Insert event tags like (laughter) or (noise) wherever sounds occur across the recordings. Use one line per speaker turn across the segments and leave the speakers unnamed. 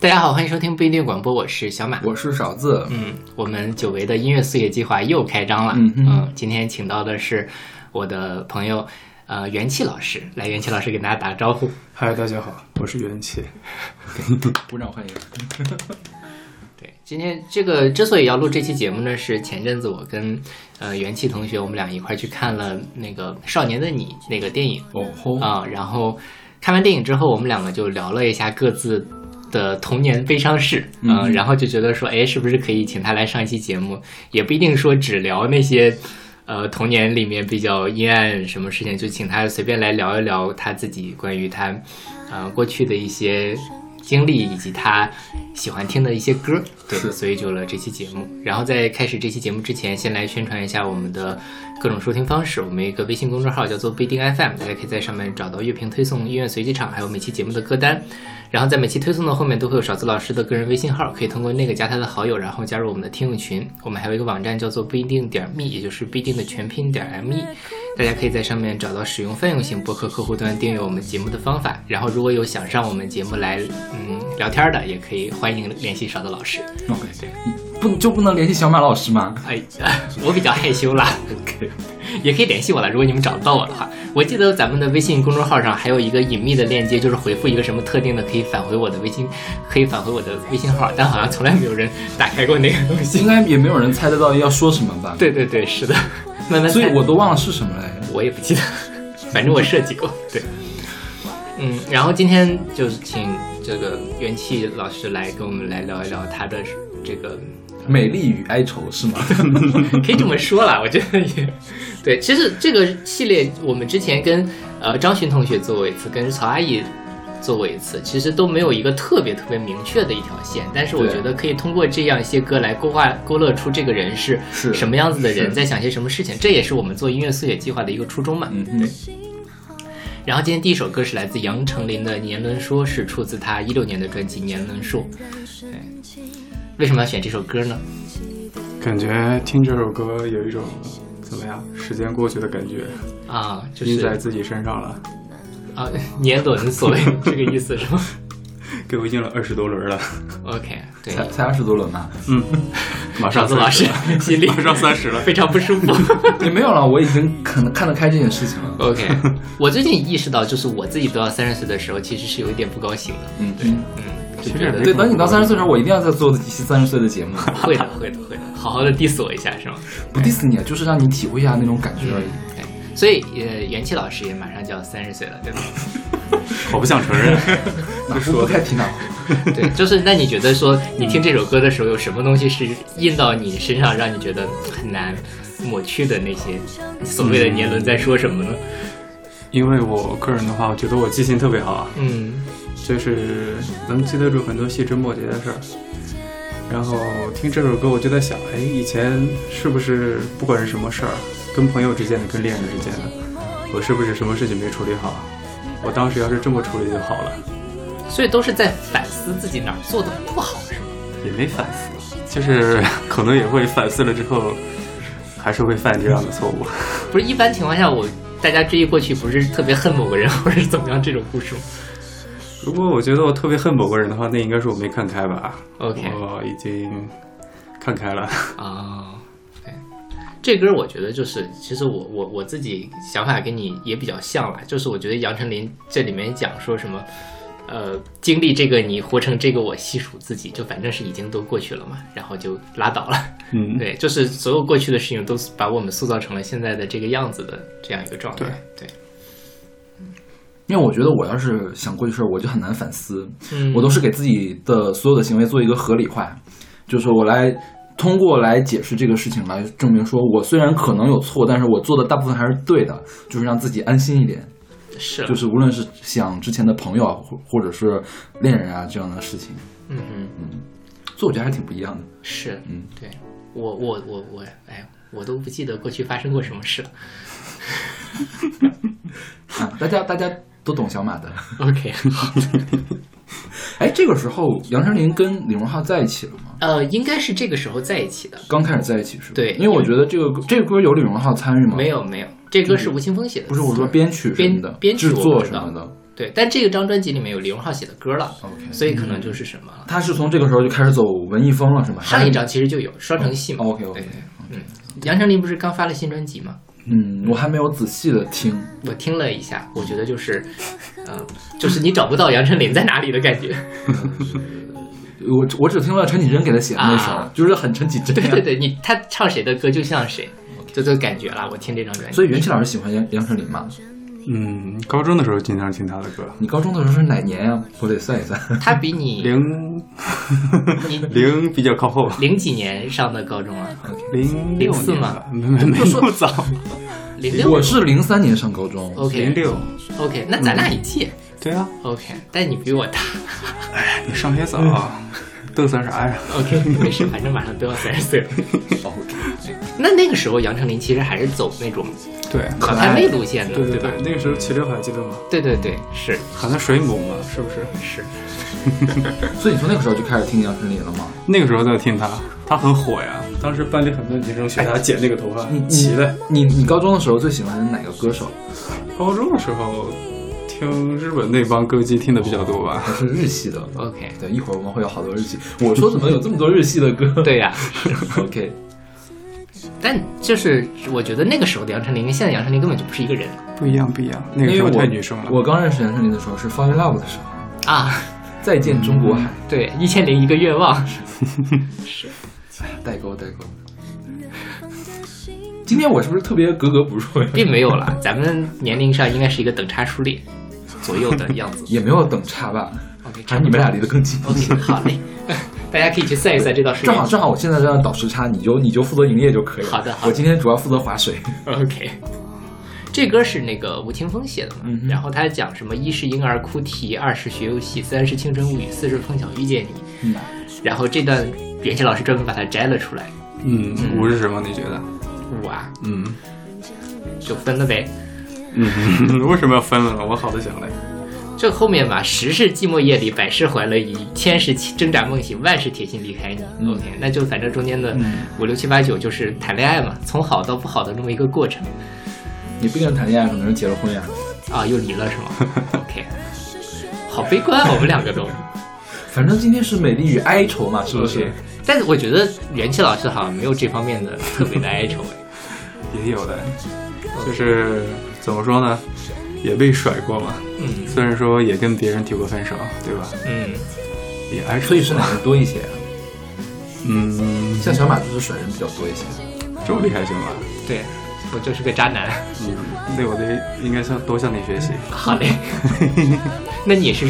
大家好，欢迎收听不一定广播，我是小马。
我是勺子，
嗯，我们久违的音乐四月计划又开张了。
嗯哼
今天请到的是我的朋友，呃，元气老师。来，元气老师给大家打个招呼。
嗨，大家好，我是元气。
鼓掌欢迎。
对，今天这个之所以要录这期节目呢，是前阵子我跟呃元气同学，我们俩一块儿去看了那个《少年的你》那个电影
哦吼，
啊、然后看完电影之后，我们两个就聊了一下各自的童年悲伤事，嗯、
嗯
然后就觉得说，哎，是不是可以请他来上一期节目？也不一定说只聊那些。呃，童年里面比较阴暗什么事情，就请他随便来聊一聊他自己关于他，呃，过去的一些经历以及他喜欢听的一些歌。对，
是
所以就有了这期节目。然后在开始这期节目之前，先来宣传一下我们的各种收听方式。我们有一个微信公众号叫做不一定 FM，大家可以在上面找到乐评推送、音乐随机场，还有每期节目的歌单。然后在每期推送的后面都会有勺子老师的个人微信号，可以通过那个加他的好友，然后加入我们的听友群。我们还有一个网站叫做不一定点 me，也就是不一定的全拼点 me。大家可以在上面找到使用泛用型博客客户端订阅我们节目的方法。然后如果有想上我们节目来嗯聊天的，也可以欢迎联系勺子老师。
OK，不就不能联系小马老师吗？
哎， (laughs) 我比较害羞啦。 (laughs) 也可以联系我了，如果你们找不到我的话。我记得咱们的微信公众号上还有一个隐秘的链接，就是回复一个什么特定的，可以返回我的微信，可以返回我的微信号，但好像从来没有人打开过那个东西。
应该也没有人猜得到要说什么吧？，
对对对，是的，慢慢
(laughs) 所以
看
我都忘了是什么来着。
我也不记得， (laughs) 反正我设计过。对，嗯，然后今天就请这个元气老师来跟我们来聊一聊他的这个
美丽与哀愁是吗？
(laughs) 可以这么说啦，我觉得也对。其实这个系列我们之前跟呃张巡同学做过一次，跟曹阿姨做过一次，其实都没有一个特别特别明确的一条线。但是我
对
觉得可以通过这样一些歌来勾画勾勒出这个人是
是
什么样子的人，
是
在想些什么事情。这也是我们做音乐速写计划的一个初衷嘛。
嗯，对，
然后今天第一首歌是来自杨丞琳的《年轮说》，是出自她一六年的专辑《年轮说》。对，为什么要选这首歌呢？
感觉听这首歌有一种怎么样，时间过去的感觉，
啊，就是
印在自己身上了，
啊， (laughs) 年轮所谓这个意思是吗
(laughs) 给我印了二十多轮了，
？OK，对，
才才二十多轮嘛，
嗯
马
勺
上
子老
30
师
了
心里
马上三十
(laughs)
了。
非常不舒服。
(laughs) (laughs) 也没有了，我已经可能看得开这件事情了。
OK，我 (laughs) 最近意识到，就是我自己都要三十岁的时候，其实是有一点不高兴的。
嗯，
嗯，就
其实
觉
也
得
没
对，等你到三十岁的时候，我一定要再做一期三十岁的节目，
(laughs) 会的，会的，会的，好好的 diss 我一下是吗？
不 diss 你，啊就是让你体会一下那种感觉而已。
对。所以，呃，元气老师也马上就要三十岁了，
(laughs)
对吧？
我不想
(laughs)
承认，
哪壶不开提哪壶。
对，就是那你觉得说，你
嗯
听这首歌的时候，有什么东西是印到你身上，让你觉得很难抹去的那些所谓的年轮在说什么呢？
嗯因为我个人的话，我觉得我记性特别好啊，
嗯
就是能记得住很多细枝末节的事儿。然后听这首歌，我就在想，哎，以前是不是不管是什么事儿，跟朋友之间的，跟恋人之间的，我是不是什么事情没处理好？啊我当时要是这么处理就好了，
所以都是在反思自己哪儿做的不好，是吗？
也没反思，就是可能也会反思了之后，还是会犯这样的错误。
不是一般情况下我。大家追忆过去不是特别恨某个人或者怎么样这种故事吗
如果我觉得我特别恨某个人的话，那应该是我没看开吧？
？OK
我已经看开了。
(laughs) 啊、对，这歌我觉得就是，其实我我我自己想法跟你也比较像啦，就是我觉得杨丞琳这里面讲说什么，呃，经历这个你活成这个我细数自己，就反正是已经都过去了嘛，然后就拉倒了。(laughs)
嗯，
对，就是所有过去的事情都把我们塑造成了现在的这个样子的这样一个状态。对，
因为我觉得我要是想过去事儿，我就很难反思。
嗯
我都是给自己的所有的行为做一个合理化，就是我来通过来解释这个事情来证明说，我虽然可能有错，但是我做的大部分还是对的，就是让自己安心一点。
是啊
就是无论是想之前的朋友啊，或或者是恋人啊这样的事情，
嗯嗯。
所以我觉得还挺不一样的。
是，
嗯，
对我我我我，哎，我都不记得过去发生过什么事了。
啊，大家大家都懂小马的。
OK，
(laughs) 哎，这个时候杨丞琳跟李荣浩在一起了吗？
呃，应该是这个时候在一起的。
刚开始在一起是吧？
对
因为我觉得这个这个歌有李荣浩参与吗？
没有没有，这歌是吴青峰写的，
不是我说编曲什么的，
编编曲
制
我不
作
知
什
道
么的，
对，但这个张专辑里面有李荣浩写的歌了
OK
所以可能就是什么
他是从这个时候就开始走文艺风了，是吗？哦
上一张其实就有双城系嘛。
OK OK，
对，嗯，杨丞琳不是刚发了新专辑吗？
嗯，我还没有仔细的听，
我听了一下，我觉得就是，呃，就是你找不到杨丞琳在哪里的感
(laughs)
觉。
我我只听了陈绮贞给他写的那首，
啊
就是很陈绮贞。
对对对，你他唱谁的歌就像谁，就这个感觉啦。我听这张专辑，
所以袁琪老师喜欢杨杨丞琳吗？
嗯，高中的时候经常听他的歌，
你高中的时候是哪年呀、我得算一算。
(laughs) 他比你
(laughs) 零
你
(laughs) 零比较靠后，
零几年上的高中啊，
零
零
六
四
年
吗
吧，没没没那么早，
零六
我是零三年上高中，
零
OK
六，
OK，那咱俩一届
对啊，哎
OK，但你比我大嗯
你上学早，啊嘚瑟啥呀？
OK，没事，反正马上都要三十岁了。那那个时候杨丞琳其实还是走那种
对，
小
爱
太妹路线的，
对对
吧？
对，那个时候齐刘海记得吗？
对对对，是
喊他水母嘛，是不是？
是，
(laughs) 所以你从那个时候就开始听杨丞琳了吗？
那个时候在听他，他很火呀。当时班里很多女生学他剪那个头发，齐的。
哎你你高中的时候最喜欢哪个歌手？
高中的时候听日本那帮歌姬听的比较多
哦
吧。
我是日系的。
OK，
对，一会儿我们会有好多日系。我说怎么有这么多日系的 (laughs) 歌？
对呀、
，OK，
但就是我觉得那个时候的杨丞琳跟现在杨丞琳根本就不是一个人
不一样，不一样。 (laughs) 那
因为
个时候
我
太女生了。
我刚认识杨丞琳的时候是《Fall in Love》的时候，
啊。嗯
《 (laughs) 再见中国海
对，一千零一个愿望，是》
哎代沟代沟。今天我是不是特别格格不入呀？。
并没有了。咱们年龄上应该是一个等差数列左右的样子
(laughs) 也没有等差吧，
OK，
还是你们俩离得更近。
OK，好嘞， (laughs) 大家可以去算一算这道数
正好
列。
正好，我现在这样倒时差，你就你就负责营业就可以了。
好的好的
我今天主要负责划水。
(laughs)
(laughs)
OK，这歌是那个吴青峰写的嘛？
嗯哼
然后他讲什么？一是婴儿哭啼，二是学游戏，三是青春物语，四是碰巧遇见你。
嗯，
然后这段袁琪老师专门把它摘了出来。
嗯，五是什么？你觉得？
哇，
嗯
就分了呗。
(laughs) 嗯，为什么要分了呢？我好的想嘞。
这后面嘛，十是寂寞夜里，百是怀了疑，千是挣扎梦醒，万是铁心离开你。
嗯
OK，那就反正中间的
嗯
五六七八九就是谈恋爱嘛，从好到不好的这么一个过
(laughs)
程
你不一定谈恋爱，可能是结了婚呀。
啊，又离
(laughs)
了是吗？OK，好悲观啊，我们两个都。
(laughs) 反正今天是美丽与哀愁嘛，是不是？
但是我觉得元气老师好像没有这方面的特别的哀
(laughs)
愁哎。
(laughs) 也有的，就是怎么说呢，也被甩过嘛。
嗯
虽然说也跟别人提过分手，对吧？
嗯，
也挨
所
吹
以是哪个多一些啊？
嗯，
像小马就是甩人比较多一些。
这么厉害行吗？
对，我就是个渣男。
嗯，那我得应该向多向你学习。
好
(laughs)
嘞，那你是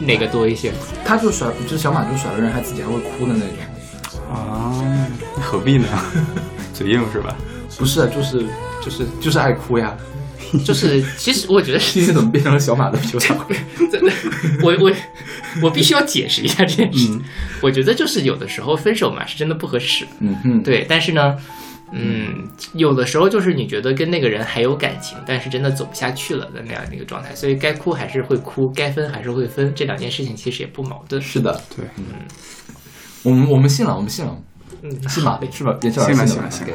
哪个多一些？
他就甩，就小马就甩了人，还自己还会哭的那种。
啊，何必呢？ (laughs) 嘴硬是吧？
不是啊，就是就是就是爱哭呀。
(laughs) 就是其实我觉得是
(laughs) 今天怎么变成了小马
(laughs)
的评价？
真的，我我我必须要解释一下这件事。情。我觉得就是有的时候分手嘛，是真的不合适。
嗯哼，
对，但是呢，嗯，有的时候就是你觉得跟那个人还有感情，但是真的走不下去了的那样的一个状态，所以该哭还是会哭，该分还是会分，这两件事情其实也不矛
(laughs)
盾。
是的，
对，
我们我们信了，我们信了，
嗯，
信吧，是吧？别叫
信了
信
信了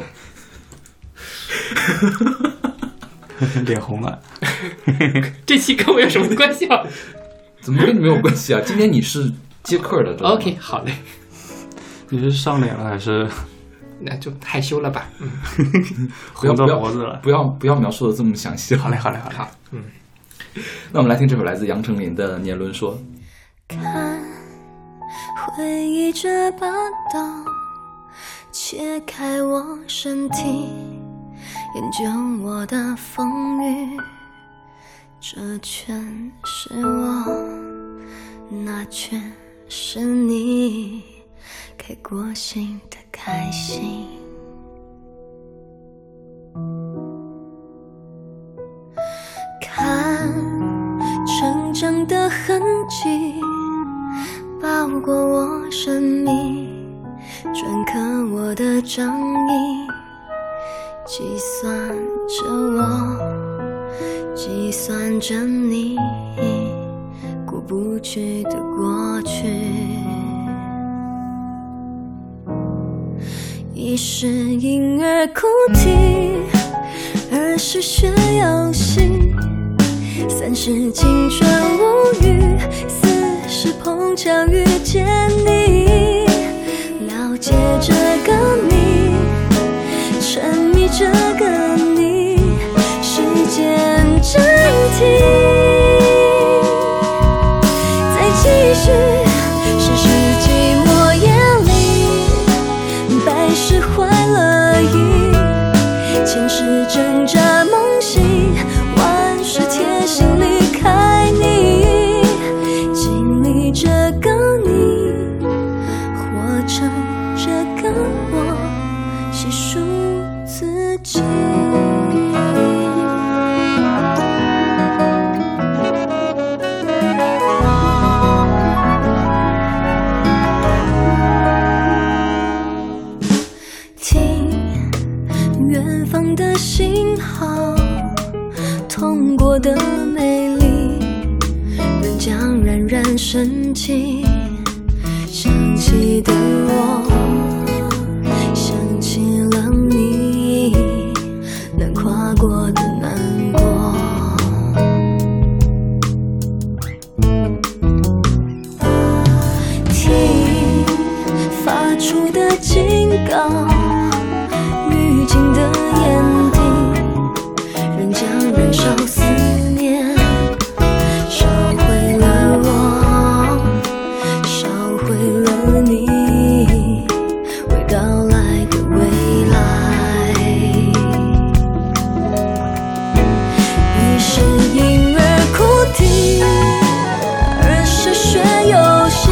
对
(laughs) 脸红了。
这期跟我有什么关系啊吗
(laughs) 怎么跟你没有关系啊？今天你是接客的知道吗
？OK，好嘞，
你是上脸了还是
那就害羞了吧。
(laughs)
嗯，
不要不
红到
要
脖子了？
不要不要描述的这么详细。
好嘞，好嘞，好嘞。
好，嗯，
那我们来听这首来自杨丞琳的《年轮说》。
看，回忆这把刀，切开我身体，研究我的风雨。这全是我，那全是你，开过心的开心。看。成长的痕迹，包裹我生命，篆刻我的掌印，计算着我，计算着你，过不去的过去。一是婴儿哭啼，二是学游戏。三十青春无语，四十碰巧遇见你，了解这个你，沉迷这个你，时间暂停，再继续，是世纪末夜里，百事坏了意。前世挣扎梦醒，万事贴心离开你，经历这个你，活成这个我，细数自己。听。远方的信号，通过的美丽，仍将冉冉升起。想起的我，想起了你，难跨过的难过。听发出的警告。滤镜的眼底，仍将燃烧思念，烧毁了我，烧毁了你，未到来的未来。一是婴儿哭啼，二是学游戏。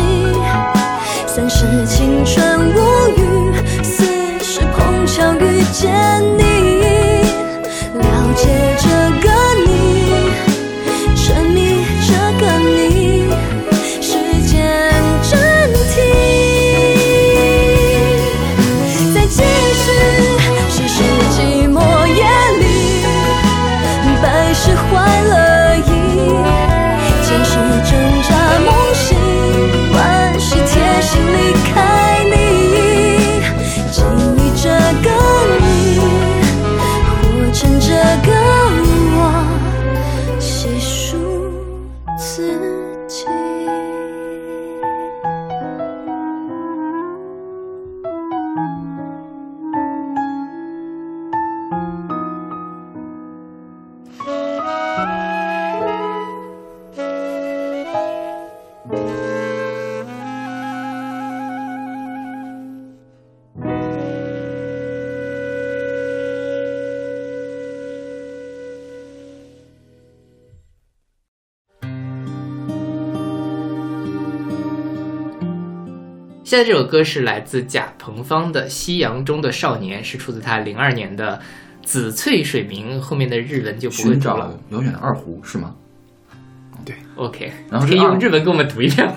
三是青春无语，四是碰巧遇见你，了解这个你，沉迷这个你，时间暂停，再继续，是世纪末夜里，百事坏了意。前世挣扎梦醒，万事贴心离开你，经历这个你，活成这个我，细数自己。
现在这首歌是来自贾鹏芳的《夕阳中的少年》，是出自他零二年的《紫翠水明》，后面的日文就不会
寻
读
找
了。
遥远的二胡是吗？
OK，
然后
可以
这二
用日文给我们读一遍。
(laughs)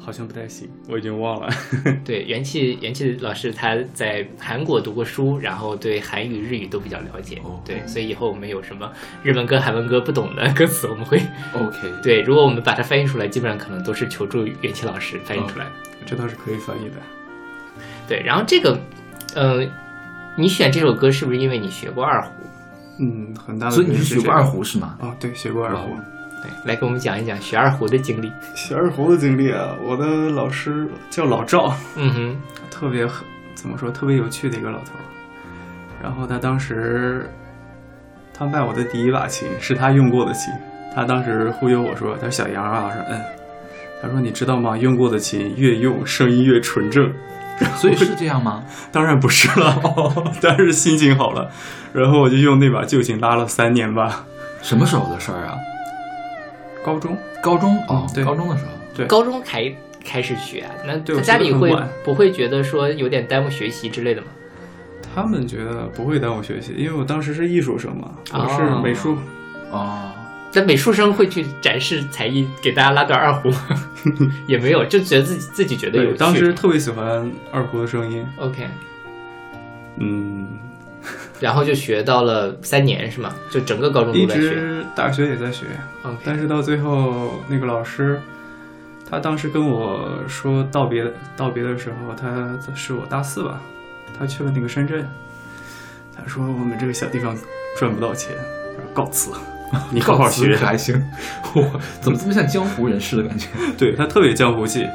好像不太行，我已经忘了。
(laughs) 对，元气元气老师他在韩国读过书，然后对韩语、日语都比较了解。
哦
对，所以以后我们有什么日文歌、韩文歌不懂的歌词，我们会
OK，
(laughs) 对，如果我们把它翻译出来，基本上可能都是求助元气老师翻译出来。
哦这倒是可以翻译的。
对，然后这个，嗯、你选这首歌是不是因为你学过二胡？
嗯，很大的
所以你
原因
是
是
学
这
过
样
二？胡是吗？
哦，对，学过二胡。
对，来给我们讲一讲学二胡的经历。
学二胡的经历啊，我的老师叫老赵，
嗯哼，
特别怎么说，特别有趣的一个老头儿。然后他当时，他卖我的第一把琴是他用过的琴，他当时忽悠我说：“他说小杨啊，我说嗯，他说你知道吗？用过的琴越用声音越纯正。”
所以是这样吗？
(laughs) 当然不是
(laughs)
了，但是心情好了。然后我就用那把旧琴拉了三年吧，
什么时候的事儿啊？
高中。嗯
高中哦，
对
高中的时候。
对
高中才开始学啊，那
对我
在家
觉得
里
很
会
晚
不会觉得说有点耽误学习之类的吗？
他们觉得不会耽误学习，因为我当时是艺术生嘛，
哦
我是美术，
哦，
但美术生会去展示才艺，给大家拉段二
(laughs)
胡，也没有，就觉得自己自己觉得有趣。
当时特别喜欢二胡的声音，
OK，
嗯，
然后就学到了三年是吗？就整个高中
一
都在学。
直大学也在学，
OK，
但是到最后那个老师，他当时跟我说道别的道别的时候，他是我大四吧，他去了那个深圳，他说我们这个小地方赚不到钱，我说告辞。你好好学
告辞还行， (laughs) 我怎么这么像江湖人士的感觉？
(laughs) 对他特别江湖气。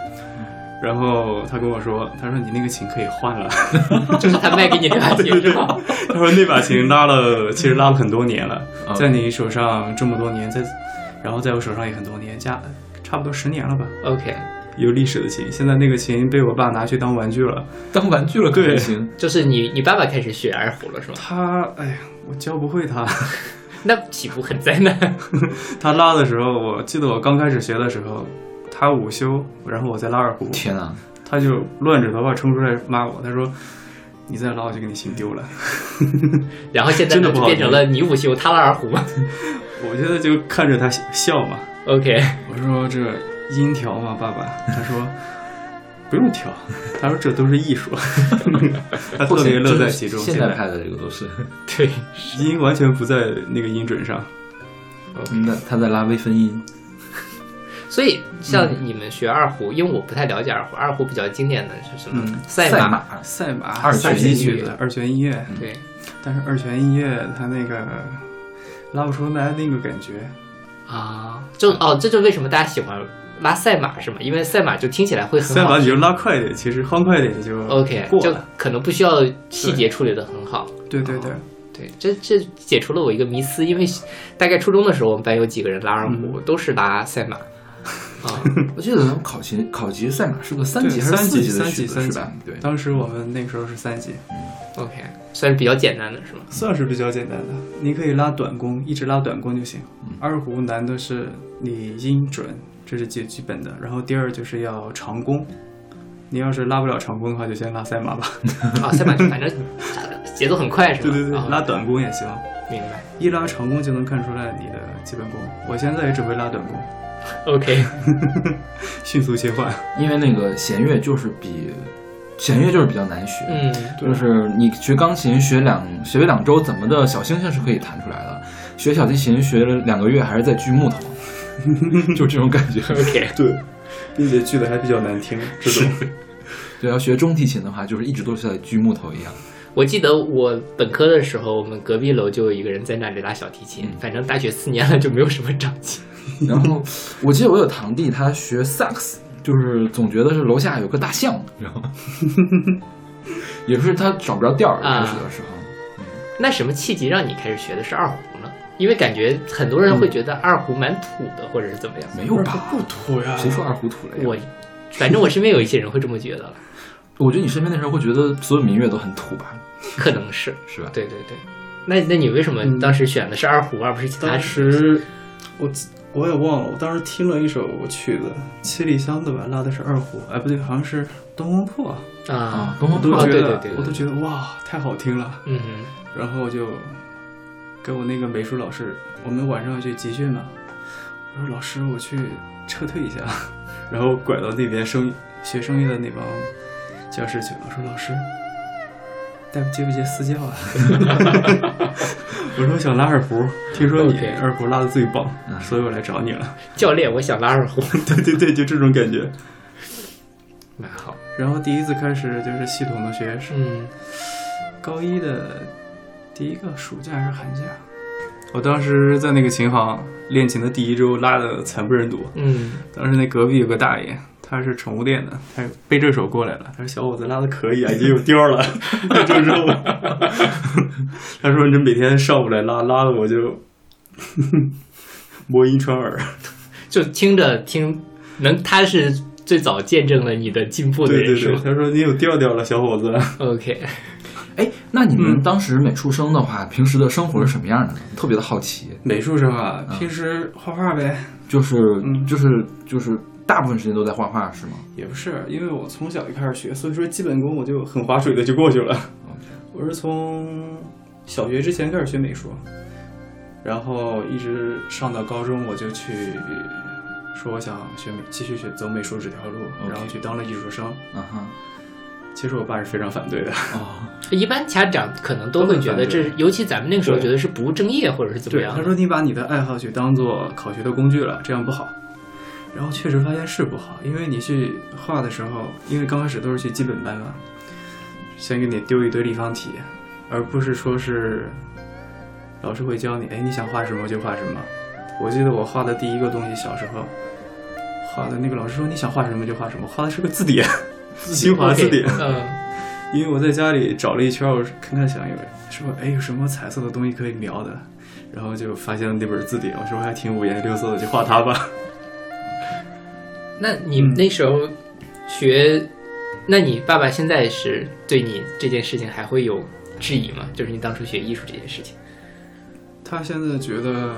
然后他跟我说，他说你那个琴可以换
(laughs)
了，
就是他卖给你那把琴是吧？
(laughs) 他说那把琴拉了，其实拉了很多年了，
嗯
在你手上这么多年，在然后在我手上也很多年，加差不多十年了吧，
OK，
有历史的琴。现在那个琴被我爸拿去当玩具了，
当玩具了可还行，
就是你你爸爸开始学二胡了是
(laughs)
吗？
他哎呀，我教不会他。
那岂不很灾难？
(laughs) 他拉的时候，我记得我刚开始学的时候，他午休，然后我在拉二胡，
天啊！
他就乱着头发冲出来骂我，他说：“你再拉我就给你琴丢了。
(laughs) 然后现在
真的不
呢就
好
变成了你午休他拉二胡嘛”
(laughs) 我现在就看着他笑嘛，
？OK，
我说：“这音调嘛，爸爸。”他说。不用调，他说这都是艺术， (laughs) 他特别乐在其中。
现在拍的这个
(laughs)
都是，
对，
音完全不在那个音准上，
那他在拉微分音，
所以
嗯
像你们学二胡，因为我不太了解二胡，二胡比较经典的是什么
嗯？
赛
赛
马。
马
赛马、
二
赛
泉
琴
音乐
曲子、二泉音乐，
嗯
对，
但是二泉音乐它那个拉不出来那个感觉，
啊，就哦，这就为什么大家喜欢拉赛马是吗？因为赛马就听起来会很
赛
好
马你就拉快点，其实夯快点就
OK，
过
就
了。
可能不需要细节处理的很好。哦
对对对，
对，这这解除了我一个迷思，因为大概初中的时候，我们班有几个人拉二
嗯
胡，都是拉赛马。啊，
(laughs) 我记得咱们考级考级赛马是个三
对
级还
三
是四
级
级的
三级
曲子
三
是
级
吧？对，
当时我们那个时候是三级，
OK，算是比较简单的是吗？
算是比较简单的，你可以拉短弓，一直拉短弓就行。二胡难的是你音准，这是最基本的，然后第二就是要长弓。你要是拉不了长弓的话，就先拉赛马吧。
啊，赛马反正节奏很快是吧？
对对对，
啊
拉短弓也行，
明白。
一拉长弓就能看出来你的基本功。我现在也只会拉短弓，
OK，
(laughs) 迅速切换。
因为那个弦乐就是比弦乐就是比较难学，
嗯，
就是你学钢琴学两学两周，怎么的小星星是可以弹出来的，学小提琴学了两个月还是在锯木头， (laughs) 就这种感觉。
(laughs) OK，
(laughs) 对，并且锯的还比较难听，这种。
对，要学中提琴的话，就是一直都是在锯木头一样。
我记得我本科的时候，我们隔壁楼就有一个人在那里拉小提琴，
嗯
反正大学四年了就没有什么长进。
然后我记得我有堂弟，他学萨克斯，就是总觉得是楼下有个大象，你知道吗？也是他找不着调儿，
啊
开始的时候，嗯
那什么契机让你开始学的是二胡呢？因为感觉很多人会觉得二胡蛮土的，或者是怎么样。
没有
它
吧？
不土呀
谁说二胡土了呀？
我，反正我身边有一些人会这么觉得了，
我觉得你身边的人会觉得所有民乐都很土吧，
(laughs) 可能是。
(laughs) 是吧？
对对对，那那你为什
嗯
么 (laughs) 当时选的是二胡而不是其他
当
曲？
时我我也忘了，我当时听了一首曲子，七里香的吧，拉的是二胡，哎不对，好像是东风破，
啊
啊，，东
我
方
都
破
觉
对
得、
对对对
我都觉得哇，太好听了。
嗯哼，
然后我就跟我那个美术老师，我们晚上要去集训嘛，我说老师，我去撤退一下， (laughs) 然后拐到那边声学声乐的那帮教室去了。我说老师，带接不接私教啊？我说我想拉二胡，听说你
OK
二胡拉的最棒
嗯
所以我来找你了。
教练，我想拉二胡，
(laughs) 对对对，就这种感觉。
蛮好。
然后第一次开始就是系统的学，是
嗯，
(laughs) 高一的第一个暑假还是寒假，我当时在那个琴行练琴的第一周拉的惨不忍睹。
嗯，
当时那隔壁有个大爷，他是宠物店的，他背这手过来了，他说：“小伙子拉的可以
(laughs)
啊，已经有调儿了。”那周之后， (laughs) 他说：“你每天上午来拉，拉的我就 (laughs) 魔音穿耳。
就听着听，能他是最早见证了你的进”步的
对
人
对
是
对，
吗
他说：“你有调调了，小伙子。
？OK，
哎， (laughs) 那你
嗯
们当时美术生的话，平时的生活是什么样的呢？特别的好奇，”
美术生啊
嗯，
平时画画呗。
就是、
嗯
就是就是大部分时间都在画画是吗？
也不是，因为我从小就开始学，所以说基本功我就很划水的就过去了。我是从小学之前开始学美术，然后一直上到高中，我就去说我想学美，继续学走美术这条路
OK
然后去当了艺术生。
啊哈，
其实我爸是非常反对的， (laughs)
哦，
一般家长可能都会觉得
都很
这
反，
尤其咱们那个时候
对
觉得是不务正业或者是怎么
对，
样
他
的。
说你把你的爱好去当做考学的工具了，这样不好。然后确实发现是不好，因为你去画的时候，因为刚开始都是去基本班嘛，先给你丢一堆立方体，而不是说是老师会教你，哎，你想画什么就画什么。我记得我画的第一个东西，小时候画的那个老师说你想画什么就画什么，画的是个字 (laughs) 典，新华字典。
嗯
因为我在家里找了一圈，我看看想有说，哎，有什么彩色的东西可以描的，然后就发现了那本字典，我说还挺五颜六色的，就画它吧。
那你
嗯
那时候学，那你爸爸现在是对你这件事情还会有质疑吗？就是你当初学艺术这件事情，
(laughs) 他现在觉得，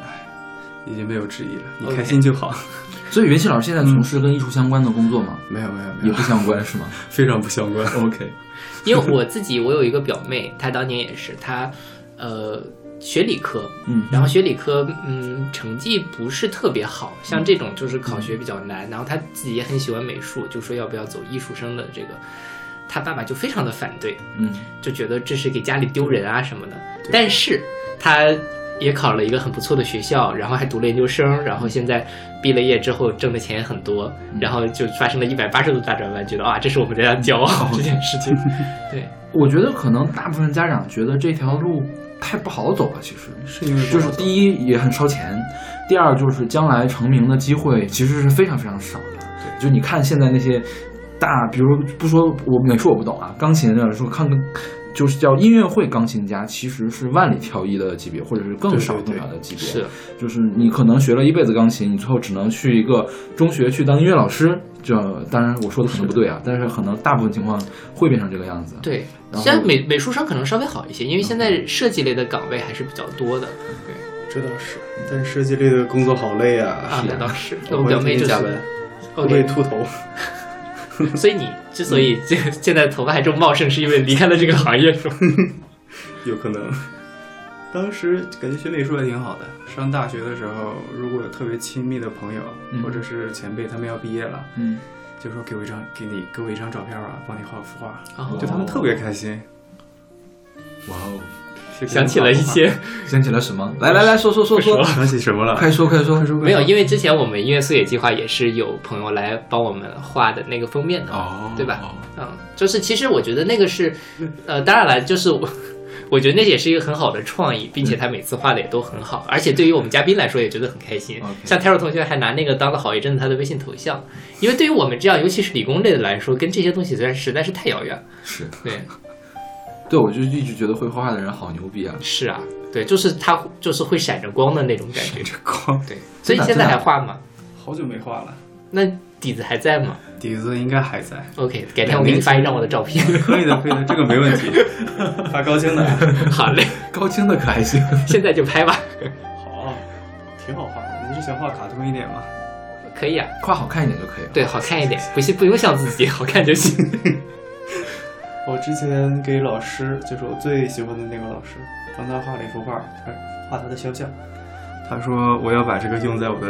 哎，已经没有质疑了，你
OK
开心就好。嗯
所以袁熙老师现在从事跟艺术相关的工作吗？
没有没有没
也
有
不，相关是吗
非常不相关。
？OK，
(laughs) 因为我自己我有一个表妹，她当年也是，她呃学理科，
嗯，
然后学理科，嗯，成绩不是特别好，像这种就是考学比较难。然后他自己也很喜欢美术，就说要不要走艺术生的这个，他爸爸就非常的反对，
嗯，
就觉得这是给家里丢人啊什么的。但是他也考了一个很不错的学校，然后还读了研究生，然后现在毕了业之后挣的钱也很多，
嗯
然后就发生了一百八十度大转弯，觉得啊，这是我们家的骄
(laughs)
傲啊 (laughs) 这件事情。对，
哦嗯我觉得可能大部分家长觉得这条路太不好走了，其实
是因为
就是第一也很烧钱，第二就是将来成名的机会其实是非常非常少的。就你看现在那些大，比如不说我美术我不懂啊，钢琴的说看个就是叫音乐会钢琴家，其实是万里挑一的级别，或者是更
对
少
对
更
对
少的级别。
是
就是你可能学了一辈子钢琴，你最后只能去一个中学去当音乐老师。这当然我说的可能不对啊，但是可能大部分情况会变成这个样
啊
子。
对，
然后
虽然美美术生可能稍微好一些，因为现在设计类的岗位还是比较多的。
嗯这倒是，但是设计类的工作好累
啊
啊，
那倒是。那
我
我
会
表妹
天
就
天
是
加班，我会
OK，
秃嗯头。
(laughs)
(laughs)
所以你之所以这现在头发还这么茂盛，是因为离开了这个行业是吗？
(laughs) 有可能。当时感觉学美术也挺好的。上大学的时候，如果有特别亲密的朋友、
嗯
或者是前辈，他们要毕业了，
嗯，
就说给我一张，给你给我一张照片啊，帮你画幅画，
哦
就他们特别开心。
哇哦，
就给他
想
们
起了一些
(laughs) 想起了什么？来来来说说说说
画，幅画，想起什么了？
快说快说
快说快说
没有，因为之前我们音乐素野计划也是有朋友来帮我们画的那个封面的，
哦
对吧？嗯，就是其实我觉得那个是，
嗯
呃，当然了，就是我。我觉得那也是一个很好的创意，
嗯
并且他每次画的也都很好，而且对于我们嘉宾来说也觉得很开心
OK。
像 Taro 同学还拿那个当了好一阵子他的微信头像，因为对于我们这样，尤其是理工类的来说，跟这些东西虽然实在是太遥远。
是
对，
对，我就一直觉得会画画的人好牛逼啊！(laughs)
是啊，对，就是它就是会闪着光的那种感觉。
这光，
对，所以现在还画吗？
好久没画了，
那底子还在吗
底子应该还在。
？OK，改天我给你发一张我的照片。
可以的，可以的，这个没问题。发高清的，
(laughs) 好嘞，
高清的可还行？
(laughs) 现在就拍吧。
(laughs) 好，啊挺好画的。你是想画卡通一点吗？
可以啊，
画好看一点就可以了。
对，好看一点，不是不用像自己， (laughs) 好看就行。
(laughs) 我之前给老师，就是我最喜欢的那个老师，帮他画了一幅画，他画他的肖像。他说我要把这个用在我的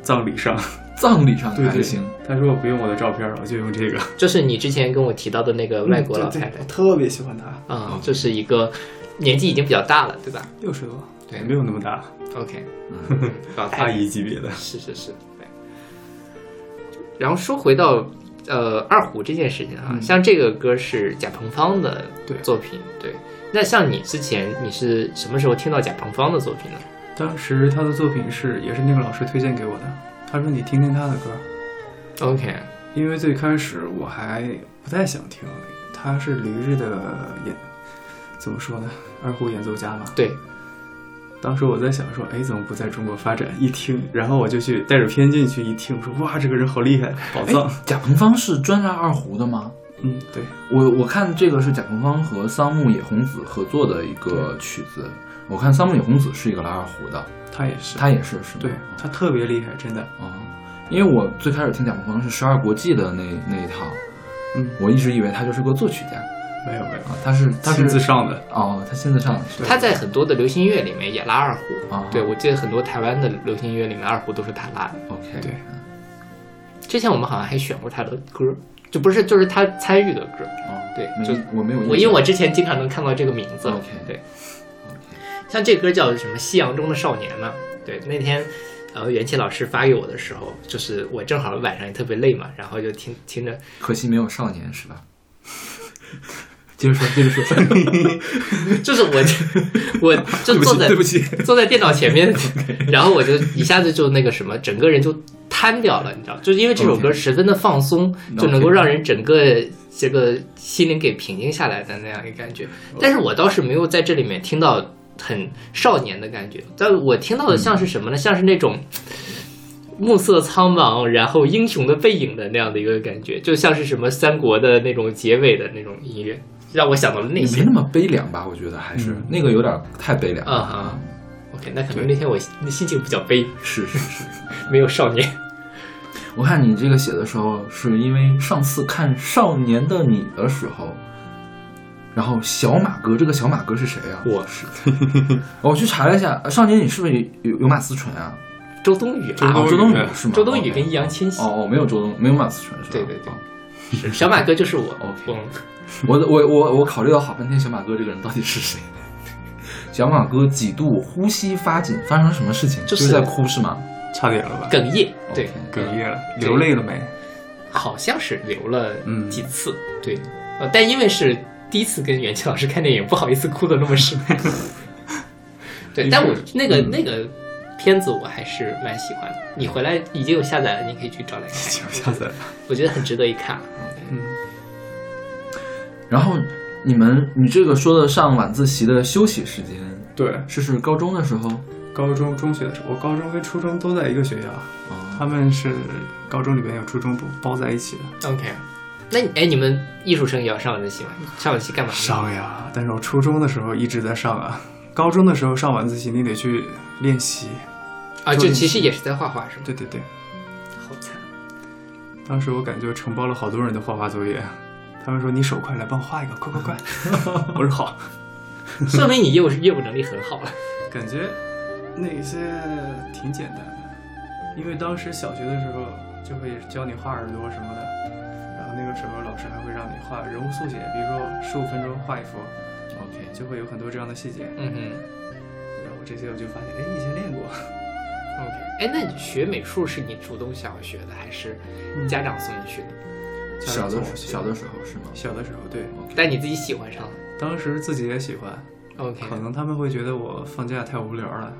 葬礼上。 (laughs)
葬礼上可
对
还
对
行。
他说我不用我的照片，我就用这个。
(laughs) 就是你之前跟我提到的那个外国老
对
太太
对我，特别喜欢他，
嗯，就是一个年纪已经比较大了，对吧
六十多，
对
没有那么大，
？OK，
嗯
(laughs) 老太
阿
太。
姨级别的。
是是是，对。然后说回到呃二胡这件事情啊，像这个歌是贾鹏芳的
嗯对
作品，对。那像你之前你是什么时候听到贾鹏芳的作品呢？
当时他的作品是，也是那个老师推荐给我的。他说你听听他的歌，
？OK，
因为最开始我还不太想听，他是驴日的演，怎么说呢，二胡演奏家嘛。
对，
当时我在想说，哎，怎么不在中国发展？一听， (laughs) 然后我就去带着偏见去一听，我说哇，这个人好厉害，宝藏。
哎
哎
贾鹏芳是专杀二胡的吗？
嗯，对，
我我看这个是贾鹏芳和桑木野弘子合作的一个曲子。我看桑木野弘子是一个拉二胡的，
他也是，
他也是是吗
对他特别厉害，真的。
哦，因为我最开始听贾鹏芳是十二国际的那那一套，
嗯，
我一直以为他就是个作曲家
没有没有，
啊，他是他
亲
是
自上的，
哦，他亲自唱的是吧哦
他在很多的流行音乐里面也拉二胡。
啊
对，我记得很多台湾的流行音乐里面二胡都是他拉的。
，OK，
对，
之前我们好像还选过他的歌，就不是就是他参与的歌。
哦，
对
没
就
我没有印象，
我因为我之前经常能看到这个名字。
OK
对，像这歌叫什么《夕阳中的少年》嘛？对，那天呃袁琪老师发给我的时候，就是我正好晚上也特别累嘛，然后就听听着，
可惜没有少年是吧？ (laughs) 接着说，接着说。 (laughs)
(laughs) 就是我，我就坐在
对不起
(laughs) 坐在电脑
(laughs)
前面，然后我就一下子就那个什么，整个人就瘫掉了，你知道，就是因为这首歌
OK 啊
十分的放松
OK
就能够让人整个这个心灵给平静下来的那样一个感觉。但是我倒是没有在这里面听到很少年的感觉，但我听到的像是什么呢？像是那种。暮色苍茫，然后英雄的背影的那样的一个感觉，就像是什么三国的那种结尾的那种音乐，让我想到了那些嗯
没。那么悲凉吧？我觉得还是、那个有点太悲凉
啊
了。
哈，OK，那可能那天我心心情比较悲，
是是是，
(laughs) 没有少年。
我看你这个写的时候，是因为上次看《少年的你》的时候，然后小马哥，这个小马哥是谁 (laughs) 啊？
我是
我去查了一下，《少年的你》是不是有有马思纯啊？
周冬雨
周
啊，
哦，周
冬
冬
雨
雨是吗？
周冬雨
OK
跟易烊千玺，
哦哦，没有周冬，没有马思纯是吧？
对对对
哦
是小马哥就是
(laughs)
我。嗯，
我我我我考虑了好半天，小马哥这个人到底是谁？小马哥几度呼吸发紧，发生了什么事情？
就是
在哭是吗？
差点了吧？
哽咽，对
OK，
哽咽了，流泪了没？
好像是流了
嗯
几次，对，呃，但因为是第一次跟袁琪老师看电影，不好意思哭的那么
(laughs)
深。
的
对，
确
但我
嗯
那个那个片子我还是蛮喜欢的。你回来已经有下载了，你可以去找来看一
请
下
下，载。
(laughs) 我觉得很值得一看。啊
嗯，
然后你们，你这个说的上晚自习的休息时间，
对，
是是高中的时候？
高中、中学的时候，我高中跟初中都在一个学校，
哦，
他们是高中里面有初中部包在一起的。
OK，那你哎，你们艺术生也要上晚自习吗？上晚自习干嘛呢？
上呀！但是我初中的时候一直在上啊，高中的时候上晚自习你得去练习。
啊，
就
就是其实也是在画画，是吗？
对对对，
好惨。
当时我感觉承包了好多人的画画作业，他们说你手快来帮我画一个， (laughs) 快快快！我说好， (laughs)
(laughs) 说明你业务业务能力很好了。
感觉那些挺简单的，因为当时小学的时候就会教你画耳朵什么的，然后那个时候老师还会让你画人物速写，比如说十五分钟画一幅，OK，就会有很多这样的细节。
嗯哼
然后这些我就发现，哎，以前练过。
，OK。哎，那你学美术是你主动想学的，还是
嗯
家长送你去的？
家
小的
长送我去
小的时候是吗？
小的时候，对，
但你自己喜欢上了。
当时自己也喜欢，
OK，
可能他们会觉得我放假太无聊了，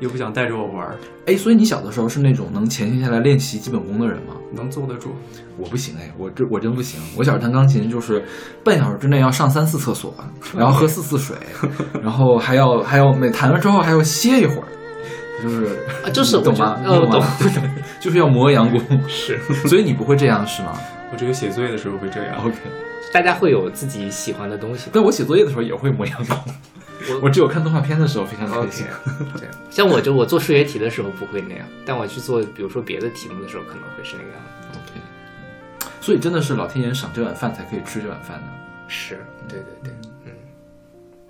又不想带着我玩儿，
哎，所以你小的时候是那种能潜心下来练习基本功的人吗？
能坐得住。
我不行哎，我这我真不行。我小时候弹钢琴就是半小时之内要上三次厕所，然后喝四次水，然后还要还要每弹了之后还要歇一会儿，就是
啊就是
你懂吗？
我觉得
你懂吗， (laughs) 就是要磨洋工。
是
所以你不会这样是吗
我只有写作业的时候会这样。
？OK，
大家会有自己喜欢的东西吧。
但我写作业的时候也会磨洋工，
我
我只有看动画片的时候非常开心。
对， (laughs) 像我就我做数学题的时候不会那样，但我去做比如说别的题目的时候可能会是那个样子。
所以真的是老天爷赏这碗饭才可以吃这碗饭的。
是，对对对，嗯。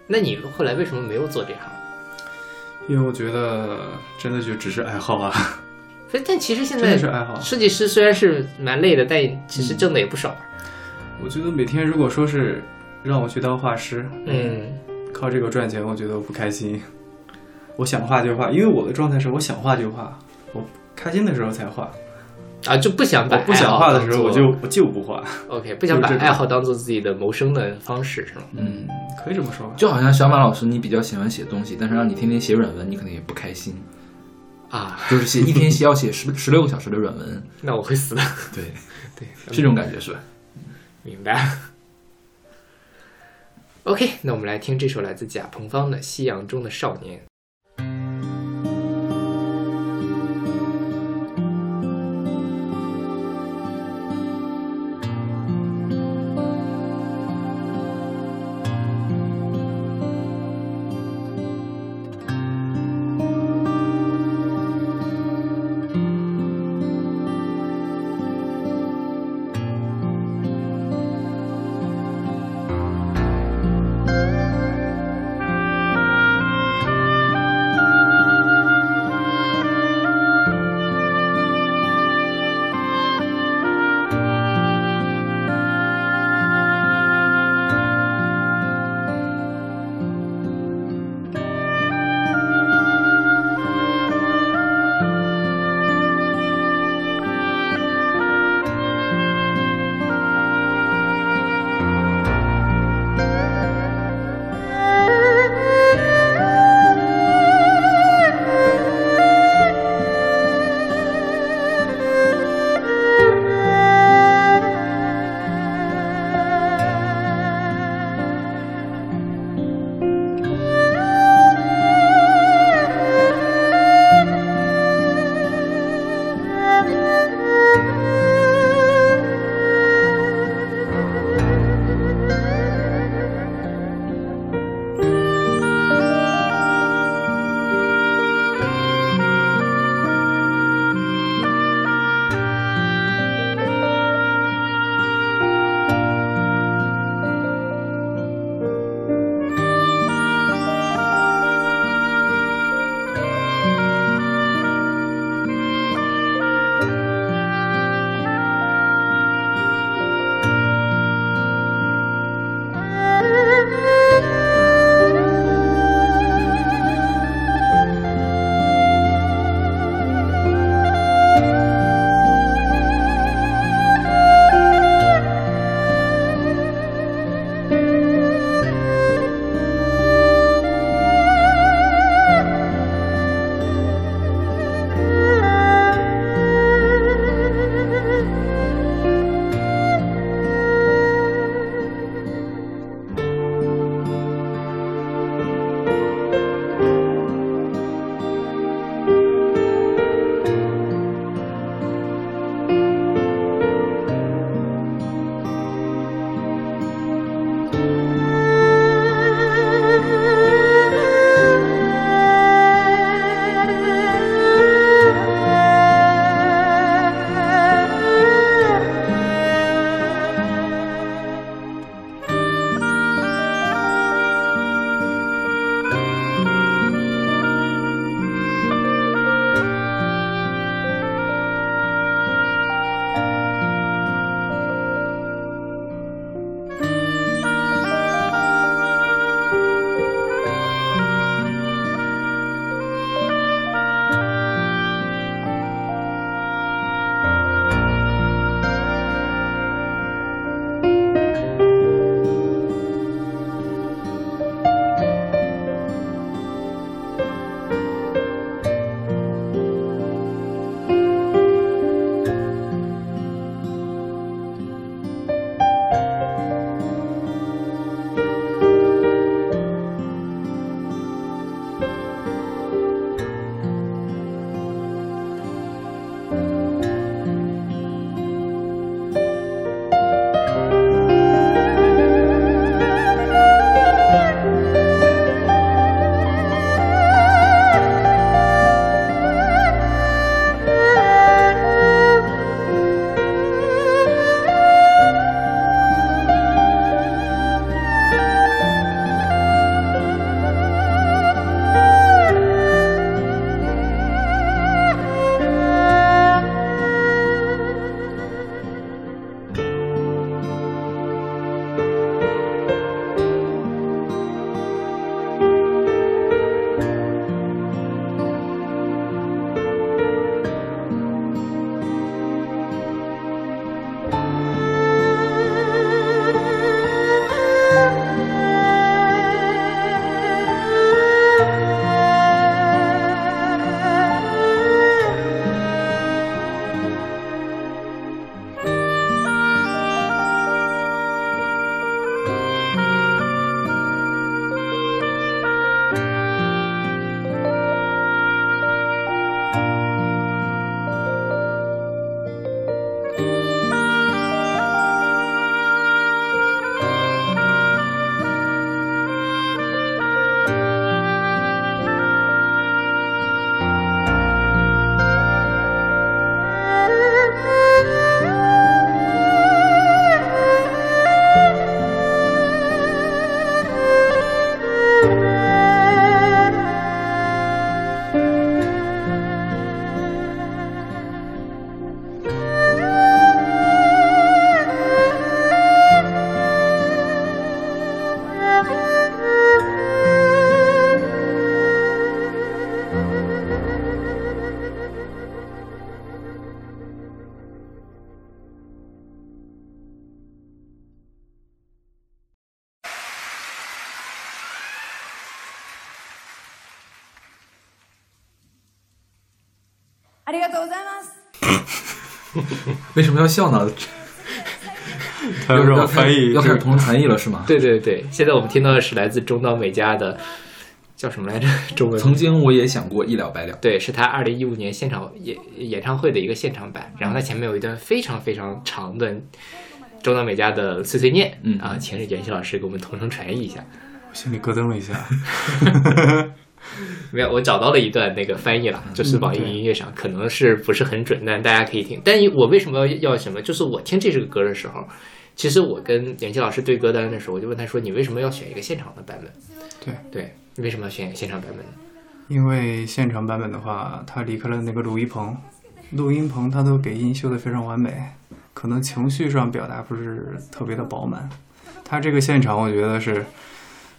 那你后来为什么没有做这行？
因为我觉得真的就只是爱好啊，
所以，但其实现
真
在
的是爱好。嗯
设计师虽然是蛮累的，但其实挣的也不少。
我觉得每天如果说是让我去当画师，
嗯
靠这个赚钱，我觉得我不开心。 (laughs) 我想画就画，因为我的状态是我想画就画，我开心的时候才画，
啊，就不想把
我不想画的时候我就我就不画。
OK，不想把
就是这种
爱好当做自己的谋生的方式是吗？
嗯，可以这么说吧。
就好像小马老师，你比较喜欢写东西，但是让你天天写软文，你可能也不开心。
啊，
就是写一天写要写十十六个小时的软文，
那我会死的。
对，
对，
这种感觉是吧？
明白了。OK，那我们来听这首来自贾鹏芳的《夕阳中的少年》。
我
ありがとうございます。
(laughs) 为什么要笑呢？
他要让我
要开
翻译
要
这
开始
个
同声传译了是吗？
对对对，现在我们听到的是来自中岛美嘉的叫什么来着？ (laughs) 中文
曾经我也想过一了百了，
对，是他二零一五年现场演演唱会的一个现场
嗯
版，然后他前面有一段非常非常长的中岛美嘉的碎碎念，
嗯
啊，请任元熙老师给我们同声传译一下。
我心里咯噔了一下。 (laughs)
没有，我找到了一段那个翻译
嗯
了，就是网易云音乐上，可能是不是很准，但大家可以听。但我为什么要要什么？就是我听这首歌的时候，其实我跟袁琪老师对歌单的时候，我就问他说：“你为什么要选一个现场的版本？”
对
对，你为什么要选一个现场版本呢？
因为现场版本的话，他离开了那个录音棚，录音棚他都给音修得非常完美，可能情绪上表达不是特别的饱满。他这个现场，我觉得是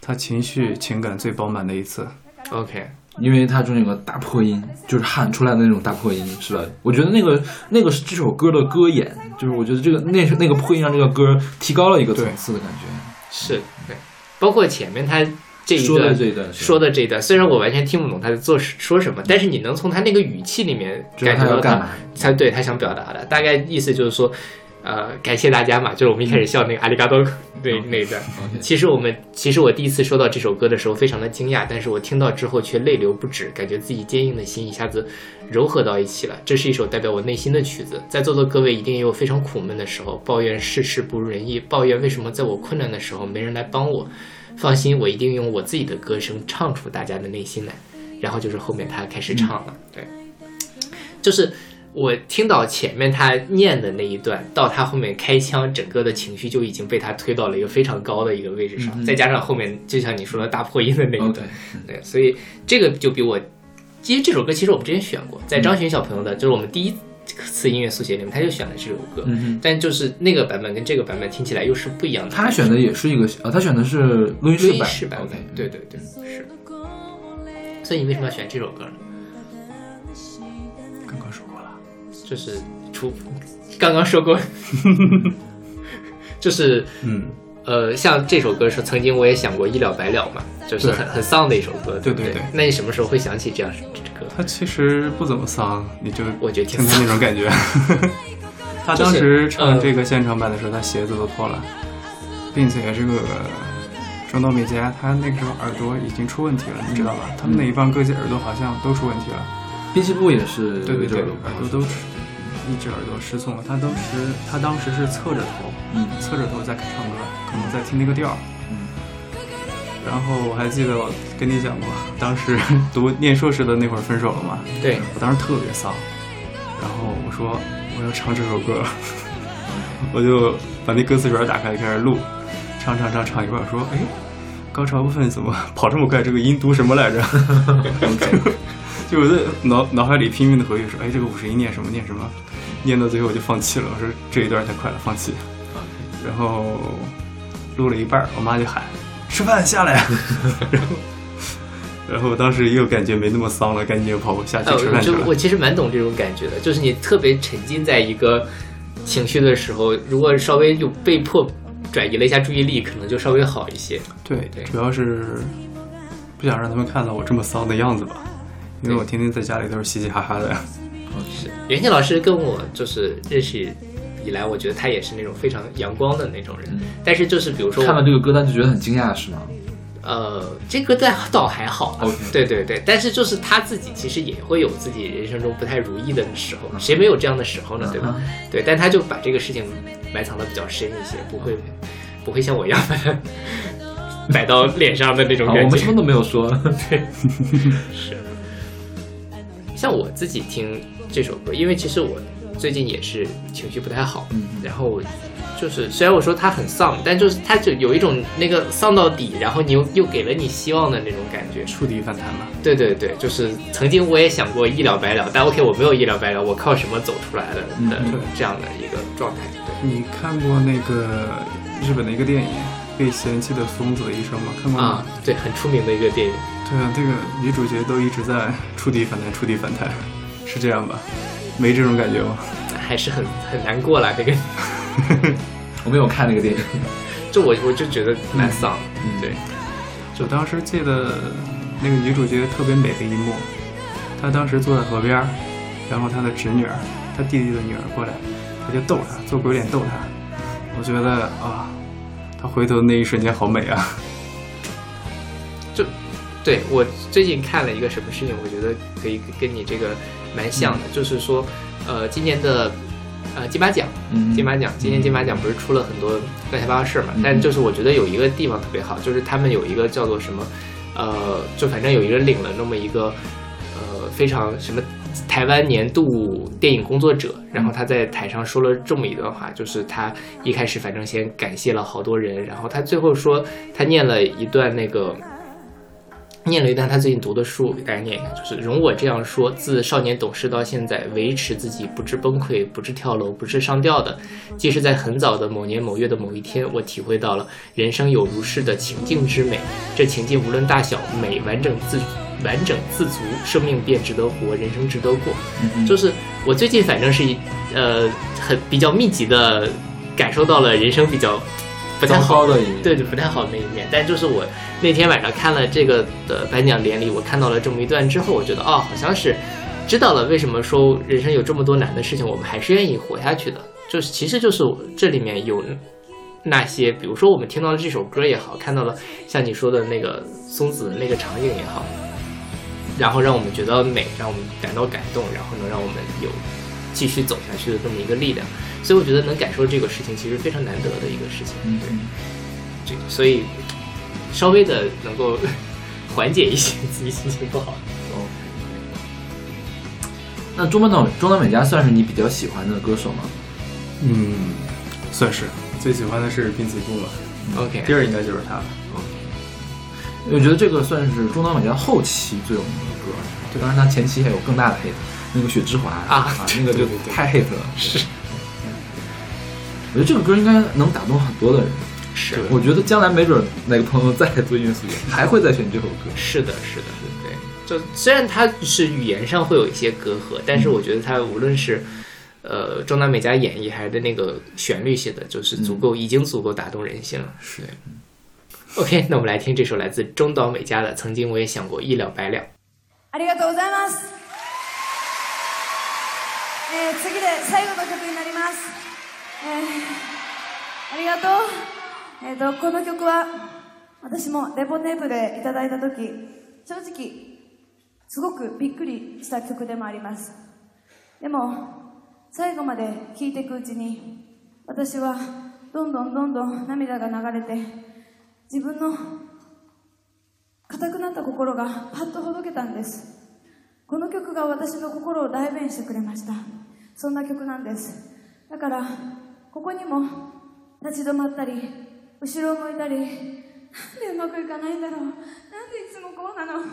他情绪情感最饱满的一次。
OK，
因为它中间有个大破音，就是喊出来的那种大破音，是吧？我觉得那个那个是这首歌的歌眼，就是我觉得这个那那个破音让这个歌提高了一个层次的感觉。
是对，包括前面他这一
说
段
的这一段是吧
说的这一段，虽然我完全听不懂他在做说什么，但是你能从他那个语气里面
知道
感
他
觉
要
到
干嘛
他，他对他想表达的，大概意思就是说，呃，感谢大家嘛，就是我们一
嗯
开始笑那个阿里嘎
(laughs)
多那那一段。
OK
其实我们，其实我第一次收到这首歌的时候非常的惊讶，但是我听到之后却泪流不止，感觉自己坚硬的心一下子柔和到一起了。这是一首代表我内心的曲子，在座的各位一定也有非常苦闷的时候，抱怨世事不如人意，抱怨为什么在我困难的时候没人来帮我。放心，我一定用我自己的歌声唱出大家的内心来。然后就是后面他开始唱了，对，就是我听到前面他念的那一段，到他后面开腔，整个的情绪就已经被他推到了一个非常高的一个位置
嗯
上，再加上后面就像你说的大破音的那一
OK，
段，对，所以这个就比我，因为这首歌其实我们之前选过，
嗯
在张巡小朋友的，就是我们第一次音乐速写里面，他就选了这首歌，
嗯哼。
但就是那个版本跟这个版本听起来又是不一样的。
他选的也是一个呃，他选的是录音
录
室
音
版。
室版
OK，
本，对对对，是。嗯所以你为什么要选这首歌呢？
刚刚说过了，
就是除刚刚说过， (laughs) 就是
嗯，
呃，像这首歌是曾经我也想过一了百了嘛，就是
对
很很丧的一首歌，
对
不
对对
那你什么时候会想起这样这歌？
他其实不怎么丧，你就
我觉得挺
听他那种感
(laughs)
觉。
呃
他当时唱这个现场版的时候，他鞋子都破了，并且这个中岛美嘉，他那个时候耳朵已经出问题了，你知道吧？他们那一帮歌姬耳朵好像都出问题了，
编辑部也是
对对对，
这个
耳朵都是一只耳朵失聪了。他当时他当时是侧着头，
嗯
侧着头在唱歌，可能在听那个调儿。
嗯
然后我还记得我跟你讲过，当时读念硕士的那会儿分手了嘛，
对，
我当时特别丧，然后我说我要唱这首歌， (laughs) 我就把那歌词本打开开始录，唱唱唱唱一半，说哎，高潮部分怎么跑这么快？这个音读什么来
(laughs)
着？就我在脑脑海里拼命的回忆说，哎，这个五十音念什么念什么，念到最后我就放弃了，我说这一段太快了，放弃。然后录了一半儿，我妈就喊吃饭下来，
(laughs)
然后。然后我当时又感觉没那么丧了，赶紧又跑下去
呃，
吃
我
饭去
就
了。
我其实蛮懂这种感觉的，就是你特别沉浸在一个情绪的时候，如果稍微就被迫转移了一下注意力，可能就稍微好一些。
对
对，
主要是不想让他们看到我这么丧的样子吧，因为
对哦
我天天在家里都是嘻嘻哈哈的。
是袁静老师跟我就是认识以来，我觉得他也是那种非常阳光的那种人，但是就是比如说我
嗯看完这个歌单就觉得很惊讶，是吗？
呃，这个倒倒还好吧
OK
对对对，但是就是他自己其实也会有自己人生中不太如意的时
嗯
候，谁没有这样的时候呢？对吧？对，但他就把这个事情埋藏的比较深一些，不会不会像我一样把 (laughs) 它摆到脸上的那种
好，
感
我们
觉
什。么都没有说。
像我自己听这首歌，因为其实我最近也是情绪不太好，
嗯
然后我就是虽然我说它很丧，但就是它就有一种那个丧到底，然后你又又给了你希望的那种感觉。
触底反弹吧，
对对对，就是曾经我也想过一了百了，但 OK 我没有一了百了，我靠什么走出来的的
嗯对
这样的一个状态。对，
你看过那个日本的一个电影《被嫌弃的疯子的一生》吗？看过吗
啊？，对，很出名的一个电影。
对啊，这个女主角都一直在触底反弹，触底反弹，是这样吧？没这种感觉吗？
还是很很难过啦，这个，
(laughs) 我没有看那个电影，
就我我就觉得蛮丧的， (laughs) 对，
我当时记得那个女主角特别美的一幕，她当时坐在河边儿，
然后他的侄女儿，他弟弟的女儿过来，他就逗他，做鬼脸逗他。我觉得啊，他回头的那一瞬间好美啊！
就对我最近看了一个什么事情，我觉得可以跟你这个蛮像
嗯
的，就是说，呃，今年的呃金马奖，
嗯
金马奖，今年金马奖不是出了很多乱七八糟事儿嘛？但就是我觉得有一个地方特别好，就是他们有一个叫做什么，呃，就反正有一个领了那么一个，呃，非常什么台湾年度电影工作者，然
嗯
后他在台上说了这么一段话，就是他一开始反正先感谢了好多人，然后他最后说他念了一段那个。念了一段他最近读的书，给大家念一下，就是容我这样说：自少年懂事到现在，维持自己不致崩溃、不致跳楼、不致上吊的，即是在很早的某年某月的某一天，我体会到了人生有如是的情境之美。这情境无论大小，美完整自完整自足，生命便值得活，人生值得过。
嗯
就是我最近反正是一呃很比较密集的感受到了人生比较不太好
糟糕的一面
对对不太好的那一面。但就是我那天晚上看了这个的颁奖典礼，我看到了这么一段之后，我觉得哦，好像是知道了为什么说人生有这么多难的事情，我们还是愿意活下去的。就是其实就是我这里面有那些，比如说我们听到了这首歌也好，看到了像你说的那个松子的那个场景也好，然后让我们觉得美，让我们感到感动，然后能让我们有继续走下去的这么一个力量。所以我觉得能感受这个事情，其实非常难得的一个事情。
嗯
对，这个所以稍微的能够 (laughs) 缓解一些自己心情不好。
那中岛中岛美嘉算是你比较喜欢的歌手吗？
嗯，算是最喜欢的是滨崎步嘛，
OK，
第二应该就是他了。
我觉得这个算是中岛美嘉后期最有名的歌，对，当然他前期还有更大的 hit，那个《雪之华》
啊
那个就
对对对
太 hit 了。是，我觉得这个歌应该能打动很多的人。
是
对
我觉得将来没准哪个朋友再做音乐素养，还会再选这首歌。
是的，是的，对。就虽然它是语言上会有一些隔阂，但
嗯
是我觉得它无论是呃中南美嘉演绎还是那个旋律写的，就是足够、已经足够打动人心了。
嗯是
对。OK，那我们来听这首来自中岛美嘉的《曾经我也想过一了百了》。
ありがとうございます、えー次で最後の曲になります、えーありがとう、えーとこの曲は私もレポテープでいただいた時正直すごくびっくりした曲でもありますでも最後まで聴いていくうちに私はどんどんどんどん涙が流れて自分の固くなった心がパッとほどけたんですこの曲が私の心を代弁してくれましたそんな曲なんですだからここにも立ち止まったり後ろを向いたりなんでうまくいかないんだろうなんでいつもこうなの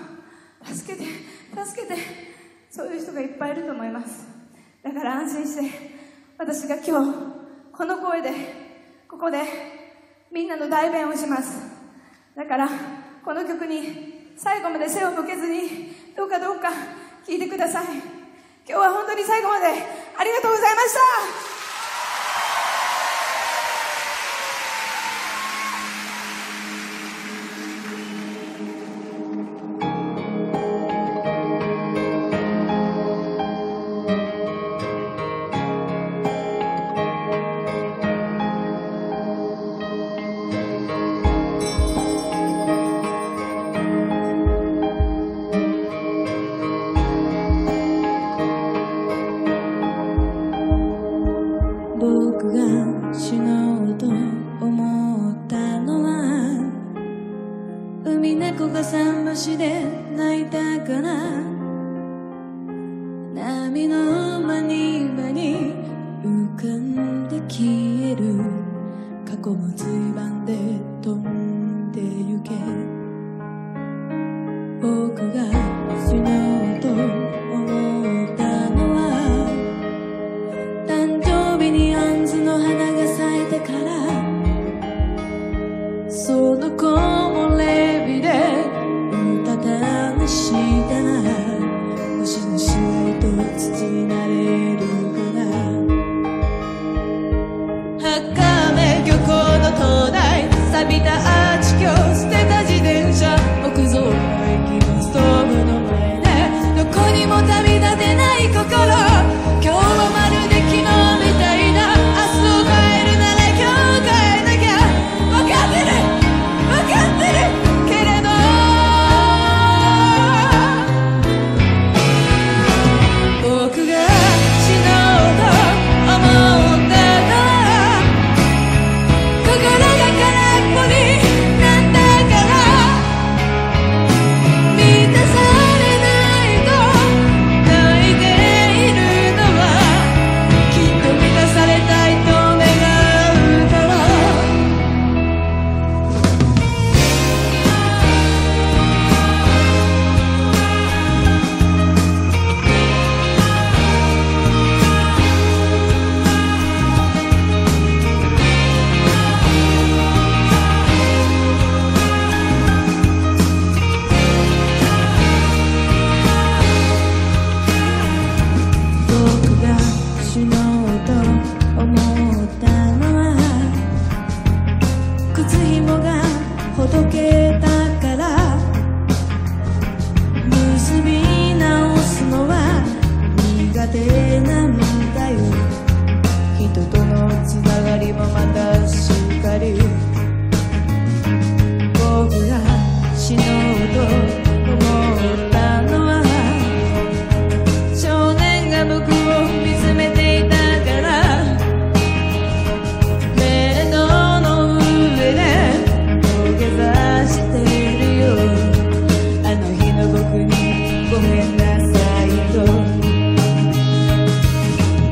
助けて助けてそういう人がいっぱいいると思いますだから安心して私が今日この声でここでみんなの代弁をしますだからこの曲に最後まで背を向けずにどうかどうか聴いてください今日は本当に最後までありがとうございました
僕が死のうと思ったのは海猫が桟橋で泣いたから波の間に間に浮かんで消える過去も随伴で飛んでゆけ僕が死のうと思ったのは誕生日にアンズの花が咲いてからその子をレビでうたた寝したら星にしわいと土になれるから墓目漁港の灯台錆びたアーチ橋捨てた自転車木造の駅のストーブの前でどこにも旅立てない心ほどけたから結び直すのは苦手なんだよ人とのつながりもまたしっかり僕が死のうと思ったのは少年が僕を見つめていたから目のの上で土下座してるよあの日の僕にごめんなさいと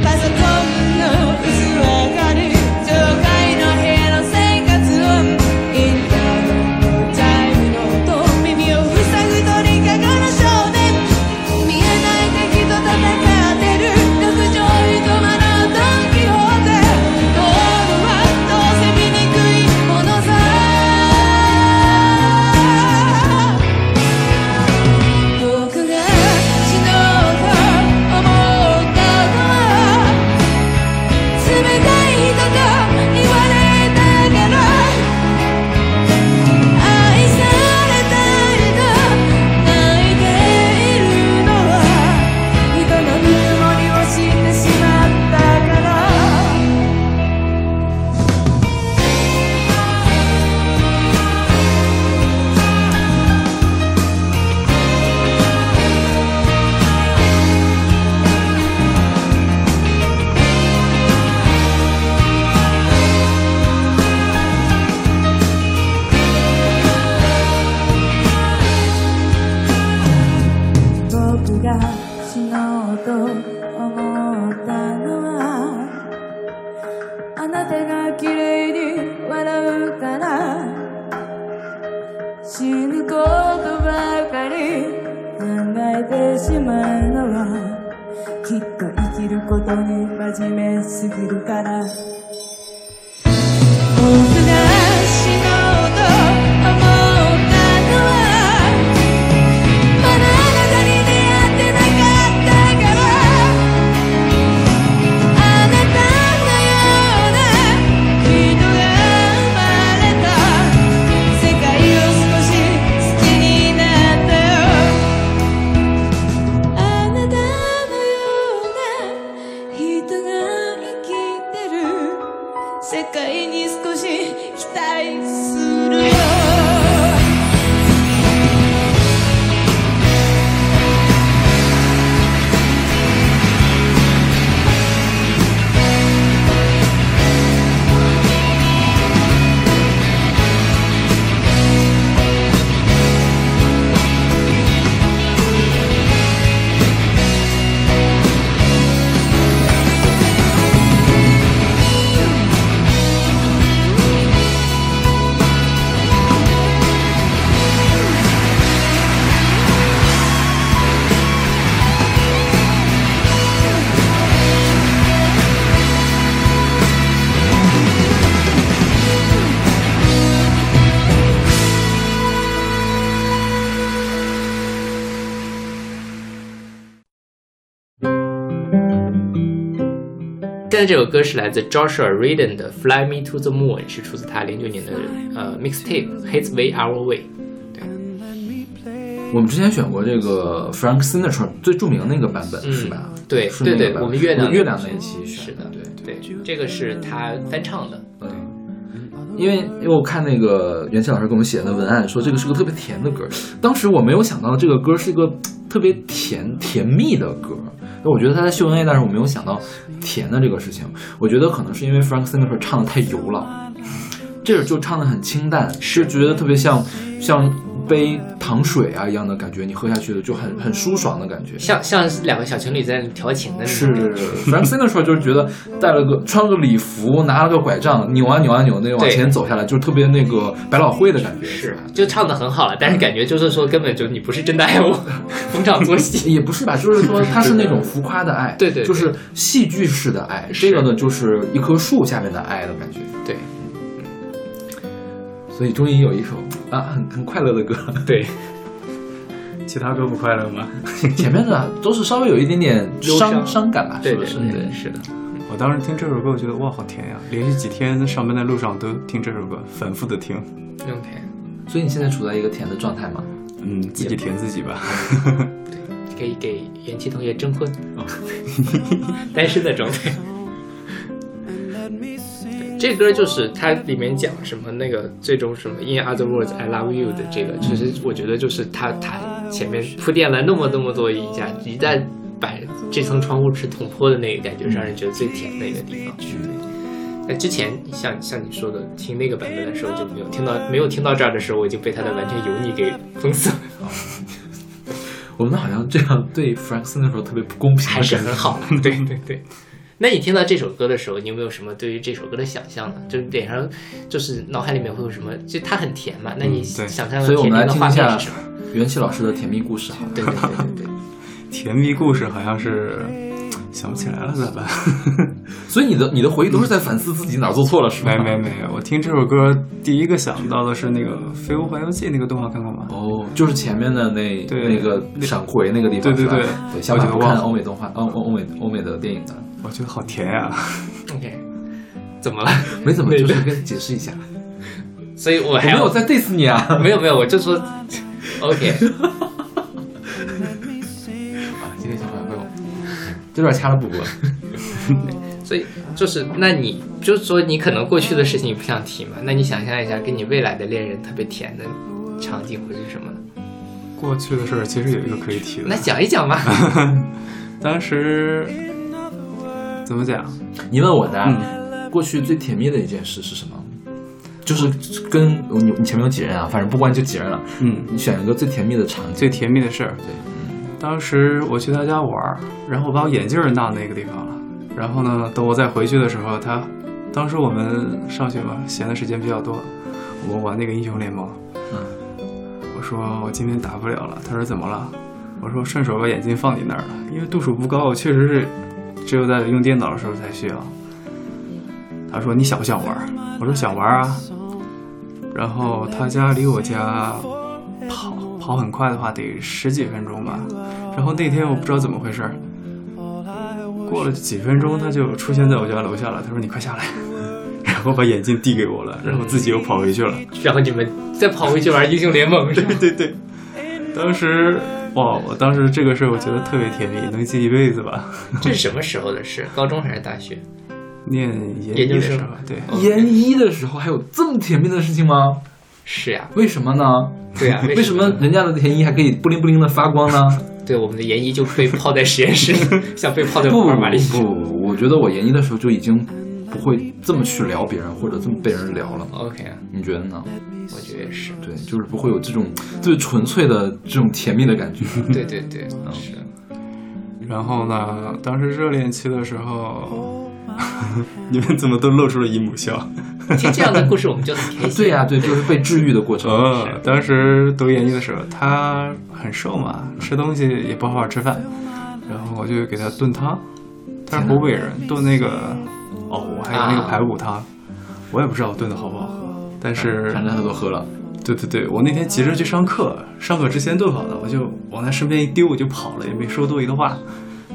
パソコンの薄上がる上階の部屋の生活音インターホンのチャイムの音耳を塞ぐ鳥かごの少年見えない敵と戦ってる六畳一間のドン・キホーテゴールはどうせ見にくいものさ僕が死のうと思ったのは冷たいと言われたから愛されたいと泣いているのは人のぬもりを知ってしまったから僕が死のうと思ったのはあなたが綺麗に笑うから死ぬことばかり考えてしまうのはきっと生きることに真面目すぎるから僕が死のうと思ったのは「まだあなたに出会ってなかったから」「あなたのような人が生まれた」「世界を少し好きになったよ」「あなたのような人が生きてる」「世界に少し期待するよ」
现在这首歌是来自 Joshua Radin 的《Fly Me to the Moon》，是出自他零九年的呃 mixtape《His Way Our Way》。
我们之前选过这个 Frank Sinatra 最著名那个版本、
嗯
是吧？
对
是那个
对对
版本
我们越南
月亮那一期
是
选
的
对。
对，这个是他翻唱的。
嗯，因为因为我看那个袁琪老师给我们写的文案，说这个是个特别甜的歌，当时我没有想到这个歌是一个特别甜甜蜜的歌。我觉得他在秀恩爱，但是我没有想到甜的这个事情。我觉得可能是因为 Frank Sinatra 唱的太油了，这首就唱的很清淡，是觉得特别像像一杯糖水啊一样的感觉，你喝下去的就很很舒爽的感觉。
像像两个小情侣在调情的那
是
种，
Frank Sinatra 就是觉得带了个穿了个礼服，拿了个拐杖，扭啊扭啊扭，那往
对
前走下来，就是特别那个百老汇的感觉，
是
吧？
就唱的很好了，但是感觉就是说根本就你不是真的爱我，逢场作戏。
也不是吧，就是
(laughs)
说他是那种浮夸的爱，
对对对
就是戏剧式的爱。这个呢，就是一棵树下面的爱的感觉。
对
所以终于有一首啊很很快乐的歌， (laughs)
对，
其他歌不快乐吗？
前面的都是稍微有一点点
忧
伤
伤
伤感吧，
对
是不是？
对对是的，
我当时听这首歌，我觉得哇，好甜呀！连续几天上班的路上都听这首歌，反复的听。
OK。
所以你现在处在一个甜的状态吗？
嗯，自己甜自己
(laughs)
吧。
可以给元气同学征婚， (laughs) 单身的状态。这歌就是它里面讲什么那个最终什么 In other words I love you 的这个，其实我觉得就是它它前面铺垫了那么那么多一下，一旦把这层窗户纸捅破的那个感觉，让人觉得最甜的一个地方。那之前像像你说的，听那个版本的时候就没有听到没有听到这儿的时候，我已经被它的完全油腻给封死了。
我们好像这样对 Frank Sinatra 特别不公平，
还是很好的。 (laughs) 对对对。那你听到这首歌的时候，你有没有什么对于这首歌的想象呢？就是脸上，就是脑海里面会有什么？就它很甜嘛，那你
对
想象的
嗯所以我
甜
们来
甜
听
的画
一
面
下
是什么？
元气老师的甜蜜故事好了。
对对对
(laughs)
对对。
甜蜜故事好像是想不起来了，咋办？ (laughs)
所以你的你的回忆都是在反思自己哪儿做错了，是吧？
没没没，我听这首歌第一个想到的是那个《飞屋环游记》那个动画，看过吗？
哦，就是前面的那
对
那个闪回那个地方，
对对
是吧
对
对，相反
我觉
我
得忘
看
了
欧美动画，嗯欧欧欧美欧美的电影的，
我觉得好甜呀、
(laughs)
OK，怎么了？
没怎么，
对
就
对
是跟你解释一下，
所以我
我
还
没
要
有在 diss 你啊，
(laughs) 没有没有，我
(laughs)
就说 OK，
今天小朋友被我 (laughs) 这段掐了不播，
所以就是那你就是说你可能过去的事情你不想提嘛？那你想象一下，跟你未来的恋人特别甜的场景会是什么呢？
过去的事儿其实有一个可以提
那
的，
讲一讲吧。
(laughs) 当时怎么讲？
你问我的，啊过去最甜蜜的一件事是什么？就是跟你你前面有几人啊？反正不管你就几人了，
嗯，
你选一个最甜蜜的场景。
最甜蜜的事儿。
对，
当时我去他家玩儿，然后我把我眼镜儿落那个地方了。然后呢，等我再回去的时候，他当时我们上学嘛，闲的时间比较多，我玩那个英雄联盟。我说我今天打不了了，他说怎么了？我说顺手把眼镜放你那儿了，因为度数不高，我确实是只有在用电脑的时候才需要。他说你想不想玩儿？我说想玩儿啊。然后他家离我家跑跑很快的话得十几分钟吧。然后那天我不知道怎么回事儿，过了几分钟他就出现在我家楼下了。他说你快下来， (laughs) 然后把眼镜递给我了，然后自己又跑回去了。
然后你们再跑回去玩英雄联盟
(laughs)
是吧？
对对，当时哇，我当时这个事儿我觉得特别甜蜜，能记一辈子
(laughs)
吧。
这是什么时候的事？高中还是大学？
念研
研
一
究
的
生哦
时候，对，
研哦一的时候还有这么甜蜜的事情吗？
是呀、
为什么呢？
对
(laughs)
啊呀、
为什么人家的研一还可以不灵不灵的发光呢？
(laughs) 对我们的研一就被泡在实
(laughs)
验室，像被泡在
不
福尔
不
马林。
不不，我觉得我研一的时候就已经不会这么去聊别人，或者这么被人聊了。
OK，啊
你觉得呢？
我觉得也是。
对，就是不会有这种最纯粹的这种甜蜜的感觉。嗯
对对对，是。
然后呢，当时热恋期的时
哦
候， (laughs) 你们怎么都露出了姨母笑？
听这样的故事我们就 (laughs) 很开心。
对呀、对，就是被治愈的过程。
呃，当时读研一的时候，他很瘦嘛，吃东西也不好好吃饭，然后我就给他炖汤。他是湖北人，炖那个哦，我还有那个
啊
排骨汤，我也不知道我炖的好不好喝，但是
反正他都喝了，
对对对，我那天急着去上课，上课之前炖好的，我就往他身边一丢，我就跑了，也没说多余的话。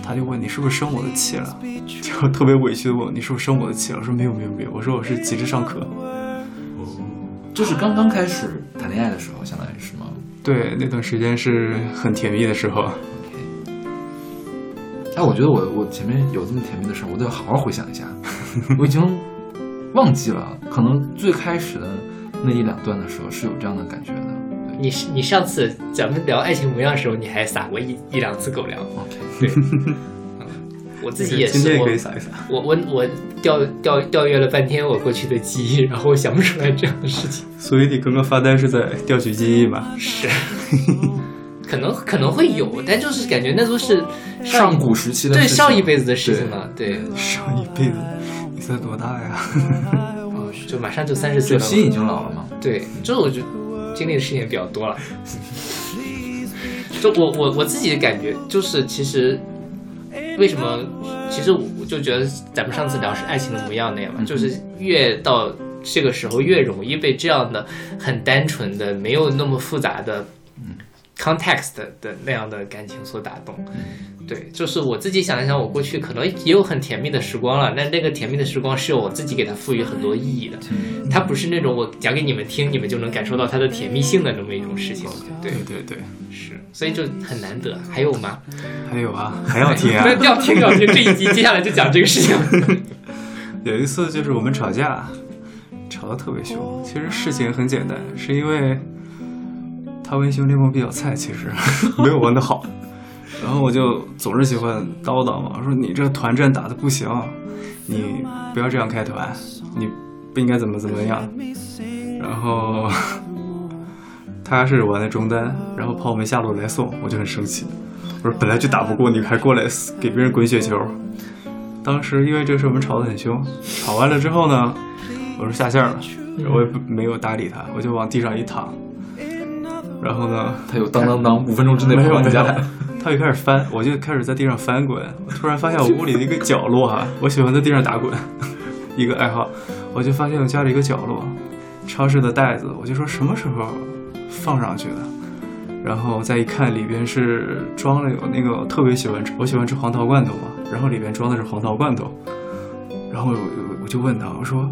他就问你是不是生我的气了，就特别委屈的问我你是不是生我的气了？我说没有没有没有，我说我是急着上课。
就是刚刚开始谈恋爱的时候，相当于是吗？
对，那段时间是很甜蜜的时候。
哎，我觉得我我前面有这么甜蜜的事儿，我得好好回想一 (laughs) 下。我已经忘记了，可能最开始的那一两段的时候是有这样的感觉的。对
你你上次咱们聊爱情模样的时候，你还撒过一一两次狗粮。
，OK， (laughs)
对，我自己也
今天
是
也
我
可以撒一撒。
我我我调调调阅了半天我过去的记忆，然后我想不出来这样的事情。
所以你刚刚发呆是在调取记忆吧？
是，可能可能会有，但就是感觉那都是上
上古时期的
对
事情
上一辈子的事情了，对，
上一辈子，你才多大
(laughs)
呀？
哦就马上就三十岁
九
了
七
嘛，
已经老了吗？
对，就是我就经历的事情也比较多了。就我我我自己的感觉就是，其实为什么？其实我就觉得咱们上次聊是爱情的模样那样嘛，就是越到这个时候越容易被这样的很单纯的、没有那么复杂的 context 的那样的感情所打动。对，就是我自己想一想，我过去可能也有很甜蜜的时光了，但那个甜蜜的时光是我自己给它赋予很多意义的，它不是那种我讲给你们听，你们就能感受到它的甜蜜性的那么一种事情。对，
对对，
是，所以就很难得。还有吗？
还有啊， (laughs) 还要听啊，
不要听要听，
(laughs)
这一集接下来就讲这个事情。
有一次就是我们吵架，吵得特别凶。其实事情很简单，是因为他文兄这梦比较菜，其实 (laughs) 没有玩的好。然后我就总是喜欢叨叨嘛，说你这团战打的不行，你不要这样开团，你不应该怎么怎么样。然后他是玩的中单，然后跑我们下路来送，我就很生气。我说本来就打不过你，还过来给别人滚雪球。 (laughs) 当时因为这个事我们吵得很凶，吵完了之后呢，我说下线了，我也不没有搭理他，我就往地上一躺。然后呢，
他有当当当，五分钟之内跑到你家来。
他就开始翻，我就开始在地上翻滚。我突然发现我屋里的一个角落啊，我喜欢在地上打滚， (laughs) 一个爱好。我就发现我家里一个角落，超市的袋子，我就说什么时候放上去的？然后再一看，里边是装了有那个特别喜欢吃，我喜欢吃黄桃罐头嘛，然后里边装的是黄桃罐头。然后我我我就问他，我说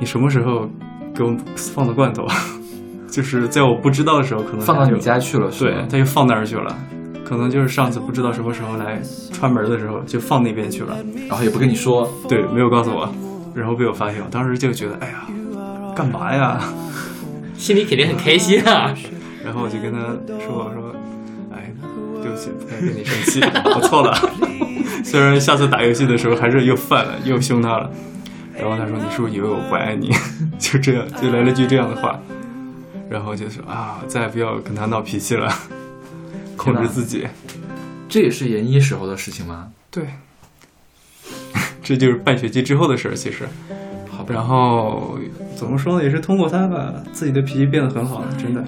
你什么时候给我放的罐头？啊 (laughs) 就是在我不知道的时候，可能
放到你家去了，是
对
吗，
他就放那儿去了。可能就是上次不知道什么时候来串门的时候，就放那边去了。
然后也不跟你说，
对，没有告诉我，然后被我发现，我当时就觉得，哎呀，干嘛呀？
心里肯定很开心啊。
(laughs) 然后我就跟他说，我说，哎，对不起，不该跟你生气，我错了。 (laughs) 虽然下次打游戏的时候还是又犯了，又凶他了。然后他说，你是不是以为我不爱你？ (laughs) 就这样，就来了句这样的话。然后就说啊，再也不要跟他闹脾气了， (laughs) 控制自己。
这也是研一时候的事情吗？
对，这就是半学期之后的事儿，其实。
好吧，
然后怎么说呢，也是通过他把自己的脾气变得很好了，真的。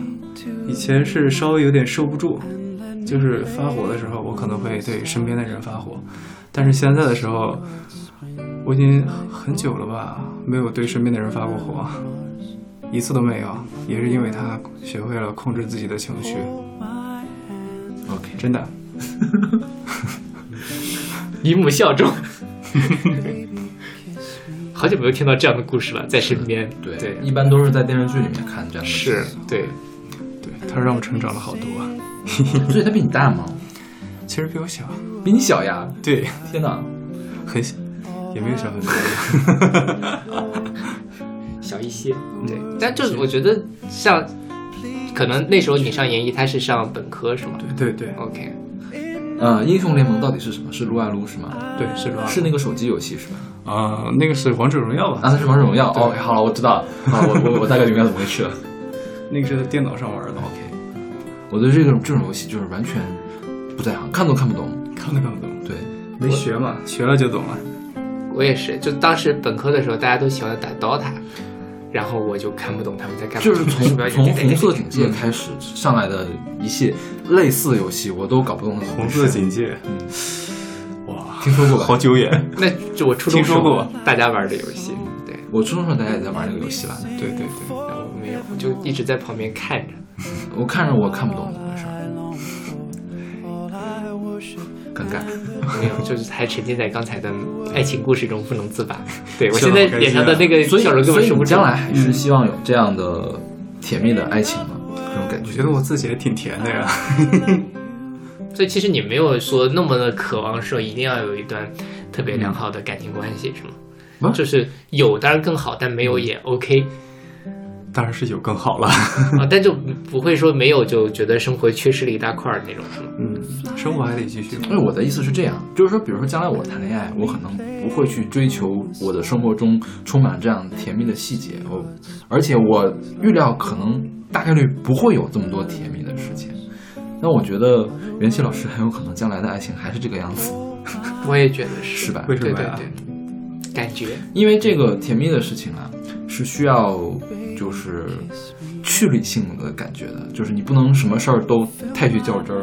以前是稍微有点受不住，就是发火的时候，我可能会对身边的人发火，但是现在的时候，我已经很久了吧，没有对身边的人发过火，一次都没有，也是因为他学会了控制自己的情绪，
OK，
真的。 (laughs)
姨母效忠。 (laughs) 好久没有听到这样的故事了，在身边，
对
对
一般都是在电视剧里面看这样的。
是，对，
对他让我成长了好多啊，
(laughs) 所以他比你大吗？
其实比我小，
比你小呀！
对，
天哪，
很小，也没有小很
(laughs)
多。 (laughs)
(laughs) 小一些，
嗯
对。但就是我觉得像，可能那时候你上研一，他是上本科是吗？
对对对
OK，
呃，英雄联盟到底是什么？是撸啊撸是吗？
对，是吧？
是那个手机游戏是吧？
啊，那个是王者荣耀吧？
啊，那是王者荣耀。哦，好了，我知道了，好，我我我大概明白怎么回事了。
那个是在电脑上玩的，
OK，我对这种这种游戏就是完全不在行，看都看不懂。
看都看不懂。
对，
没学嘛，学了就懂了。
我也是，就当时本科的时候，大家都喜欢打 DOTA，然后我就看不懂他们在干嘛。
就是
(laughs)
从
不要
从红色警戒开始上来的一系类似游戏，我都搞不懂。
红色警戒，哇，
嗯听说过吧？
好久远。
(laughs) 那就我初中时候
听说过
大家玩的游戏，对
我初中时候大家也在玩那个游戏吧？
对对对，
然后我没有，我就一直在旁边看着。
我看着我看不懂怎么回事儿，尴
(laughs)
尬。
没有，就是还沉浸在刚才的爱情故事中不能自拔。对我
笑
现
得
在
好开
脸
心
上的
啊
那个
所以
笑容根
所
本
以
收不
你
住
将来还是希望有这样的甜蜜的爱情吗？这种感
我
觉
觉得我自己也挺甜的呀。
所以其实你没有说那么的渴望说一定要有一段特别良好的感情关系，是吗？
嗯
啊
就是有当然更好，但没有也 OK
当然是有更好了。
啊，但就不会说没有就觉得生活缺失了一大块儿那种，是吗？嗯
嗯，生活还得继续嘛。
(laughs) 因为我的意思是这样，就是说，比如说将来我谈恋爱，我可能不会去追求我的生活中充满这样甜蜜的细节，我而且我预料可能大概率不会有这么多甜蜜的事情。那我觉得袁熙老师很有可能将来的爱情还是这个样子，
我也觉得是，
是吧？
为
对
什
对
么呀？
对，感觉
因为这个甜蜜的事情啊，是需要就是去理性的感觉的，就是你不能什么事儿都太去较真儿。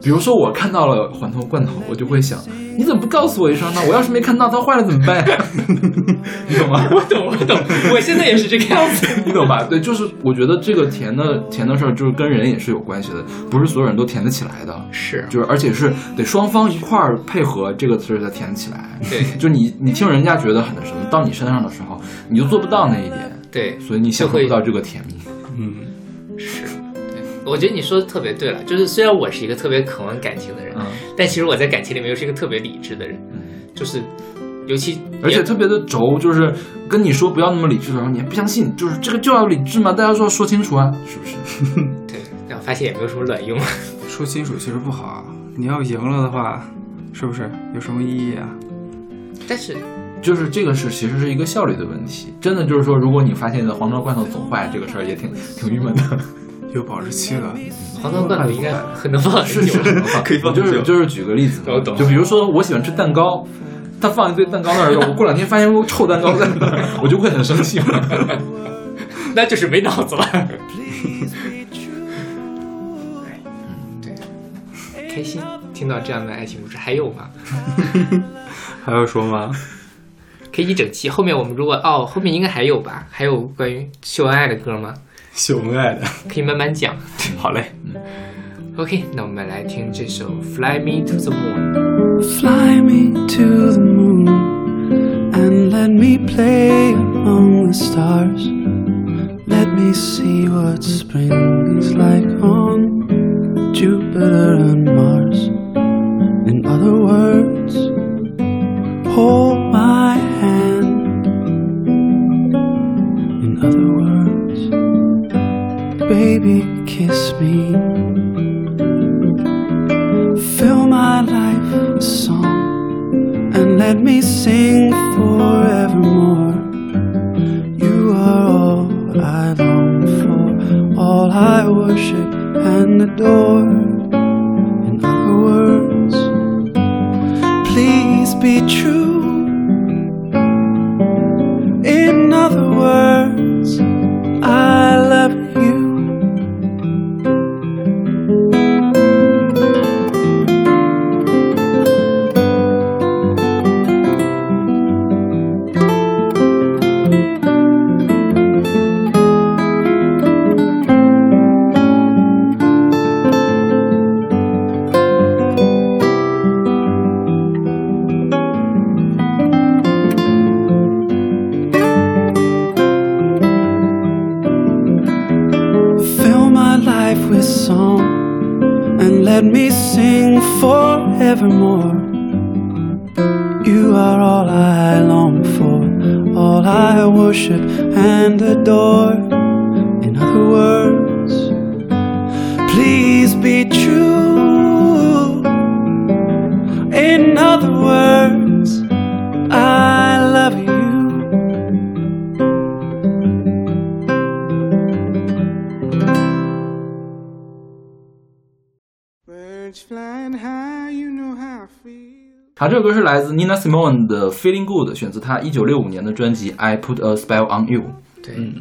比如说我看到了环头罐头，我就会想，你怎么不告诉我一声呢？我要是没看到它坏了怎么办呀？ (laughs) 你懂吗？
我懂，我懂，我现在也是这个样子。
(laughs) 你懂吧？对，就是我觉得这个甜的甜的事儿，就是跟人也是有关系的，不是所有人都甜得起来的。
是
就是而且是得双方一块儿配合，这个词儿才甜得起来。
对
就你你听人家觉得很那什么，到你身上的时候，你就做不到那一点，
对，
所以你享受不到这个甜蜜。
嗯，
是，对，我觉得你说的特别对了。就是虽然我是一个特别渴望感情的人，
嗯
但其实我在感情里面又是一个特别理智的人，
嗯，
就是尤其
而且特别的轴，就是跟你说不要那么理智的时候，你还不相信，就是这个就要理智嘛，大家说要说清楚啊，是不是？ (laughs)
对，然后发现也没有什么卵用。
说清楚其实不好，你要赢了的话，是不是有什么意义啊？
但是
就是这个是其实是一个效率的问题，真的就是说，如果你发现的黄桃罐头总坏，这个事儿也挺挺郁闷的。
有保质期了，
黄桃罐头应该很能放很
是
久
是，
可以放
就
很
是
久
就是举个例子嘛
我懂
就比如说我喜欢吃蛋糕，他放一堆蛋糕
(laughs)
那儿，我过两天发现我臭蛋糕在那儿，我就会很生气嘛。
(laughs) 那就是没脑子了。哎对，开心听到这样的爱情故事还有吗？
还要说吗？
可以一整期。后面我们如果哦，后面应该还有吧？还有关于秀恩爱的歌吗？
秀恩爱的，
可以慢慢讲。嗯
好嘞。
OK，那我们来听这首《Fly Me to the Moon》。
Fly me to the moon and let me play among the stars. Let me see what spring is like on Jupiter and Mars. In other words, hold my hand. In other words, baby, kiss me. Fill my life with song and let me sing forevermore. You are all I long for, all I worship and adore. In other words, please be true. In other words, I love you. Fill my life with song and let me sing forevermore. You are all I long for, all I worship and adore. In other words, please be true. In other words, I love you. Birds flying high, you know how I feel.
好，这首歌是来自 Nina Simone 的《Feeling Good》，选自她一九六五年的专辑《I Put a Spell on You》。
对，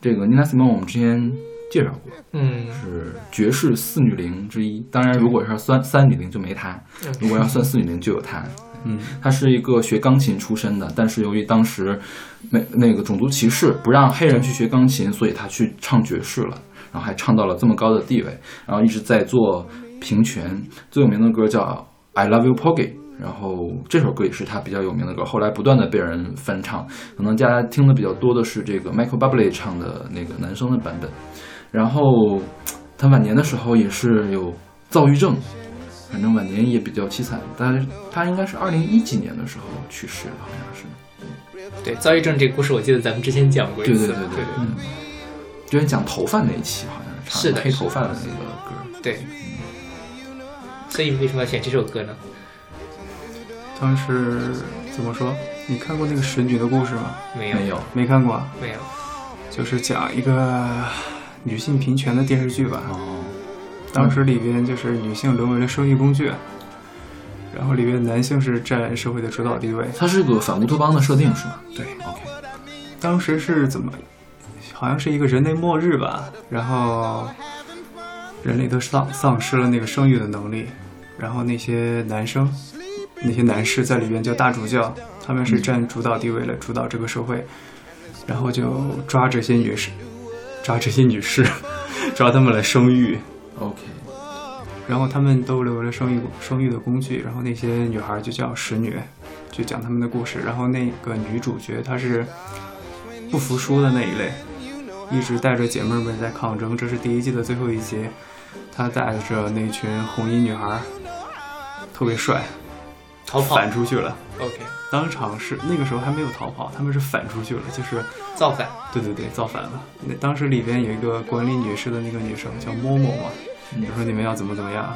这个 Nina Simone 我们之前介绍过，
嗯，
是爵士四女伶之一。当然，如果要算三女伶就没她，如果要算四女伶就有她。
嗯，
她是一个学钢琴出身的，但是由于当时美那个种族歧视，不让黑人去学钢琴，所以她去唱爵士了，然后还唱到了这么高的地位，然后一直在做平权。最有名的歌叫《I Love You, Porgy》。然后这首歌也是她比较有名的歌，后来不断的被人翻唱，可能大家听的比较多的是这个 Michael Bublé 唱的那个男生的版本。然后他晚年的时候也是有躁郁症，反正晚年也比较凄惨。但是他应该是二零一几年的时候去世的，好像是。
对，躁郁症这个故事我记得咱们之前讲过一
对
次，
对对对
对
嗯，之前讲头发那一期好像是唱
是的
黑
是的
头发的那个歌。
对所以为什么要选这首歌呢？
当时怎么说？你看过那个《神女的故事》吗？
没有，
没有，
没看过啊，
没有，
就是讲一个女性平权的电视剧吧。
哦，
当时里边就是女性沦为了生育工具，然后里边男性是占社会的主导地位。
它是个反乌托邦的设定是吗？
对
，OK，
当时是怎么？好像是一个人类末日吧，然后人类都丧丧失了那个生育的能力，然后那些男生，那些男士在里边叫大主教，他们是占主导地位来主导这个社会，然后就抓这些女士，抓这些女士， (laughs) 抓他们来生育，
OK，
然后他们都留着生育生育的工具，然后那些女孩就叫使女，就讲他们的故事。然后那个女主角她是不服输的那一类，一直带着姐妹们在抗争。这是第一季的最后一集，她带着那群红衣女孩，特别帅，
逃跑
反出去了。
，OK，
当场是那个时候还没有逃跑，他们是反出去了，就是
造反，
对对对，造反了。那当时里边有一个管理女士的那个女生叫嬷嬷嘛，
嗯
就说你们要怎么怎么样，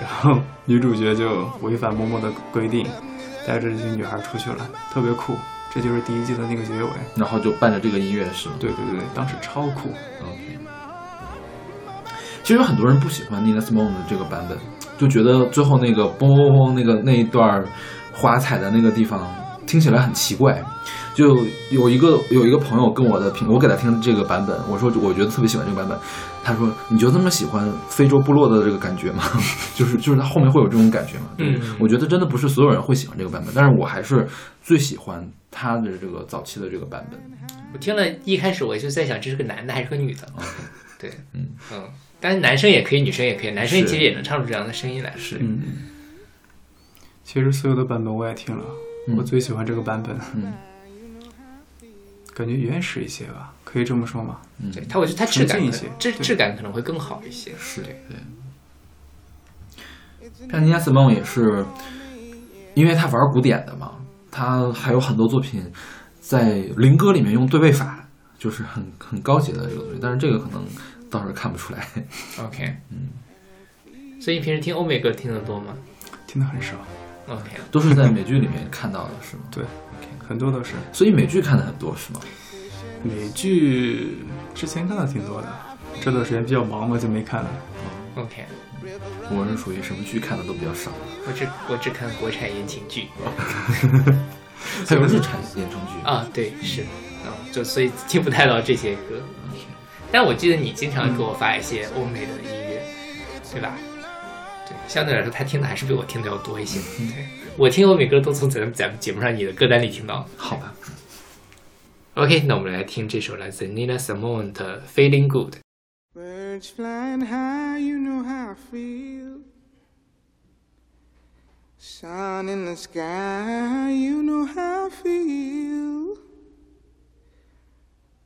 然后女主角就违反嬷嬷的规定，带着这些女孩出去了，特别酷。这就是第一季的那个结尾。
然后就伴着这个音乐是吗？
对对对，当时超酷。
OK，其实有很多人不喜欢 Nina Simone 的这个版本，就觉得最后那个嘣嘣嘣那个那一段花彩的那个地方听起来很奇怪。就有一个有一个朋友跟我的评，我给他听这个版本，我说我觉得特别喜欢这个版本，他说你就那么喜欢非洲部落的这个感觉吗？ (laughs) 就是就是他后面会有这种感觉吗？对
嗯
我觉得真的不是所有人会喜欢这个版本，但是我还是最喜欢他的这个早期的这个版本。
我听了一开始我就在想这是个男的还是个女的，对，
嗯
嗯，但是男生也可以，女生也可以，男生
是
其实也能唱出这样的声音来，
是，
嗯，其实所有的版本我也听了，
嗯
我最喜欢这个版本，
嗯
感觉原始一些吧，可以这么说吗？
嗯，
对它，我觉得它质感
纯净一
可
些
质
对
质感可能会更好一些，
是
对，
对。像尼亚斯梦也是，因为他玩古典的嘛，他还有很多作品在灵歌里面用对位法，就是很很高级的这个东西，但是这个可能倒是看不出来。
OK，嗯，所以你平时听欧美歌听得多吗哦
听的很少，
？OK，
都是在美剧里面看到的，是吗？ (laughs)
对，很多都是
所以美剧看的很多，是吗？
美剧，之前看的挺多的，这段时间比较忙嘛，就没看了。
OK，
我是属于什么剧看的都比较少，
我只我只看国产言情
(laughs)
剧
还有日产言承剧，
啊，对，是，啊，就所以听不太到这些歌。但我记得你经常给我发一些欧美的音乐，对吧？对，相对来说他听的还是比我听的要多一些。
嗯
对，我听欧美歌都从咱们咱们节目上你的歌单里听到。
好吧。
OK，那我们来听这首来自 Nina Simone 的《Feeling Good》。
Birds flying high, you know how I feel. Sun in the sky, you know how I feel.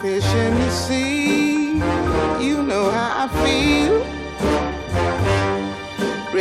Fish in the sea, you know how I feel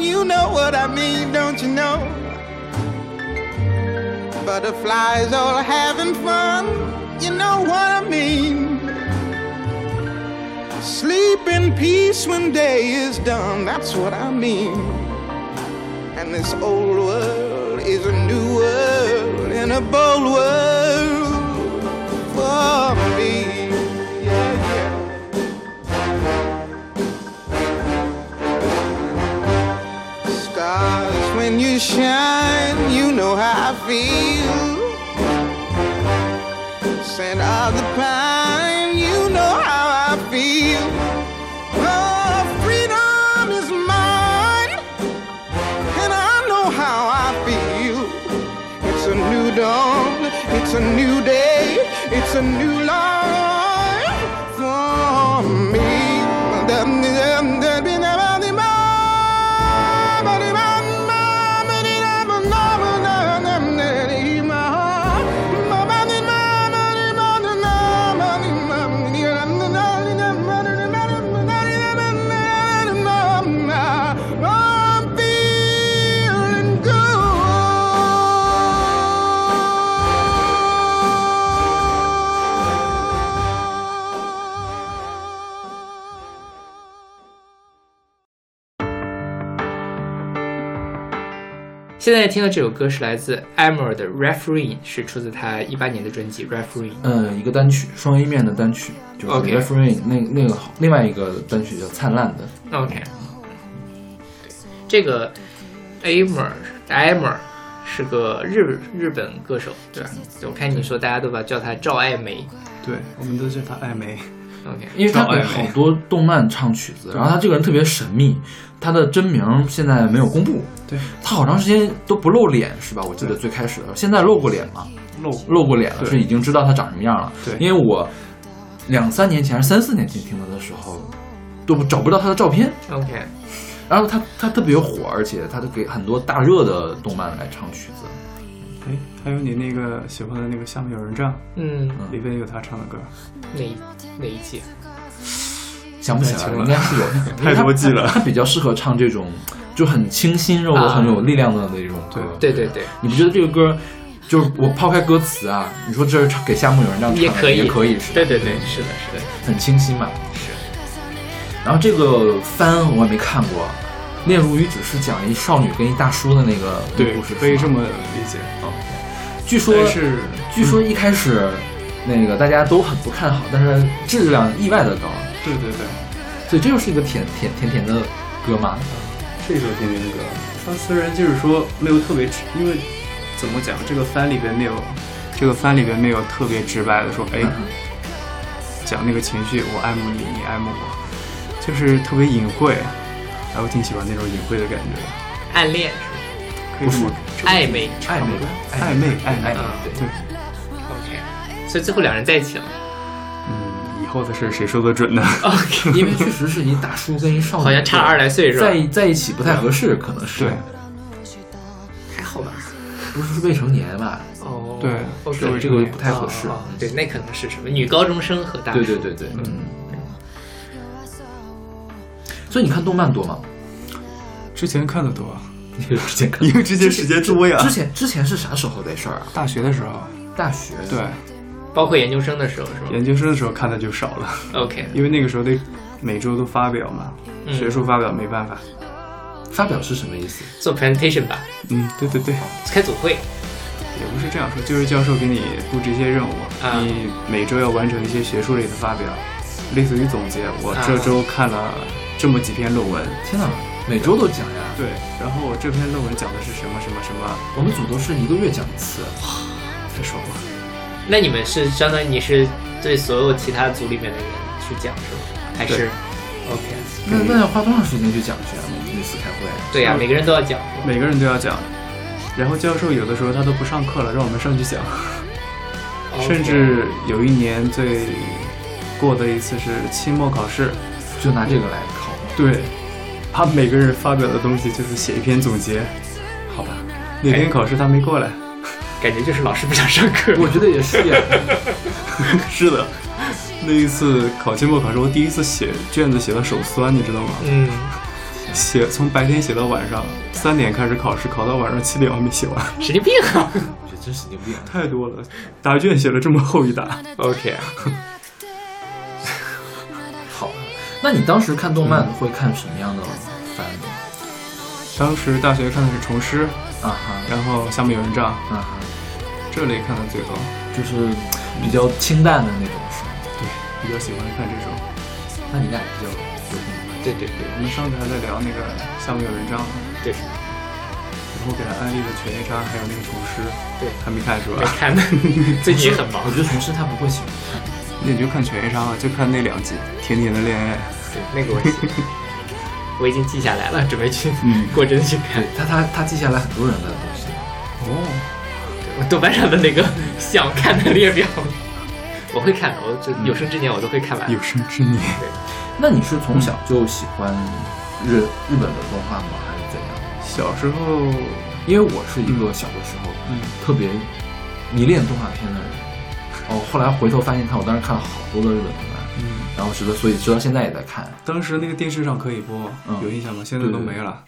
you know what I mean, don't you know? Butterflies all having fun, you know what I mean. Sleep in peace when day is done, that's what I mean. And this old world is a new world and a bold world for me. Yeah, yeah. stars when you shine, you know how I feel. Scent of the pine, you know how I feel. Oh, freedom is mine, and I know how I feel. It's a new dawn, it's a new day, it's a new life
现在听的这首歌是来自 Emerald 的 Referee，是出自他一八年的专辑 Referee。
嗯，一个单曲，双音面的单曲，就是
OK
Referee 那那个好，另外一个单曲叫《灿烂的》。
OK，这个 Amer Amer 是个日日本歌手，对吧？我看你说大家都把叫他赵爱梅。
对，我们都叫他艾梅。
OK，
因为他
赵
给
爱
好
美
多动漫唱曲子，然后他这个人特别神秘，他的真名现在没有公布，
对，
他好长时间都不露脸是吧？我记得最开始的时候，现在露过脸了，
露
露过脸了，
对
是已经知道他长什么样了。
对
因为我两三年前还是三四年前听他的时候，都不找不到他的照片，
OK，
然后他他特别火，而且他都给很多大热的动漫来唱曲子。
哎，还有你那个喜欢的那个《下面有人站
嗯，》
里边有他唱的歌，
哪一哪一季？
想不起来了，应该是有，
(laughs) 太多季了
因为他他比较适合唱这种就很清新肉的、
啊
很有力量的那种歌。
对对对，
你不觉得这个歌，就是我抛开歌词啊，你说这是唱给夏目友人帐唱的
也可以，
也可以是
对对对，是的，是的。
很清新嘛。然后这个番我也没看过，《恋如雨止》是讲一少女跟一大叔的那个故事，
可以这
么。
么理解。
据说
但是嗯
据说一开始那个大家都很不看好，但是质量意外的高，
对对对，
所以这就是一个甜甜甜甜的歌嘛。
是一首甜甜的歌。它虽然就是说没有特别直，因为怎么讲，这个番里边没有，这个番里边没有特别直白的说，哎，
嗯
讲那个情绪，我爱慕你，你爱慕我，就是特别隐晦。哎，我挺喜欢那种隐晦的感觉的，
暗恋、
可以这么
暧昧
暧昧，
暧昧暧昧
暧昧，嗯对。
对，
，OK，所以最后两人在一起了。
嗯，以后的事谁说得准呢？
OK，
(laughs)
因为确实是一大叔跟一少女，
好像差二来岁是吧？
在在一起不太合适，可能是
对
还好吧？
(laughs) 不是未成年吧？嗯
哦，
对
，OK，
是
对，这个不太合适。
哦对，那可能是什么女高中生和大
对
叔
对对对，嗯。所以你看动漫多吗？
之前看的多，啊
嗯
之前看
因为之前时间多呀
之前之前是啥时候的事儿啊？
啊大学的时候，
大学
对，
包括研究生的时候是吗
研究生的时候看的就少了。
？OK，
(laughs) 因为那个时候得每周都发表嘛，
嗯
学术发表没办法。
发表是什么意思？
做 presentation 吧，
嗯，对对对，
开组会。
也不是这样说，就是教授给你布置一些任务，
啊
你每周要完成一些学术类的发表，类似于总结。我这周看了这么几篇论文，
天哪，每周都讲呀！
对，然后我这篇论文讲的是什么什么什么，
我们组都是一个月讲一次，
太爽了。
那你们是相当于你是对所有其他组里面的人去讲是吗？还是
对
OK？
那那要花多长时间去讲去啊？每次开会，
对呀、
嗯
每个人都要讲。是吧
每个人都要讲。然后教授有的时候他都不上课了，让我们上去讲。
OK
甚至有一年最过的一次是期末考试，
就拿这个来考吗。
对，他每个人发表的东西就是写一篇总结，好吧？哪天考试他没过来？
哎感觉就是老师不想上课。
我觉得也
(laughs)
是呀，
(laughs) 是的，那一次考期末考试，我第一次写卷子写到手酸，你知道吗？
嗯，
写从白天写到晚上，三点开始考试，考到晚上七点我没写完，
(laughs) 神经病啊。
这真神经病。啊
太多了，答卷写了这么厚一
(laughs)
沓。
OK，
好，那你当时看动漫会看什么样的番呢？
(laughs) 当时大学看的是虫师，
啊哈，
然后下面有人帐
啊哈。
这类看的最多，
就是比较清淡的那种是吗？
对，比较喜欢看这种。
那你俩比较有共鸣
对对对
我们上次还在聊那个下面有人帐，
对
然后给他安利了犬夜叉，还有那个虫师，
对
还没看是吧
没？看呢，最近也很忙
我。觉得同事他不会喜欢
那你就看《犬夜叉》吧，就看那两集《甜甜的恋爱》。
对，那个我记得，我已经记下来了，准备去
嗯
过真去看
对。他，他他记下来很多人的东西。
哦，
我豆瓣上的那个 (laughs) 想看的列表，我会看的，我就有生之年我都会看完。
有生之年，
那你是从小就喜欢日日本的动画吗？还是怎样？
小时候，
因为我是一个小的时候、
嗯，
特别迷恋动画片的人。哦，后来回头发现看，我当时看了好多的日本动漫，
嗯，
然后直到所以直到现在也在看。
当时那个电视上可以播，
嗯
有印象吗？现在都没了。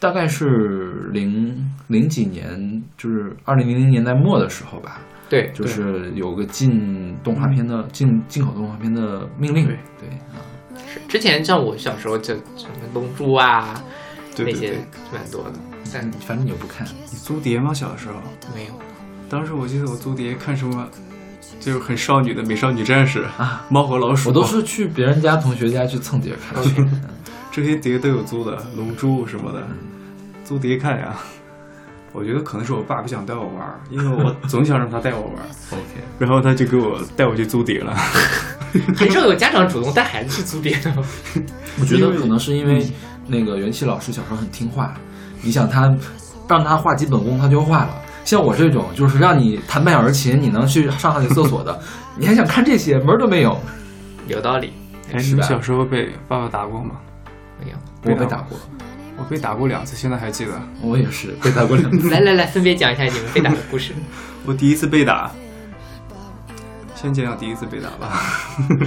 大概是零零几年，就是二零零零年代末的时候吧，
对，
就是有个禁动画片的禁进口动画片的命令，
对
嗯对啊，
是之前像我小时候就什么龙珠啊
对对
那些
对，
蛮多的。但
反正你又不看，
你租碟吗？小的
(laughs)
时候，
没有。
当时我记得我租碟看什么，就是很少女的《美少女战士》啊，《猫和老鼠》，嗯
我都是去别人家同学家去蹭碟看。
(laughs) 这些碟都有租的，《龙珠》什么的，租碟看呀。我觉得可能是我爸不想带我玩儿，因为我总想让他带我玩儿，
OK，
然后他就给我带我去租碟了。
很少有家长主动带孩子去租碟的。
我觉得可能是因为
嗯
那个元气老师小时候很听话，你想他让他画基本功，他就画了。像我这种就是让你弹半小时琴，你能去上上去厕所
(laughs)
的，你还想看这些门儿都没有。
有道理，
哎，你
是吧
们小时候被爸爸打过吗？
没有。
我被打过，
我被打过两次，现在还记得。
我也是被打过两 (laughs) 次。
来来来，分别讲一下你们被打的故事。
(laughs) 我第一次被打，先讲讲第一次被打吧，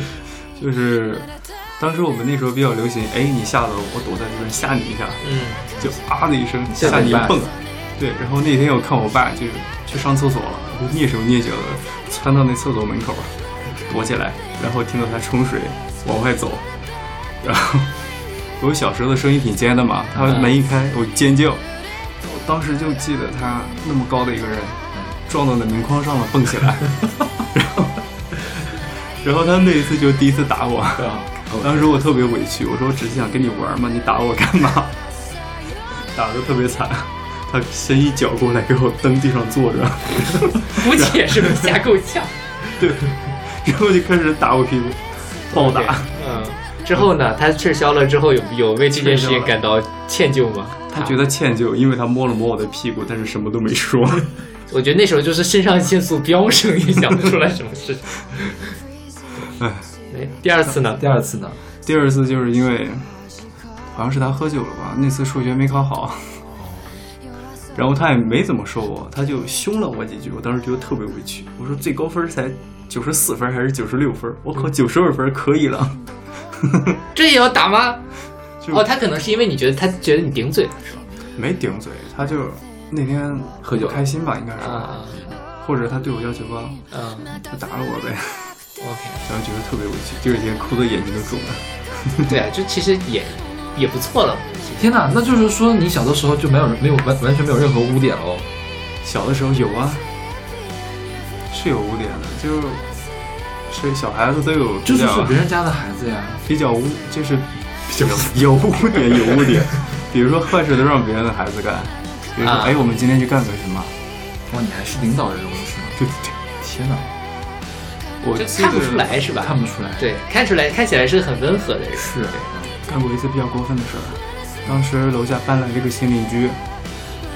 (laughs) 就是当时我们那时候比较流行，哎，你下楼，我躲在这边吓你一下，
嗯，
就啊的一声
吓
吓
得
你一
你爸
蹦。对，然后那天我看我爸就是去上厕所了，我就蹑手蹑脚的窜到那厕所门口躲起来，然后听到他冲水往外走，然后我小时候的声音挺尖的嘛，他门一开我尖叫，我当时就记得他那么高的一个人撞到那门框上了蹦起来，然后然后他那一次就是第一次打我。当时我特别委屈，我说我只是想跟你玩嘛，你打我干嘛？打的特别惨， (laughs) 他先一脚过来给我蹬地上坐着，
估计也是能吓够呛。
对， (laughs) 然后就开始打我屁股，暴打。
对嗯，之后呢？他撤销了之后有，有为这件事情感到歉疚吗？
他觉得歉疚，因为他摸了摸我的屁股，但是什么都没说。
我觉得那时候就是肾上腺素飙升，也想不出来什么事情。
(laughs) 哎，
哎第二次呢？
第二次呢，
第二次就是因为好像是他喝酒了吧，那次数学没考好， (laughs) 然后他也没怎么说我，他就凶了我几句，我当时觉得特别委屈，我说最高分才九十四分还是九十六分，我考九十二分可以了， (laughs)
这也要打吗？
就
哦，他可能是因为你觉得他觉得你顶嘴了，是吧？
没顶嘴，他就那天
喝酒
不开心吧，应该是，
啊
或者他对我要求高，
啊嗯
就打了我呗，
，OK，
(laughs) 然后觉得特别委屈，第二天哭的眼睛都肿了，
对啊，这其实也也不错了。
天哪，那就是说你小的时候就没有没有完完全没有任何污点哦喽？
小的时候有啊，是有污点的，就是小孩子都有比
就是
较
是别人家的孩子呀，
比较污，就是比较 (laughs) 有污点，有污点。比如说坏事都让别人的孩子干，比如说、
啊
哎，我们今天去干个什么？
哇，你还是领导人物是吗？
对对对，
天哪，
我
就
记得
看不出来是吧？
看不出来。
对，看出来看起来是很温和的人。
是，
干过一次比较过分的事儿，当时楼下搬来了一个新邻居，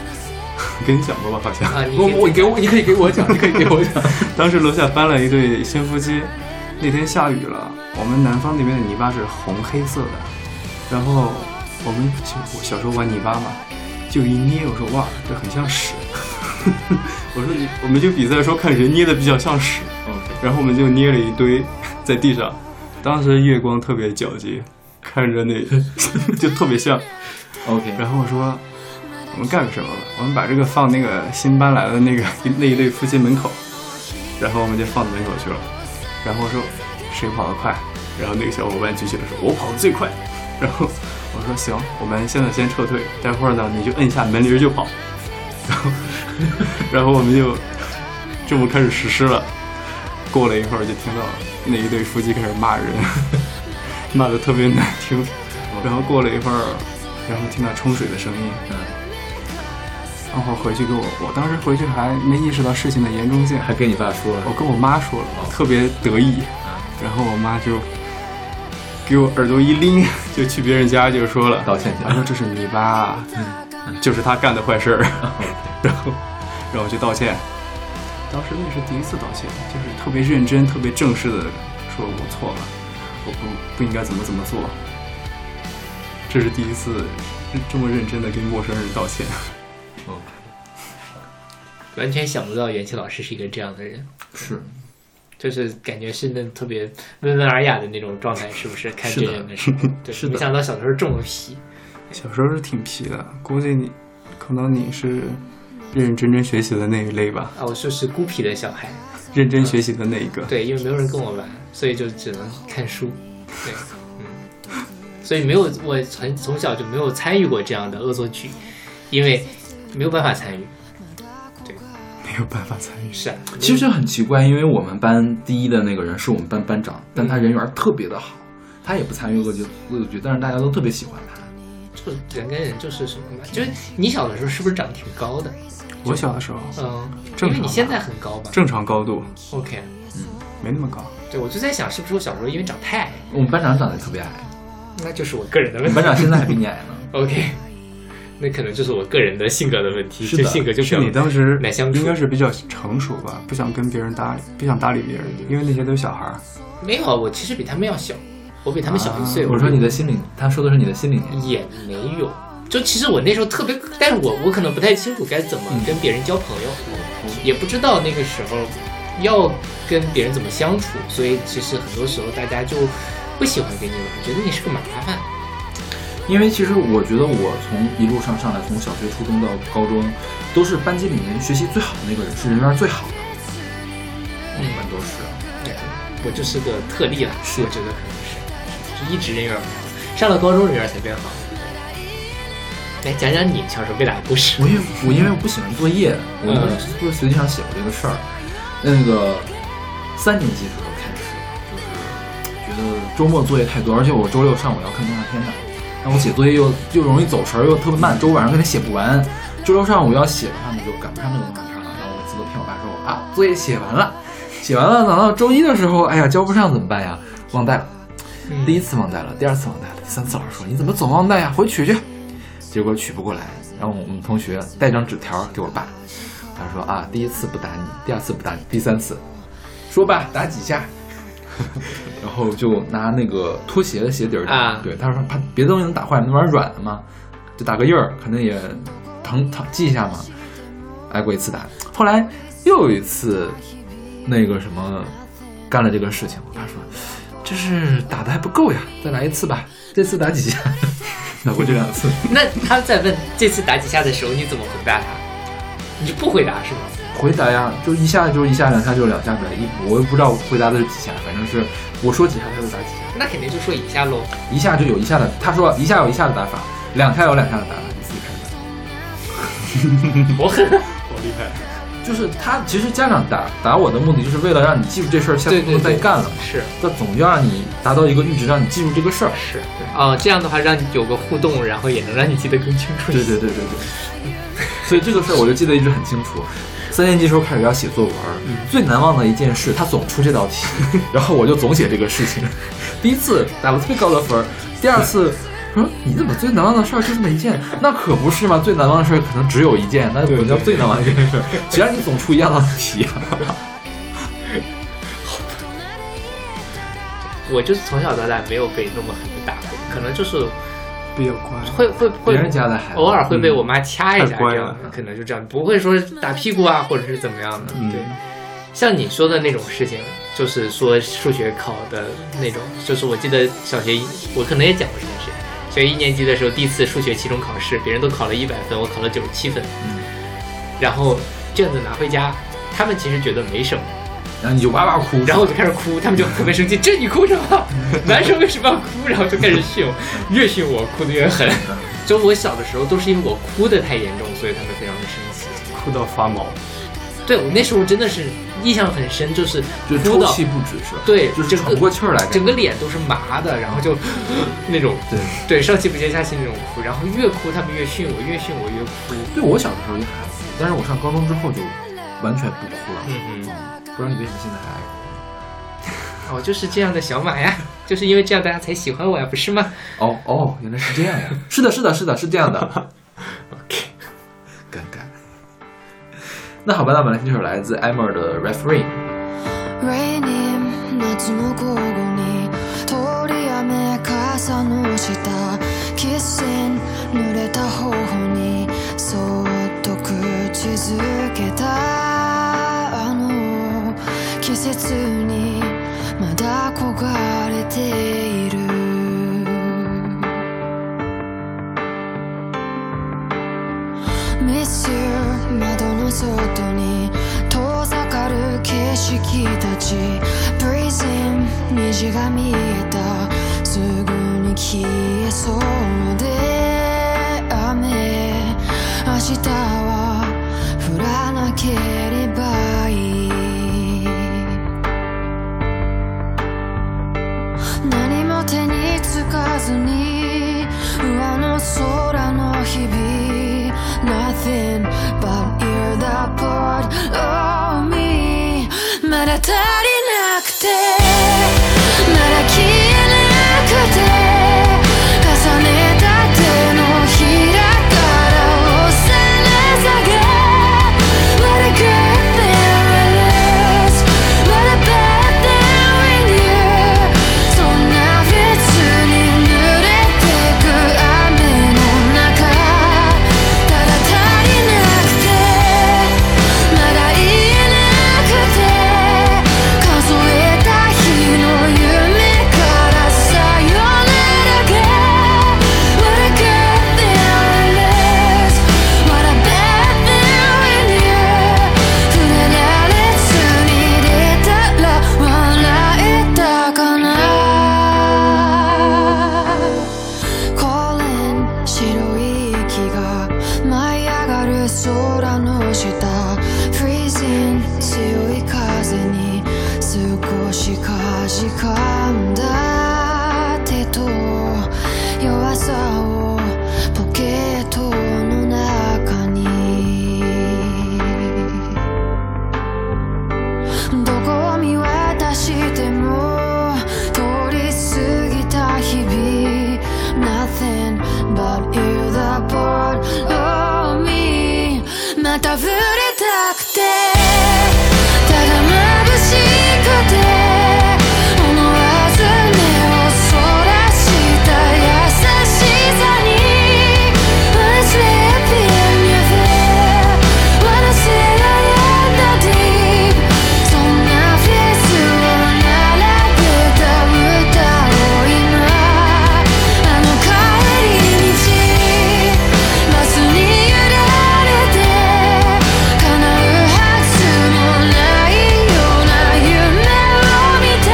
(laughs) 跟你讲过吧？好像
啊，你
我我给我你可以给我讲，你可以给我讲。
(laughs) 当时楼下搬了一对新夫妻，那天下雨了，我们南方那边的泥巴是红黑色的，然后我们小我小时候玩泥巴嘛，就一捏，我说哇，这很像屎，我说你，我们就比赛说看谁捏的比较像屎，然后我们就捏了一堆在地上，当时月光特别皎洁，看着那 (laughs) 就特别像，
OK，
然后我说，我们干个什么吧？我们把这个放那个新搬来的那个那一对夫妻门口，然后我们就放门口去了。然后我说，谁跑得快？然后那个小伙伴举起了说，我跑得最快。然后我说行，我们现在先撤退，待会儿呢你就摁下门铃就跑。然后，然后我们就这么开始实施了。过了一会儿就听到那一对夫妻开始骂人， (laughs) 骂的特别难听。 (laughs) 然后过了一会儿，然后听到冲水的声音，
哦嗯
然后回去给我，我当时回去还没意识到事情的严重性，
还跟你爸说哦嗯
我
了，
跟我妈说了，特别得意，然后我妈就给我耳朵一拎， (laughs) 就去别人家就说了，
道歉去
她说这是你爸，嗯就是他干的坏
(laughs)
事儿，然后让我去道歉。当时那是第一次道歉，就是特别认真、特别正式的说我错了，我不不应该怎么怎么做。这是第一次这么认真的跟陌生人道歉。
完全想不到元气老师是一个这样的人，
是
就是感觉是那特别温文尔雅的那种状态，是不是？看
是
这
的
人的时候，
(laughs)
对，
是的
没想到小时候这么皮。
小时候是挺皮的，估计你可能你是认认真真学习的那一类吧，
啊，我就是孤僻的小孩，
认真学习的那一个。
对，因为没有人跟我玩，所以就只能看书，对，嗯，所以没有我很从小就没有参与过这样的恶作剧，因为没有办法参与。
没有办法参与。
是啊，
其实这很奇怪，因为我们班第一的那个人是我们班班长，但他人缘特别的好，他也不参与恶作剧恶作剧，但是大家都特别喜欢他。
就人跟人就是什么嘛，就是你小的时候是不是长得挺高的？
我小的时候
嗯，因
正常吧
为你现在很高吧
正常高度，
？OK，
没那么高。
对我就在想，是不是我小时候因为长太矮，
我们班长长得特别矮，
那就是我个人的
我
问
们
题
班。长现在还比你矮呢。
(laughs) OK，那可能就是我个人的性格的问题，
是
这
的
性格就是比
你
较
当时
难相处
应该是比较成熟吧，不想跟别人搭理，不想搭理别人，因为那些都是小孩儿。
没有，啊我其实比他们要小，我哎比他们小一
啊
岁。
啊我说你的心理，他说的是你的心理年纪。
也没有，就其实我那时候特别，但是我我可能不太清楚该怎么
嗯
跟别人交朋友，也不知道那个时候要跟别人怎么相处，所以其实很多时候大家就不喜欢跟你玩，觉得你是个麻烦。
因为其实我觉得我从一路上上来，从小学、初中到高中，都是班级里面学习最好的那个人，是人缘最好的。我
嗯
们都是。
对，我就是个特例了，
是
我觉得可能是，就一直人缘不太好，上了高中人缘才变好。来讲讲你小时候被打的故事。
我也我因为我不喜欢做业，我
嗯
就是随机上写过这个事儿。那个三年级的时候开始，就是觉得周末作业太多，而且我周六上午要看动画片的，但我写作业又又容易走神儿，又特别慢，周五晚上根本写不完。周六上午要写的话呢，就赶不上那个动画片了。然后我每次都骗我爸说啊，作业写完了，写完了，等到周一的时候，哎呀交不上怎么办呀？忘带了。第一次忘带了，第二次忘带了，第三次老师说你怎么总忘带呀？回去取去。结果取不过来，然后我们同学带张纸条给我爸，他说啊，第一次不打你，第二次不打你，第三次，说吧，打几下， (laughs) 然后就拿那个拖鞋的鞋底儿打，
啊
对，他说怕别的东西能打坏，那玩意儿软的嘛，就打个印儿，可能也疼疼记一下嘛，挨过一次打，后来又有一次那个什么干了这个事情，我爸说这是打的还不够呀，再来一次吧，这次打几下，打过这两次。
(laughs) 那他在问这次打几下的时候，你怎么回答他？你就不回答是吗？
回答呀，就一下就一下，两下就两下呗。一我也不知道回答的是几下，反正是我说几下他就打几下，
那肯定就说一下喽。
一下就有一下的，他说一下有一下的打法，两下有两下的打法，你自己看着
(laughs) 我很
好厉害！
办。就是他其实家长打打我的目的就是为了让你记住这事儿，下次
对
不
对
能再
对，
干了。
是
那总要让你达到一个阈值，让你记住这个事儿。
是哦，这样的话让你有个互动，然后也能让你记得更清楚一
对
些。
对对对对。所以这个事儿我就记得一直很清楚。三年级时候开始要写作文，
嗯
最难忘的一件事，他总出这道
(laughs)
题，然后我就总写这个事情。第一次打了特别高的分儿，第二
(laughs)
次我说你怎么最难忘的事儿就这么一件？那可不是嘛，最难忘的事儿可能只有一件，那不叫最难忘的一件事儿。谁让你总出一样的题啊？
(laughs) 我就是从小到大没有被那么狠的打过，可能就是
比较乖，
会会会
别人家的孩子
偶尔会被我妈掐一
嗯
下，
太乖
这
了
样可能就这样，不会说打屁股啊，或者是怎么样的。
嗯
对，像你说的那种事情，就是说数学考的那种，就是我记得小学一我可能也讲过这件事。小学一年级的时候，第一次数学期中考试，别人都考了一百分，我考了九十七分。
嗯，
然后卷子拿回家，他们其实觉得没什么，
然后你就哇哇哭，
然后我就开始哭，他们就特别生气，这你哭什么？男生为什么要哭？然后就开始训我，越训我哭得越狠。就我小的时候都是因为我哭得太严重，所以他们非常的生气。
哭到发毛。
对我那时候真的是印象很深，就是
就
哭
抽
到
泣不止
(laughs)
是吧？
对
就是
整个
喘不过气儿来，
整个脸都是麻的，然后就那种
对。
对上气不接下气那种哭，然后越哭他们越训我，越训我越哭。
对我小的时候也还好，但是我上高中之后就完全不哭了。
嗯嗯，
不知道你为什么现在还爱哭？
我哦就是这样的小马呀，就是因为这样大家才喜欢我呀，不是吗？
哦哦，原来是这样呀！ (laughs) 是的，是的，是的，是这样的。
OK
尴尬。那好吧，那我们来听这首来自 Emmer 的《Referee》。
Raining 夏の午後に通り雨傘の下キッシン濡れた頬にそっと口づけたあの季節にまだ焦がれているミス窓の外に遠ざかる景色たち Breezing 虹が見えたすぐに消えそうで雨
明日は降らなければいい何も手につかずに上の空の日々 Nothing but you're the part of me まだ足りなくてまだ消えなくて重ねた手のひらから押され下げ What a good thing it is What a bad thing we knew そんなフェスに濡れてく雨の中ただ足りなくてまだ言えなくて数えた日の夢からさよならが What a good thing it is What a bad thing we knew 触れられずに出たら笑えたかな Calling 白い息が舞い上がる空の下 Freezing 強い風に少しかじかんだ手と弱さをポケットの中にどこを見渡しても通り過ぎた日々 Nothing but you the part of me また触れたくてただ眩しくて思わず目をそらした優しさに Wanna sleep in your bed Wanna sit in the deep そんなフェスを並べた歌を今あの帰り道バスに揺られて叶うはずもないような夢を見て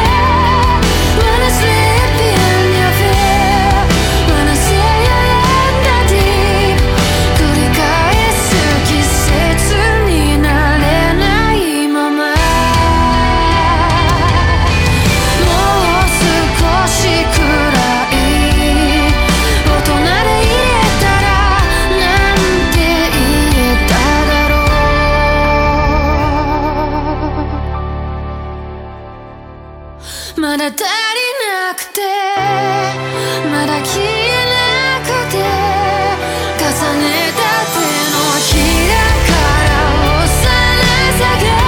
Wanna sleep in your bed Wanna see you in the deep 繰り返す季節になれないままもう少しくらい大人で言えたらなんて言えただろうまだ足りなくてまだ消えなくて重ねた手のひらから押され下げ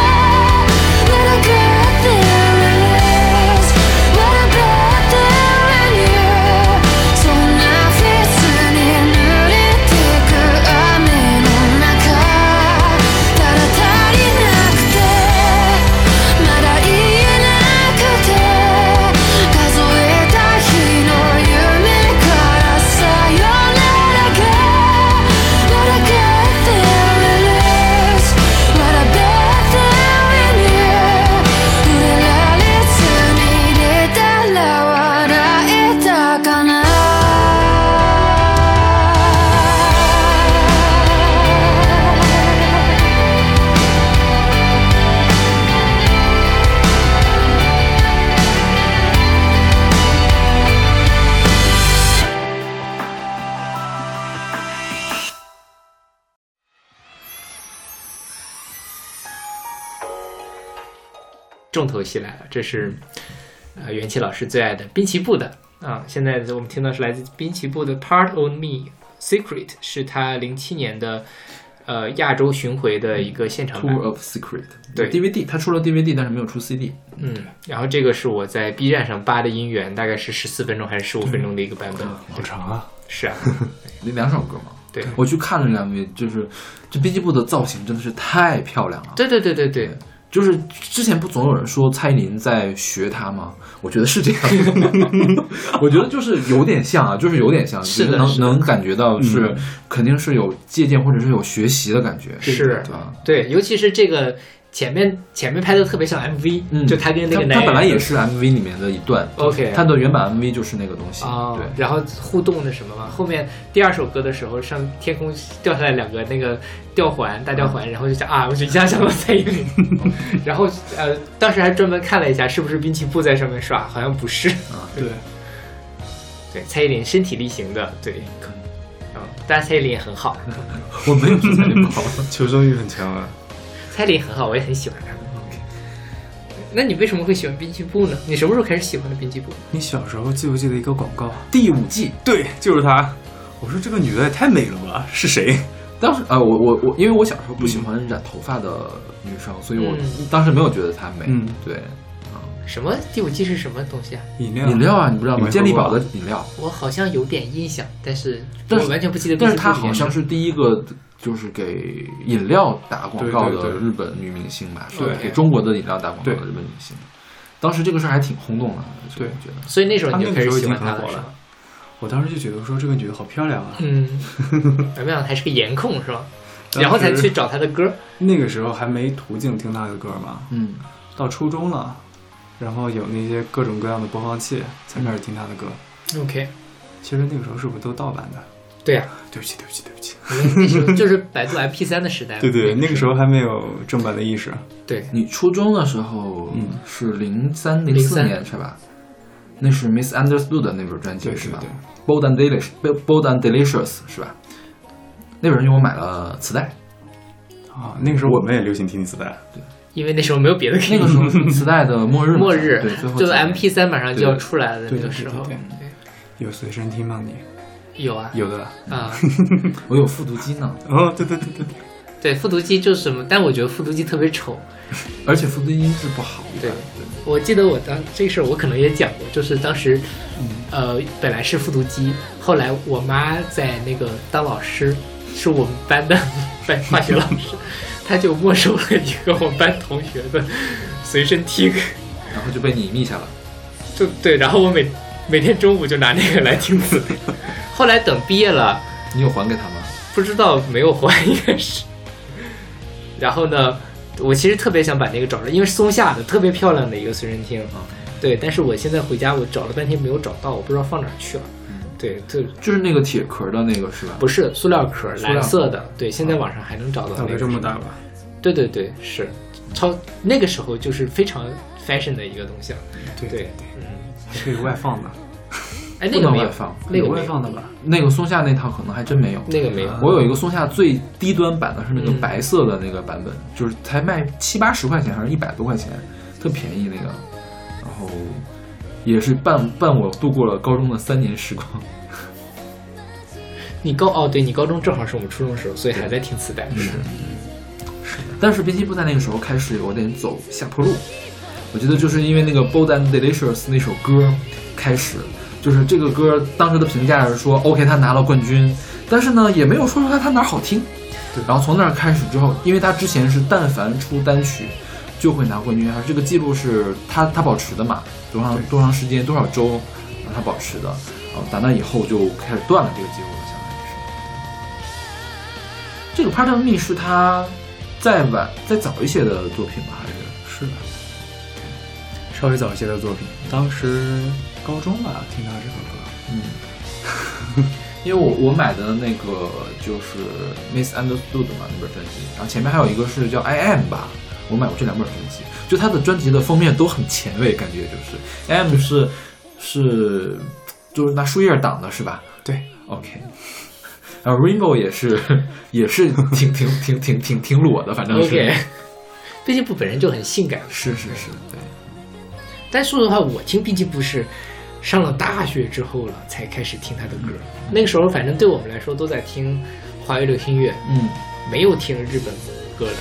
What a good thing it is What a bad thing we knew そんなフェスに濡れてく雨の中ただ足りなくてまだ言えなくて数えた日の夢からさよならが What a good thing it is What a bad thing we knew 触れられずに出たら笑えたかな
(laughs) 重头戏来了，这是呃元气老师最爱的滨崎步的啊。现在我们听到是来自滨崎步的《Part on Me Secret》，是他零七年的呃亚洲巡回的一个现场版
Tour。of Secret，
对
DVD，它出了 DVD，但是没有出 CD。
嗯，然后这个是我在 B 站上扒的音源，大概是十四分钟还是十五分钟的一个版本。
好长啊！
是啊，
那两首歌嘛。
对
(laughs) 我去看了两遍，就是这编辑部的造型真的是太漂亮了。
对对对对对，
就是之前不总有人说蔡依林在学她吗？我觉得是这
(laughs)
样，我觉得就是有点像啊，就是有点像，
是
觉
的
得能
是的嗯
能感觉到是、肯定是有借鉴或者是有学习的感觉，
是
对吧？
对，尤其是这个前面前面拍的特别像 MV，、
嗯
就他跟那个
他
男
他本来也
人
是啊 MV 里面的一段
OK
他的原版 MV 就是那个东西，
哦，
对，
然后互动的什么嘛，后面第二首歌的时候，上天空掉下来两个那个吊环大
嗯
吊环，然后就想啊，我就一下想到蔡
(laughs)
依林，然后呃，当时还专门看了一下，是不是滨崎步在上面刷，好像不是，
啊
(laughs)
对，
对，蔡依林身体力行的，对，嗯，但是蔡依林也
(laughs)
很好，
我没有说蔡依林不好，
(laughs) 求生欲很强啊。
蔡依林很好，我也很喜欢她。那你为什么会喜欢滨崎步呢？你什么时候开始喜欢的滨崎步？
你小时候记不记得一个广告？
第五季
对，就是她。我说这个女的也太美了吧？是谁？呃
当时啊、我我我，因为我小时候不喜
嗯
欢染头发的女生，所以我
嗯
当时没有觉得她美。
嗯
对，
什么第五季是什么东西啊？
饮料？
饮料啊，你不知道
你没
吗？
喝过
健力宝的饮料，
我好像有点印象，但是
但是
我完全不记得滨
但是
崎步
她
这件
好像
事
是第一个就是给饮料打广告
对对
的
对
日本女明星吧，
对
给中国的饮料打广告
对
的日本女明星。当时这个事儿还挺轰动的，
对
我觉得。
所以那时候
她
你
那
就
个时
开始
候已
喜
经
欢 (laughs)
很
她
火
了，是吧
了。我当时就觉得说这个女的好漂亮啊。
嗯，没想到还是个颜控是吧？
当时
然后才去找她的歌，
那个时候还没途径听她的歌嘛，
嗯，
到初中了，然后有那些各种各样的播放器，才开始听她的歌。
OK，
其实那个时候是不是都盗版的？
对呀、
对不起，对不起，对不起。
那时候就是百度 MP 3的时代嘛，
对对，那个时候还没有正版的意识。
对，
你初中的时候
嗯
是零三零四
03
年是吧？那是 Miss Understood 的那本专辑
对
是
对
吧
对，
？Bold and Delicious Bold and Delicious 是吧？那本专辑我买了磁带，
啊，那个时候我们也流行听磁带。
因为那时候没有别的
那
K
个时候是磁带的末日嘛，
末日
对，最后
就
几年
MP 3马上就要出来了那
对对
个
对
时候，
对有随身听吗你？
有啊
有的。
啊，
(laughs) 我有复读机呢，
哦，对对对对对。
对，复读机就是什么，但我觉得复读机特别丑，
而且复读机音质不好，
对我记得我当这事儿我可能也讲过，就是当时，呃，本来是复读机，后来我妈在那个当老师，是我们班的 (laughs) 班化学老师，她就没收了一个我们班同学的随身听，
嗯然后就被你密下了。
就对，然后我每每天中午就拿那个来
(laughs)
听词，后来等毕业了，
你有还给他吗？
不知道没有还应该是，然后呢，我其实特别想把那个找着，因为是松下的特别漂亮的一个随身听。
嗯
对，但是我现在回家，我找了半天没有找到，我不知道放哪儿去了。对，这
就是那个铁壳的那个是吧？
嗯不是塑料壳，
塑料
蓝色的。对，现在网上还能找到。
大啊概这么大？吧。
对对对，是超那个时候就是非常 fashion 的一个东西了。
对
对，嗯
还可以外放的，
哎，
不
那个
能
没有
外，放。
那个
有
没
外
有，
放的吧？
那个松下那套可能还真没有。
那个没有。
我有一个松下最低端版的是那个
嗯
白色的那个版本，就是才卖七八十块钱还是一百多块钱，特便宜那个。然后也是伴伴我度过了高中的三年时光。
(laughs) 你高哦，对你高中正好是我们初中时候，所以还在听磁带。是，
嗯但是编辑部在那个时候开始有点走下坡路，我觉得就是因为那个《Bold and Delicious》那首歌开始，就是这个歌当时的评价是说 OK，他拿了冠军，但是呢也没有说出来他哪儿好听。然后从那儿开始之后，因为他之前是但凡出单曲就会拿冠军，而这个记录是他他保持的嘛，多长多长时间多少周，然后他保持的。然后打那以后就开始断了这个记录了，相当于是。这个 Part of Me 是他再晚再早一些的作品吧，还
是
是
的，稍微早一些的作品，当时高中吧，听到这首歌。
嗯。因为我我买的那个就是 Miss Understood 嘛那本专辑，然后前面还有一个是叫 I Am 吧，我买过这两本专辑，就他的专辑的封面都很前卫，感觉就是 I Am 是是就是拿树叶挡的是吧
对，
？OK，然后 Rainbow 也是 (laughs) 也是挺挺挺挺挺挺裸的，反正是
OK，毕竟不本身就很性感。
是是是，对。
但说实话，我听毕竟不是上了大学之后了才开始听他的歌。
嗯
那个时候，反正对我们来说都在听华语流行乐，
嗯，
没有听日本歌的。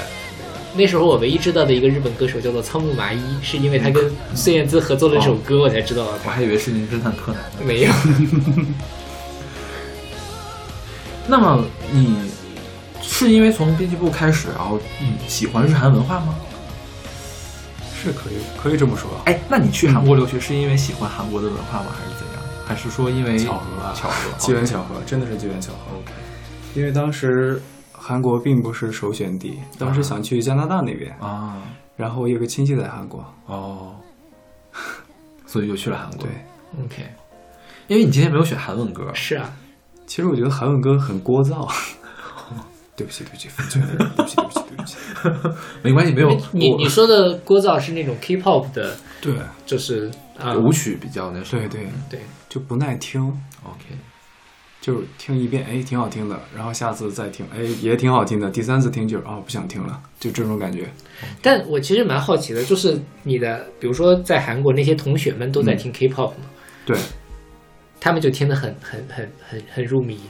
那时候我唯一知道的一个日本歌手叫做仓木麻衣，是因为他跟孙燕姿合作了一首歌，我才知道了
嗯哦我
他。
还以为是《名侦探柯南》呢。
没有，
(laughs) 那么你是因为从编辑部开始，然后嗯喜欢日韩文化吗？
是可以可以这么说。啊嗯
哎，那你去韩国留学是因为喜欢韩国的文化吗？还是怎样？还是说因为
巧合啊
巧合，
机缘巧合，真的是机缘巧合。
OK，
因为当时韩国并不是首选地，当时想去加拿大那边，
啊，
然后我有个亲戚在韩国，
哦，所以就去了韩国。
对，
OK，
因为你今天没有选韩文歌，
是啊，
其实我觉得韩文歌很聒噪。
(laughs)
对不起，对不起，对不起，对不起，对不起，对不
(laughs)
起。
没关系，没有
你
我
你说的聒噪是那种 K-pop 的，
对
就是啊，
舞曲比较那什么。
对对，
对，
就不耐听，
OK，
就是听一遍，哎，挺好听的，然后下次再听，哎，也挺好听的，第三次听就是哦，不想听了，就这种感觉。
但我其实蛮好奇的，就是你的，比如说在韩国那些同学们都在听
嗯
K-pop 嘛，
对，
他们就听得很很很很很入迷。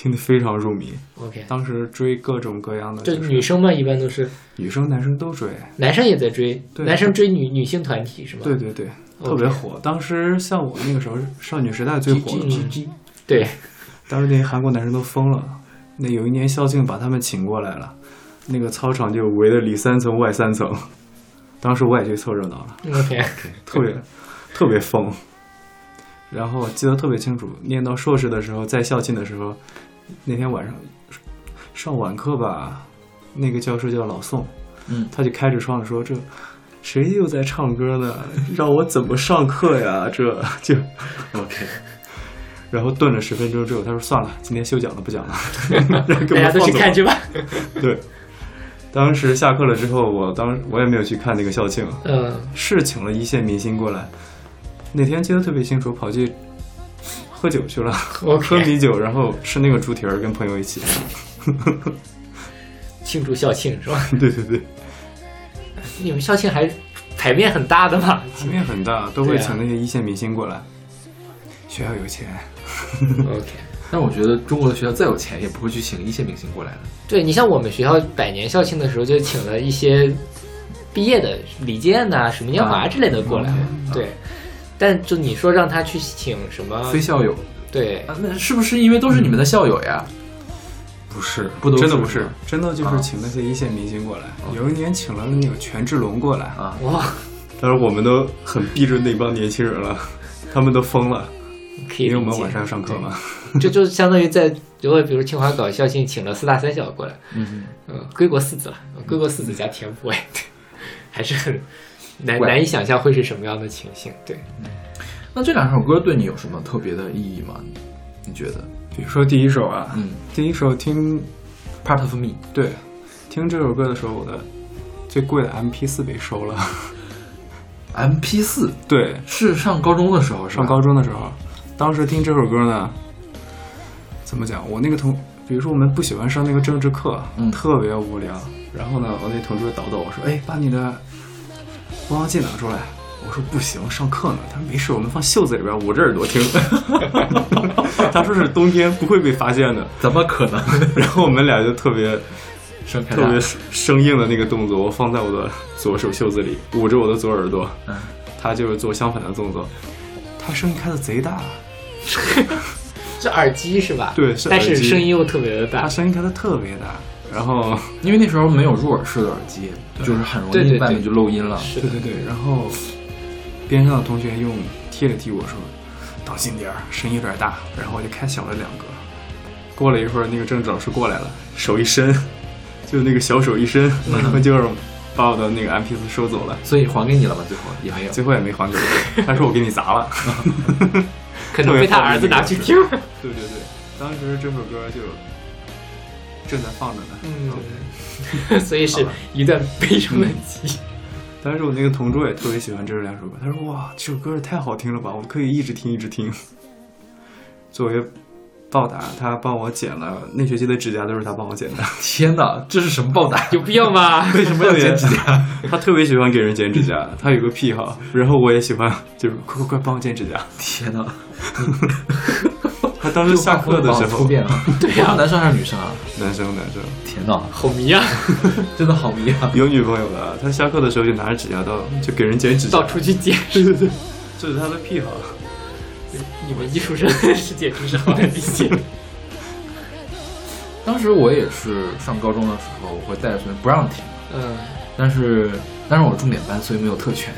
听得非常入迷。
OK，
当时追各种各样的，
就
就是
女生嘛，一般都是
女生、男生都追。
男生也在追，
对
男生追女女性团体是吗？
对对对，
OK
特别火。当时像我那个时候，少女时代最火的嘛，
对，
当时那些韩国男生都疯了。那有一年校庆把他们请过来了，那个操场就围的里三层外三层。当时我也去凑热闹了，
OK，
特别特别疯。然后记得特别清楚，念到硕士的时候，在校庆的时候，那天晚上上晚课吧，那个教授叫老宋，
嗯，
他就开着窗子说：“这谁又在唱歌呢？ (laughs) 让我怎么上课呀？”这就 OK。然后顿了十分钟之后，他说：“算了，今天休讲了，不讲了。” (laughs) 然后给
大
我
家
们
都
放
去
走
看去吧。
(laughs) 对，当时下课了之后，我当我也没有去看那个校庆，
嗯，
是请了一线明星过来。那天记得特别清楚，跑去喝酒去了， (laughs)
OK
喝米酒，然后吃那个猪蹄儿，跟朋友一起。 (laughs)
庆祝校庆是吧？
对对对，
你们校庆还排面很大的嘛
场面很大，都会
对啊
请那些一线明星过来。学校有钱，
？OK，
但我觉得中国的学校再有钱，也不会去请一线明星过来的。
对你像我们学校百年校庆的时候，就请了一些毕业的李健呐、什么年
啊
华之类的过来嘛。对，但就你说让他去请什么
非？校友
对，
啊，那是不是因为都是你们的校友呀？
嗯不是，
不都
真的
是啊
不是
吗，
真的就是请那些一线明星过来。有一年请了那个权志龙过来啊
哇，
当时我们都很逼着那帮年轻人了， (laughs) 他们都疯了，
可以
因为我
理
们
解
晚上要上课嘛。
这嗯就相当于在如果比如清华搞校庆，请了四大三小过来，
嗯，
嗯，归国四子了，归国四子加田馥 (laughs) 甄，还是很难
怪
难以想象会是什么样的情形。对，
那这两首歌对你有什么特别的意义吗？你觉得？
比如说第一首啊，
嗯
第一首听
，Part of Me，
对，听这首歌的时候，我的最贵的 MP 四被收了。
M P 四
对，
是上高中的时候，是吧
上高中的时候，当时听这首歌呢，怎么讲？我那个同，比如说我们不喜欢上那个政治课，
嗯
特别无聊。然后呢，我那同桌捣捣我说：“哎，把你的播放器拿出来。”我说：“不行，上课呢。”他说：“没事，我们放袖子里边捂着耳朵听。” (laughs) 他说是冬天不会被发现的。
怎么可能？
(laughs) 然后我们俩就特别
盛开
特
大
别生硬的那个动作，我放在我的左手袖子里，捂着我的左耳朵。
嗯
他就是做相反的动作，他声音开的贼大，
是耳机是吧？
对是
但
耳
是
机
声音又特别的大
他。声音开的特别大。然后，
(laughs) 因为那时候没有入耳式的耳机，就是很容
对对
易
对
外面就漏音了。
是
对对对，然后边上的同学用踢了踢我说：“当心点儿，声音有点大。”然后我就开小了两个。过了一会儿，那个政治老师过来了，手一伸， (laughs) 就那个小手一伸，然后就是把我的那个 MP 四收走了，
嗯所以还给你了吗？最后也没有。嗯
最后也没还给我，他说我给你砸了。 (laughs)
可能被他儿子拿去听。
对对对，当时这首歌就正在放着呢。 (laughs)
嗯， (laughs) 所以是一段悲伤的记忆。
嗯当时我那个同桌也特别喜欢这两首歌，他说：“哇，这首歌也太好听了吧，我可以一直听一直听。”作为报答，他帮我剪了那学期的指甲，都是他帮我剪的。 (laughs)
天哪，这是什么报答？
有必要吗？
为什么要剪指
(laughs)
甲？他特别喜欢给人剪指甲，他有个癖好。然后我也喜欢，就是快快快帮我剪指甲。
天哪！
(laughs) 他
(laughs)
当时下课的时
突
候，
变
(laughs)
了。
对
我
呀
是男生还是女生啊？
男生男生
天哪，
好迷啊，
(laughs) 真的好迷啊！
有女朋友了，他下课的时候就拿着指甲刀就给人剪指甲
到，处去捡。
这是他的癖好。
你们艺术生的世界真是好难理
(laughs)
解。
当时我也是上高中的时候，我会带着同学不让听，
嗯，
但是但是我重点班，所以没有特权。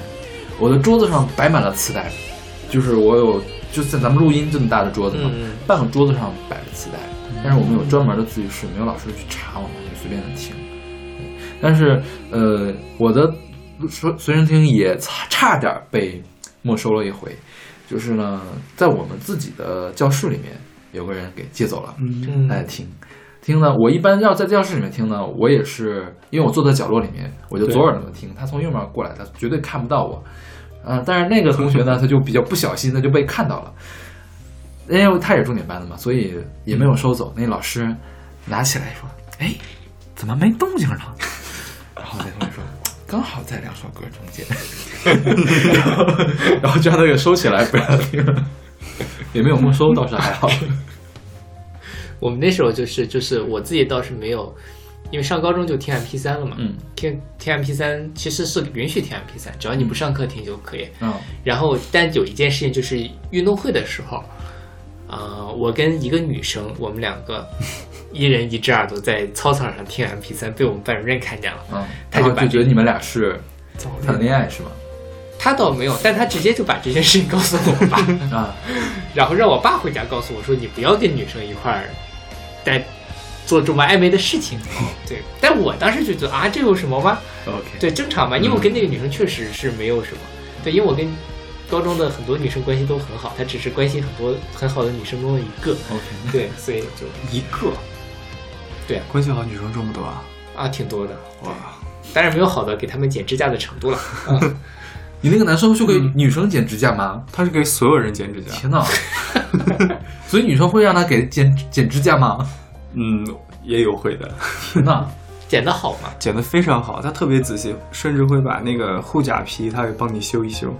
我的桌子上摆满了磁带，就是我有就在咱们录音这么大的桌子上，
嗯嗯嗯
半个桌子上摆着磁带，但是我们有专门的自习室，没有老师去查，我们可以随便的听。但是呃，我的随随身听也差差点被没收了一回，就是呢，在我们自己的教室里面有个人给借走了，
嗯
来听。听呢，我一般要在教室里面听呢，我也是因为我坐在角落里面，我就左耳朵听，他从右面过来，他绝对看不到我。嗯、但是那个同学呢，他就比较不小心，他就被看到了。因为他也是重点班的嘛，所以也没有收走。那老师拿起来说：“哎，怎么没动静了？” (laughs) 然后那同学说：“刚好在两首歌中间。然后”然后就让他给收起来，不让他 (laughs) 听了。也没有没收，倒是 (laughs) 还好。
我们那时候就是就是我自己倒是没有，因为上高中就听 MP 三了嘛，
嗯，
听听 MP 三其实是允许听 MP 三，只要你不上课听就可以。
嗯
然后，但有一件事情就是运动会的时候，呃，我跟一个女生，我们两
(laughs)
个一人一只耳朵在操场上听 MP 三，被我们班主任看见了。
嗯，
他
他
就
就
把
就觉得你们俩是
早
谈恋爱是吗？
他倒没有，但他直接就把这件事情告诉我爸，
(laughs) 啊，
然后让我爸回家告诉我说：“你不要跟女生一块儿在做这么暧昧的事情。” (laughs) 对，但我当时就觉得啊，这有什么吗？
OK，
对，正常嘛，因为我跟那个女生确实是没有什么，对，因为我跟高中的很多女生关系都很好，她只是关系很多很好的女生中的一个，
OK，
对，所以就
一个，
对啊
关系好女生这么多啊，
啊挺多的，
哇，
当然没有好的给他们剪指甲的程度了，嗯
嗯你那个男生会给女生剪指甲吗？
嗯他是给所有人剪指甲，
天哪！ (laughs) 所以女生会让他给剪剪指甲吗？
嗯，也有会的，
天哪！
剪得好嘛，
剪得非常好，他特别仔细，甚至会把那个护甲皮他给帮你修一修，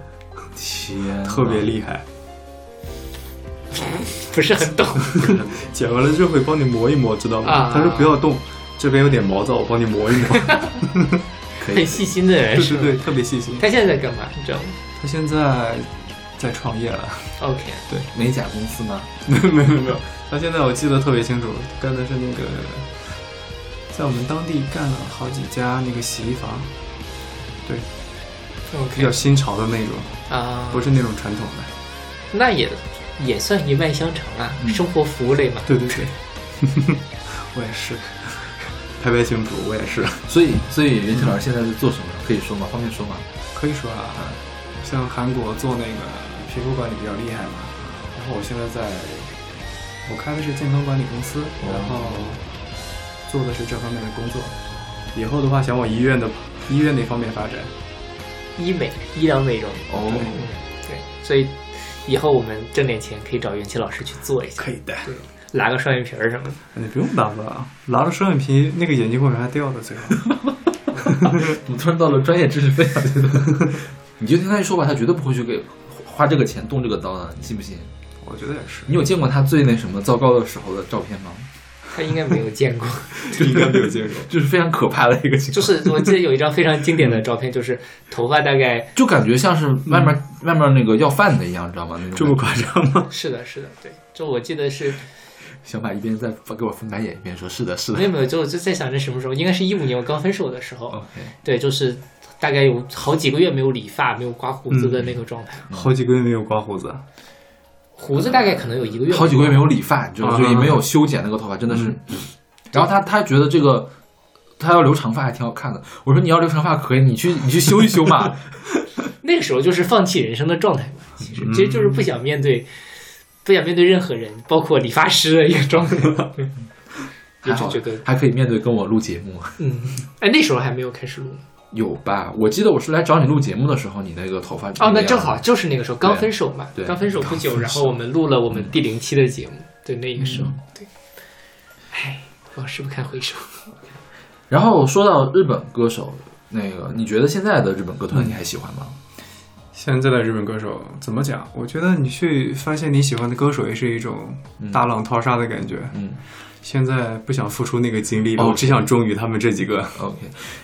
天，
特别厉害。
(laughs) 不是很懂，
(laughs) 剪完了之后会帮你磨一磨，知道吗？
啊
他说不要动，这边有点毛躁，我帮你磨一磨。
可
(laughs) 很
以。
细心的人，
对
是
对
吗
对，特别细心。
他现在在干嘛？你知道吗
他现在在创业了，
？OK，
美甲公司吗？
(laughs) 没有没有没有，他现在我记得特别清楚，干的是那个在我们当地干了好几家那个洗衣房，对比
OK
较新潮的那种，
啊，
不是那种传统的。
那也也算一脉相承啊，
嗯
生活服务类嘛，
对对
(laughs)
对，我也是，拍拍胸脯，我也是。
所以，所以袁庆老师现在在做什么？可以说吗？方便
(laughs)
说吗？
可以说啊，像韩国做那个皮肤管理比较厉害嘛。然后我现在在，我开的是健康管理公司，
哦
然后做的是这方面的工作。以后的话，想往医院的医院那方面发展。
医美、医疗美容，
哦
对对，所以以后我们挣点钱可以找元气老师去做一下，
以的，哎
拉个双眼皮儿什么的。
你不用打了，拿了双眼皮，那个眼睛会往下掉的。最
(laughs)
后，
怎么突然到了专业知识分享阶段？你就听他一说吧，他绝对不会去给花这个钱动这个刀的，你信不信？
我觉得也是，
你有见过他最那什么糟糕的时候的照片吗？
他应该没有见
(laughs)
过，
应该没有
(laughs)
见过。
就是非常可怕的一个情况，嗯
就是我记得有一张非常经典的照片，就是头发大概
(laughs)
嗯
就感觉像是外面、外面那个要饭的一样，你知道吗？那种
这么夸张吗？
是的，是的，对，就我记得是
小马一边在给我翻白眼，一边说：“是的，是的
没。有没有，就我就在想这什么时候，应该是一五年我刚分手的时候，
”OK，
对，就是大概有好几个月没有理发、没有刮胡子
嗯
的那个状态，
好几个月没有刮胡子，
胡子大概可能有一个月，
好几个月没有理发，你知道吗？
啊
所以没有修剪那个头发，真的是。
嗯
然后他他觉得这个他要留长发还挺好看的。我说你要留长发可以，你去你去修一修嘛。
(laughs) 那个时候就是放弃人生的状态嘛，其
嗯
实其实就是不想面对，不想面对任何人，包括理发师的一个
(laughs)
状态， (laughs) 就
还好
就觉得
还可以面对跟我录节目，
嗯，哎，那时候还没有开始录呢
有吧？我记得我是来找你录节目的时候，你那个头发
哦，那正好就是那个时候刚分手嘛，
啊对
刚分手不久，然后我们录了我们第零期的节
嗯
目，对，那个时候，对，哎，往事不堪回首，
然后说到日本歌手，那个你觉得现在的日本歌
嗯
团你还喜欢吗？
现在的日本歌手怎么讲？我觉得你去发现你喜欢的歌手，也是一种大浪淘沙的感觉。
嗯
现在不想付出那个精力了，
哦
我只想忠于他们这几个。
，OK，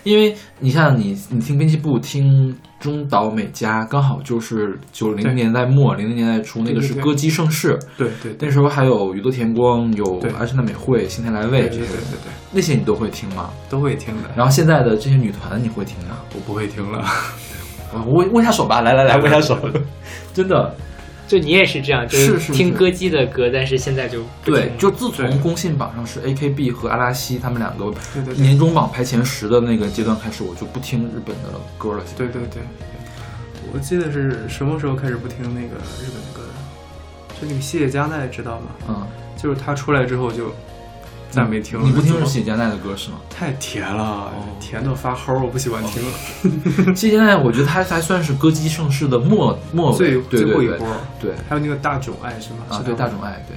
因为你像你你听编辑部听中岛美嘉，刚好就是九零
对
年代末零零年代初，那个
对对
是
对
歌姬盛世，
对对对
那时候还有宇多田光，有
对
安室奈美惠、新田来
对
未
对
这
对
些
对
的，
对，
那些你都会听吗？
都会听的。
然后现在的这些女团你会听吗？ (laughs)
我不会听了， (laughs)
我我握下手吧，来来来，握下手，真的。
就你也是这样，就是
是
听
是
歌姬的歌，但是现在就不
对，
听
就自从工信榜上是 AKB 和阿拉西他们两个
对对对
年终榜排前十的那个阶段开始，我就不听日本的歌了。嗯
对对对，我记得是什么时候开始不听那个日本的歌的？就那个西野加奈，知道吗？
嗯，
就是他出来之后就再没听了。
你不听
怎么
是喜加奈的歌是吗？哦
太甜了，甜的发齁，我不喜欢听 (laughs) 了。
谢现在我觉得他才算是歌姬盛世的末末尾
最
对
最后一
对
波，
对
还有那个大囧爱是吗？
啊，
是
对
他
大
吗
众爱，对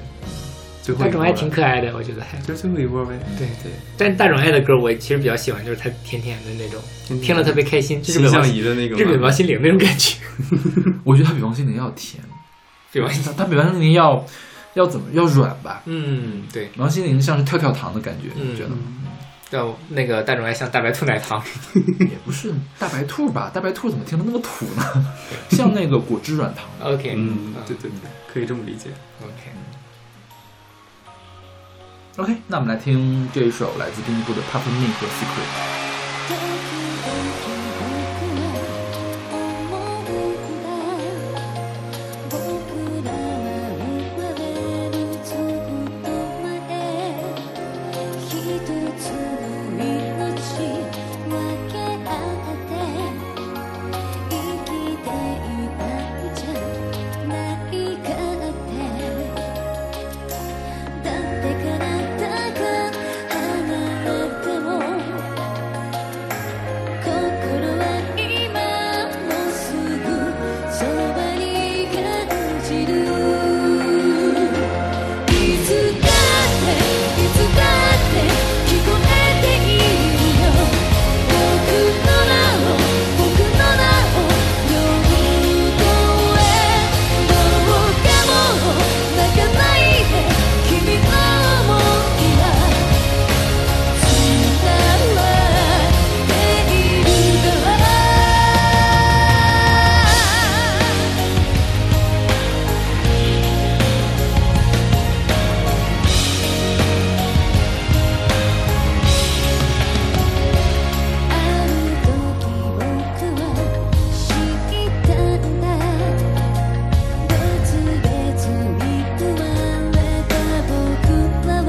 最后
大
一波
冢
了
爱挺可爱的，我觉得还。
就最后一波呗。对对，
但大冢爱的歌我其实比较喜欢，就是他甜甜的那种，
甜
听了特别开心，就是
形
日本
象
王
仪的那个吗
日本王心凌那种感觉。
我觉得他比王心凌要甜，
对吧？
(laughs) 他他比王心凌要要怎么要软吧？
嗯，对。
王心凌像是跳跳糖的感觉，
嗯
你觉得吗？
但我那个大冢爱像大白兔奶糖，
也不是大白兔吧？大白兔怎么听着那么土呢？ (laughs) 像那个果汁软糖。
OK，
嗯，对对对，可以这么理解。
，OK，
OK，那我们来听这一首来自滨部的《p u f f m i n 和 Secret。
「ドキドキドキが思うから」「僕らは生まれるずっと前」「ひとつの命分け合って」「生きていたんじゃないからって」「だって体が離れても」心は今もすぐそばに感じる」「いつだっていつだって聞こえているよ」「僕の名を僕の名を呼ぶ声」「どうかもう泣かないで君の想いは」「伝わっているから」「ある時僕は知ったんだ」「別々に生まれた僕らは」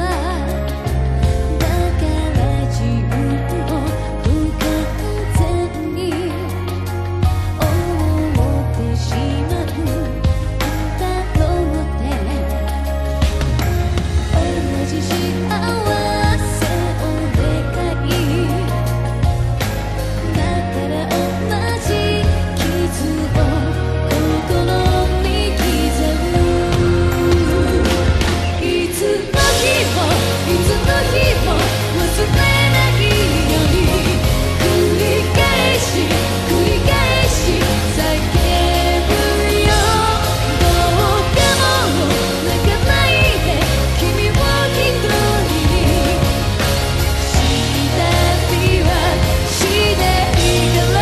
「だから自分を不完全に思ってしまうんだろうって」「同じ幸せを願い」「だから同じ傷を心に刻む」「いつの日もいつの日も忘れないよ」うに繰り返し繰り返し叫ぶよ」「どうかもう泣かないで君を一人に」「したりはしないから」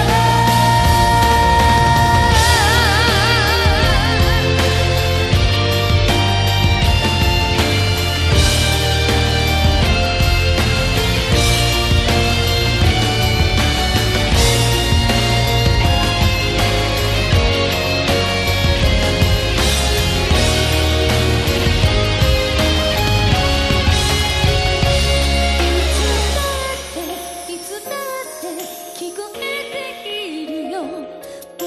いつだっていつだって聞こえているよ僕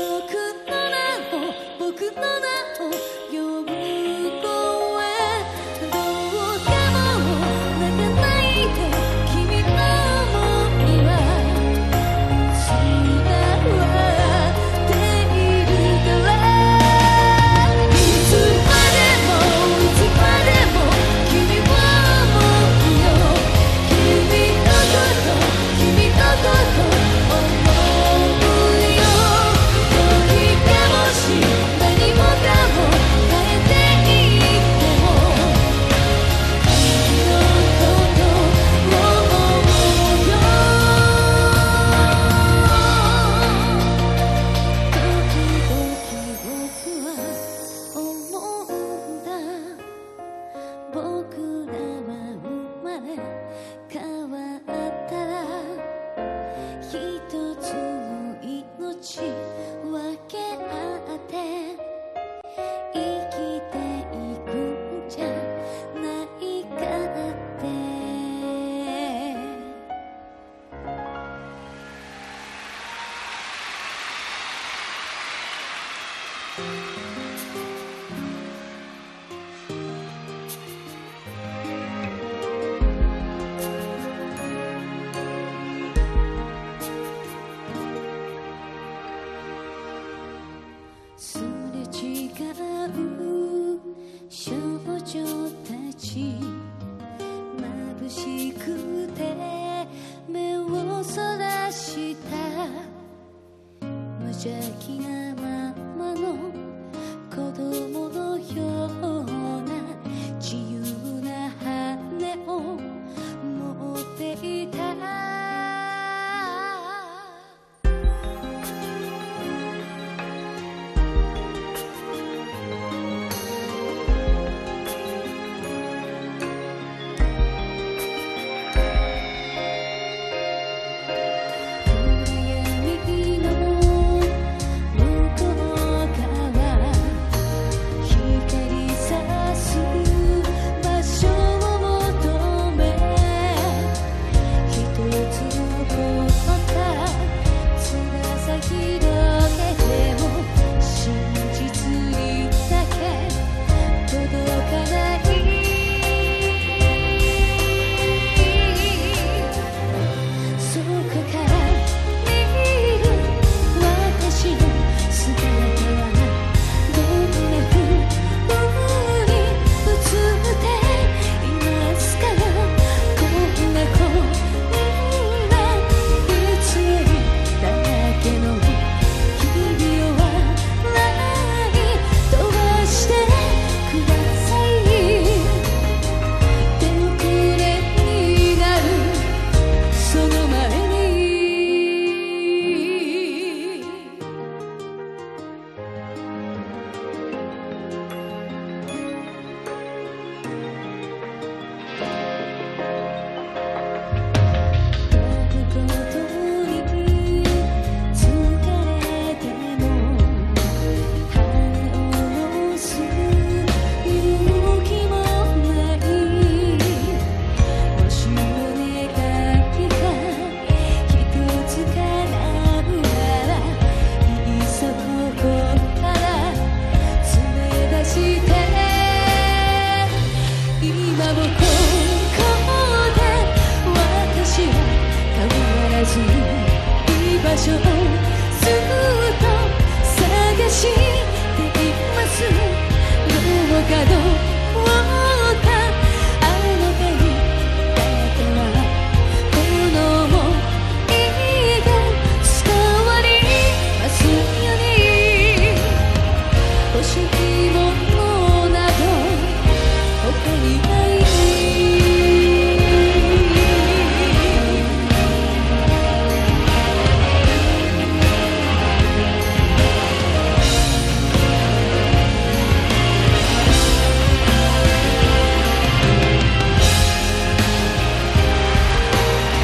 の名を僕の名を呼ぶ声どうかもう泣かないで君の想いは伝わっているからいつまでもいつまでも君を思うよ君のこと君のこと思うよ」「時でもし何もかも雲のような自由な羽を持っていた闇の向こう側光さす場所を求め一つのったつま先広げても真実にだけ届かないそこから見る私の姿はどんな風に映って今すからこんな子にはいつよりだらけの日々はない飛ばしてください手遅れになるその前に「疲れても」「羽を下ろす勇気もない」「もしも願いがひとつ叶うなら」「いっそここから連れ出して」「今もここで私は変わらず」「居場所をずっと探しています」「どうかと思ったあの手に抱いてはこの想いが伝わりますように」「欲しいものなど」他にない「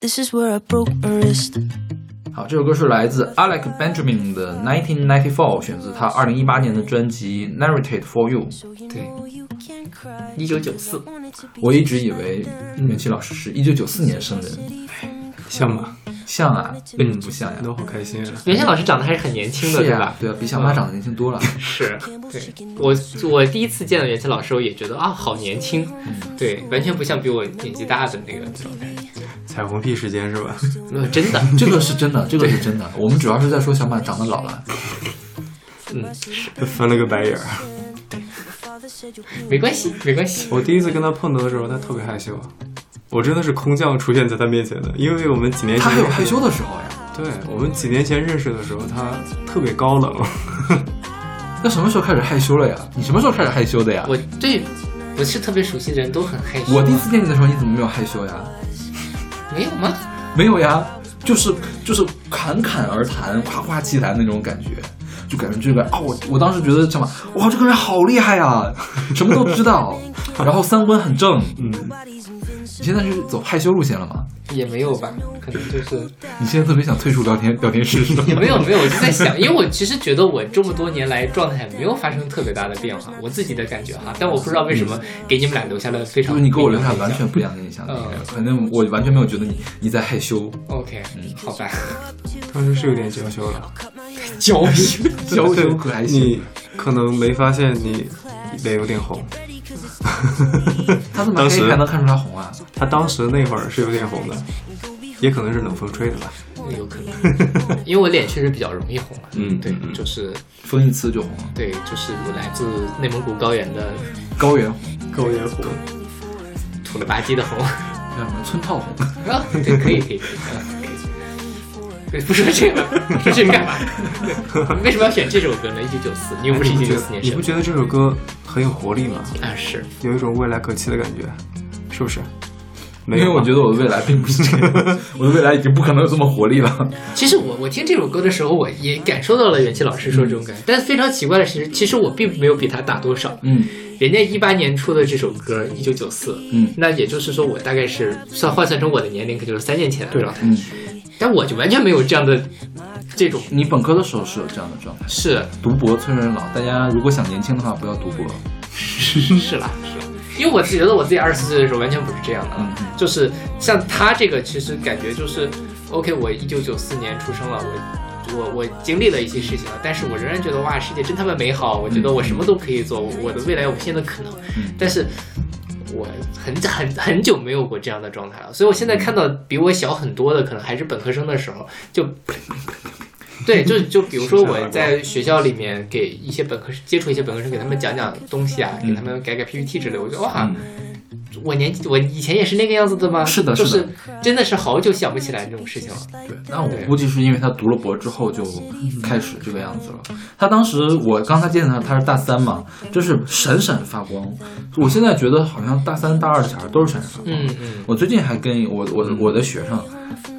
This is where I broke my wrist.
好，这首歌是来自 Alec Benjamin 的《1994》，选自他2018年的专辑《Narrated for You》。
对，一九九四，
我一直以为袁琪老师是一九九四年生人，
像吗？嗯
像啊，为什么不像呀？
都好开心啊！
袁夏老师长得还是很年轻的，
是
对
呀
吧，？
对啊，比小马长得年
(laughs)
轻多了。
是，对我我第一次见到袁夏老师，我也觉得啊，好年轻，对，完全不像比我年纪大的那个状态，
彩虹屁时间是
(laughs)
吧？
呃真
(laughs)
的，
这个是真的，这个是真的。我们主要是在说小马长得老了。
翻了个白眼儿。
嗯没关系，没关系，
我第一次跟他碰头的时候，他特别害羞，啊我真的是空降出现在他面前的，因为我们几年前
他还有害羞的时候呀？
对我们几年前认识的时候，他特别高冷， (laughs)
那什么时候开始害羞了呀？你什么时候开始害羞的呀？
我对不是特别熟悉的人都很害羞，
我第一次见你的时候，你怎么没有害羞呀？
没有吗？
没有呀，就是就是侃侃而谈、夸夸其谈那种感觉，就感觉这个啊，我我当时觉得什么，哇，这个人好厉害啊，什么都知道，然后三观很正。嗯，你现在是走害羞路线了吗？
也没有吧，可能就是
你现在特别想退出聊天聊天室是吗？
(laughs) 也没有没有，我就在想，因为我其实觉得我这么多年来状态没有发生特别大的变化，我自己的感觉哈，但我不知道为什么给你们俩留下了非
嗯就
常
是你给我留
不一
下
样的
完
印象
全不一样的印象，
嗯
反正我完全没有觉得你你在害羞，嗯
OK，好吧，
当时是有点娇羞了。 (laughs)
交皮，
娇羞可还行。
你可能没发现你脸有点红，
他这么
当
黑
时
还能看出他红啊？
他当时那会儿是有点红的，也可能是冷风吹的吧。
有可
(laughs)
能，因为我脸确实比较容易红了。啊
嗯
对
嗯，嗯
就是
分一次就红了，
对，就是我来自内蒙古高原的
高原红，
高也红，
土了吧唧的红。
叫什么村炮红？
啊，对，可以，可以，可以。嗯可以对，不说这个，说这个干嘛？ (laughs) 对你为什么要选这首歌呢？一九九四，你又不是一九九四年
你
生
不觉得这首歌很有活力吗？
的啊？是，
有一种未来可期的感觉，是不是？没
因为
有吧，
我觉得我的未来并不是这样，我的未来已经不可能有这么活力了。
其实我我听这首歌的时候，我也感受到了元气老师说这种感觉，但非常奇怪的是，其实我并没有比他大多少。
嗯，
人家一八年出的这首歌，一九九四，
嗯
那也就是说，我大概是算换算成我的年龄，可就是三年前的状态，
嗯，
但我就完全没有这样的这种
你本科的时候是有这样的状态，
是
读博催人老。大家如果想年轻的话，不要读博。
(laughs) 是啦，是啦，因为我觉得我自己二十四岁的时候完全不是这样的，
嗯
就是像他这个，其实感觉就是，OK，我一九九四年出生了，我我我经历了一些事情了，但是我仍然觉得哇，世界真他妈美好，我觉
嗯
得我什么都可以做，我我的未来有无限的可能，但是。我很很很久没有过这样的状态了，所以我现在看到比我小很多的，可能还是本科生的时候，就，对，就就比如说我在学校里面给一些本科生接触一些本科生，给他们讲讲东西啊，给他们改改 PPT 之类，我觉得
嗯
哇，我年纪我以前也是那个样子的吗？
是的
就是
的
真的是好久想不起来这种事情了。
对，那我估计是因为他读了博之后就开始这个样子了。他当时我刚才见到他，他是大三嘛，就是闪闪发光。我现在觉得好像大三、大二的小孩都是闪闪发光。
嗯嗯，
我最近还跟我我我的学生，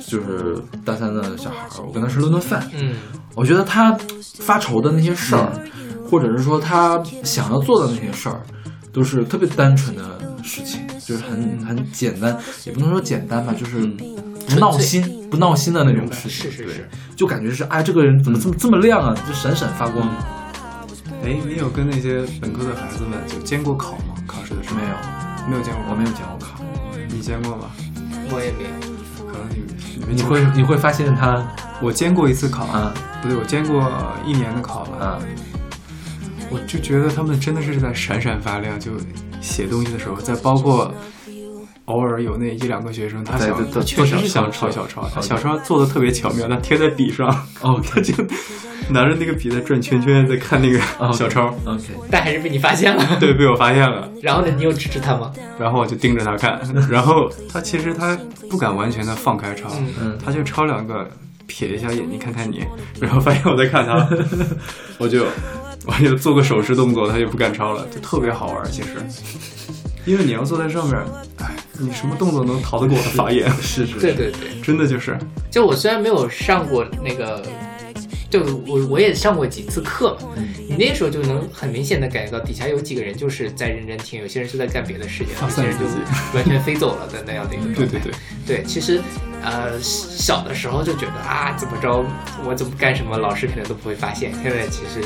就是大三的小孩，我跟他吃了顿饭，
嗯，
我觉得他发愁的那些事儿，或者是说他想要做的那些事儿，都是特别单纯的事情，就是很很简单，也不能说简单吧，就是
嗯
不闹心、不闹心的那种事情。
是是是，嗯
就感觉是哎，这个人怎么这么这么亮啊，就闪闪发光。
哎，你有跟那些本科的孩子们就监过考吗？考试的时候
没有，
没有监过，
我没有见过考。
有。你监过吗？
我也没有。
可能你你没
你
接触
会你会发现他
我监过一次考，
啊
不对，我监过一年的考吧。
啊，
我就觉得他们真的是在闪闪发亮，就写东西的时候，再包括偶尔有那一两个学生，他
对
想
对对
确实是想
做
抄
小
小
抄
抄，他小抄做的特别巧妙，他贴在笔上，
哦
(laughs) 他就拿着那个笔在转圈圈，在看那个小抄。
，OK，
但还是被你发现了。
(laughs) 对，被我发现了，
然后呢，你有支持他吗？
然后我就盯着他
(laughs)
看，然后他其实他不敢完全的放开抄，
嗯
他就抄两个，瞥一下眼睛看看你，然后发现我在看 (laughs) 他，我就我就做个手势动作，他就不敢抄了，就特别好玩。其实，因为你要坐在上面，哎，你什么动作能逃得过我的 (laughs) 法眼？
是是，
对对对，
真的就是，
就我虽然没有上过那个就我我也上过几次课，
嗯
你那时候就能很明显的感觉到底下有几个人就是在认真听，有些人是在干别的事情，有些人就 (laughs) 完全飞走了的那样的一个
对
状
对
态。
对，
对，其实呃小的时候就觉得啊怎么着我怎么干什么老师可能都不会发现，现在其实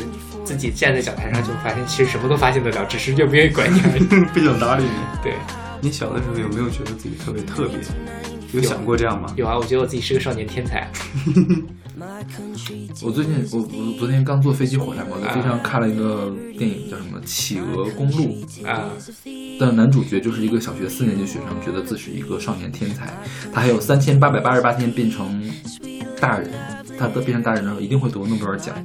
自己站在讲台上就发现其实什么都发现得了，只是愿不愿意管你
(laughs)
而已。
不想搭理你。
对。
你小的时候有没有觉得自己特别特别？有想过这样吗？
有啊，我觉得我自己是个少年天才。啊
我最近我我昨天刚坐飞机回来嘛，我在飞机上看了一个电影，叫什么《企鹅公路》
啊，
的男主角就是一个小学四年级学生，觉得自己是一个少年天才，他还有三千八百八十八天变成大人，他变成大人之后一定会得诺贝尔奖。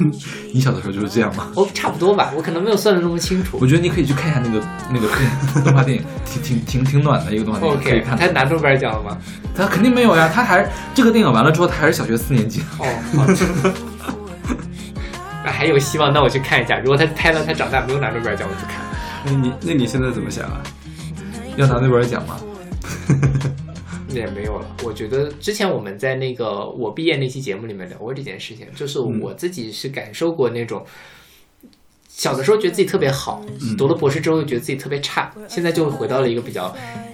嗯，你小的时候就是这样吗？
我、差不多吧，我可能没有算的那么清楚
我。觉得你可以去看一下那个那个电动画电影，挺挺挺挺暖的一个动画电影，可以
OK，
看
他。拿诺贝尔奖了吗？
他肯定没有呀，他还这个电影完了之后，他还是小学四年级。
哦，好的。那还有希望，那我去看一下。如果他拍到他长大没有拿诺贝尔奖，我不看。
那你那你现在怎么想啊？
要拿诺贝尔奖吗？
那也没有了。我觉得之前我们在那个我毕业那期节目里面聊过这件事情，就是
嗯
我自己是感受过那种。小的时候觉得自己特别好，
嗯
读了博士之后觉得自己特别差，现在就回到了一个比较，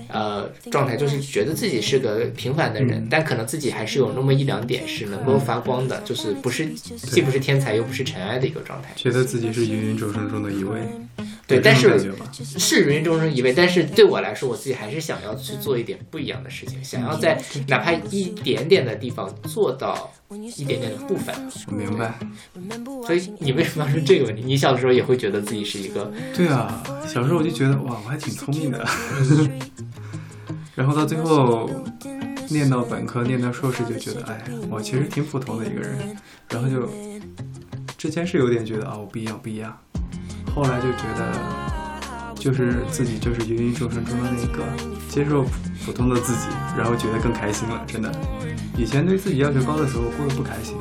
呃，状态就是觉得自己是个平凡的
嗯
人，但可能自己还是有那么一两点是能够发光的，就是不是既不是天才又不是尘埃的一个状态。
觉得自己是芸芸众生中的一位，
对，
有这种
但是
感觉吧
是芸芸众生一位，但是对我来说，我自己还是想要去做一点不一样的事情，想要在哪怕一点点的地方做到一点点的部分。
我明白。
所以你为什么要说这个问题？你小的时候也会觉得自己是一个
对啊，小时候我就觉得哇，我还挺聪明的， (laughs) 然后到最后念到本科，念到硕士，就觉得哎，我其实挺普通的一个人，然后就之前是有点觉得啊，我不一样，不一样，后来就觉得就是自己就是芸芸众生中的那一个，接受普普通的自己，然后觉得更开心了，真的。以前对自己要求高的时候，我过得不开心，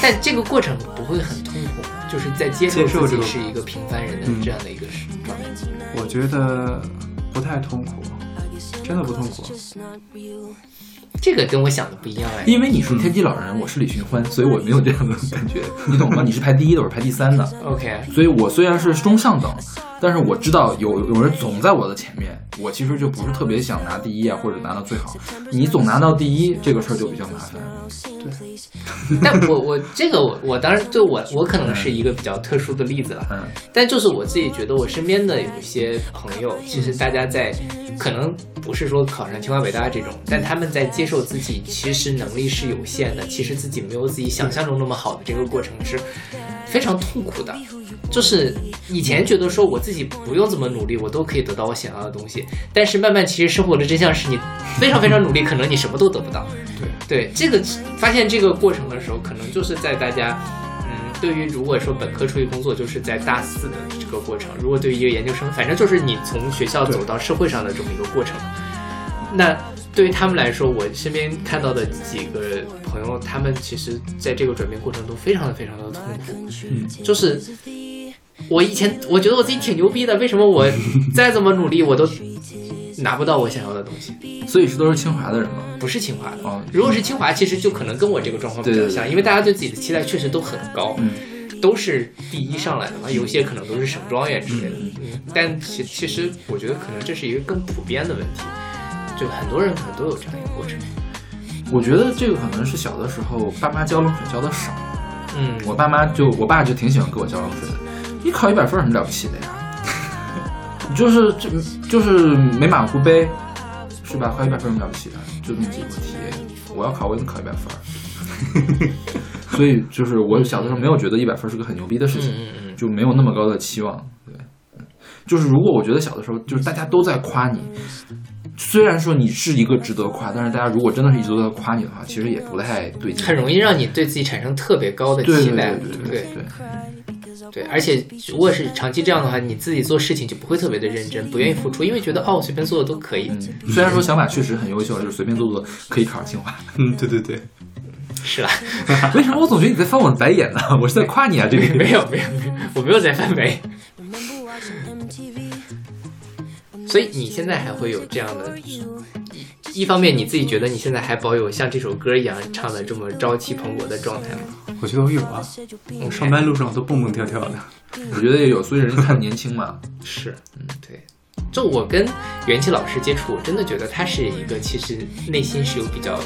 但这个过程不会很痛苦，就是在接
接受
受自
这
己
个
是一个平凡人的
嗯
这样的一个时状态。
我觉得不太痛苦，真的不痛苦。
这个跟我想的不一样哎。
因为你是天机老人，我是李寻欢，所以我没有这样的感觉，你懂吗？你是排第一的，我是排第三的，
OK，
所以我虽然是中上等，但是我知道有有人总在我的前面，我其实就不是特别想拿第一啊，或者拿到最好。你总拿到第一这个事儿就比较麻烦。
(laughs) 但我我这个我我当然就我我可能是一个比较特殊的例子了。
嗯，
但就是我自己觉得，我身边的有一些朋友，其实大家在可能不是说考上清华北大这种，但他们在接受自己其实能力是有限的，其实自己没有自己想象中那么好的这个过程是非常痛苦的。就是以前觉得说我自己不用怎么努力，我都可以得到我想要的东西，但是慢慢其实生活的真相是你非常非常努力，可能你什么都得不到。对这个发现这个过程的时候，可能就是在大家，嗯，对于如果说本科出去工作，就是在大四的这个过程；如果对于一个研究生，反正就是你从学校走到社会上的这么一个过程。那对于他们来说，我身边看到的几个朋友，他们其实在这个转变过程中非常的非常的痛苦，就是。我以前我觉得我自己挺牛逼的，为什
(laughs)
么我再怎么努力我都拿不到我想要的东西？
所以是都是清华的人吗？
不是清华的。
哦
如果是清华，其实就可能跟我这个状况比较
对对
像，
对
因为大家对自己的期待确实都很高，
嗯
都是第一上来的嘛，有些可能都是省状元之类的。嗯，但其其实我觉得可能这是一个更普遍的问题，就很多人可能都有这样一个过程。
我觉得这个可能是小的时候爸妈浇冷水浇的少，
嗯，
我爸妈就我爸就挺喜欢给我浇冷水的。你考一百分有什么了不起的呀？你 (laughs) 就是这就是没马虎呗，是吧？考一百分有什么了不起的？就这么几个题，我要考我也能考一百分儿。 (laughs) 所以就是我小的时候没有觉得一百分是个很牛逼的事情，
嗯嗯
就没有那么高的期望。对，就是如果我觉得小的时候就是大家都在夸你，虽然说你是一个值得夸，但是大家如果真的是一直都在夸你的话，其实也不太对劲。
很容易让你对自己产生特别高的
对
期
对
待，
对对
对
对。
对，而且如果是长期这样的话，你自己做事情就不会特别的认真，不愿意付出，因为觉得哦随便做做都可以。
嗯虽然说
(laughs)
小马确实很优秀，就是随便做做可以考上清华。
嗯，对对对。
(laughs) 是啦，
为什么我总觉得你在翻我的白眼呢？我是在夸你啊，这个
(laughs) 没有没有没有，我没有在翻白。所以你现在还会有这样的一一方面你自己觉得你现在还保有像这首歌一样唱的这么朝气蓬勃的状态吗？
我觉得我有啊，我上班路上都蹦蹦跳跳的。
我觉得也有，所以人看年轻嘛。
是，嗯，对。就我跟元气老师接触，我真的觉得他是一个其实内心是有比较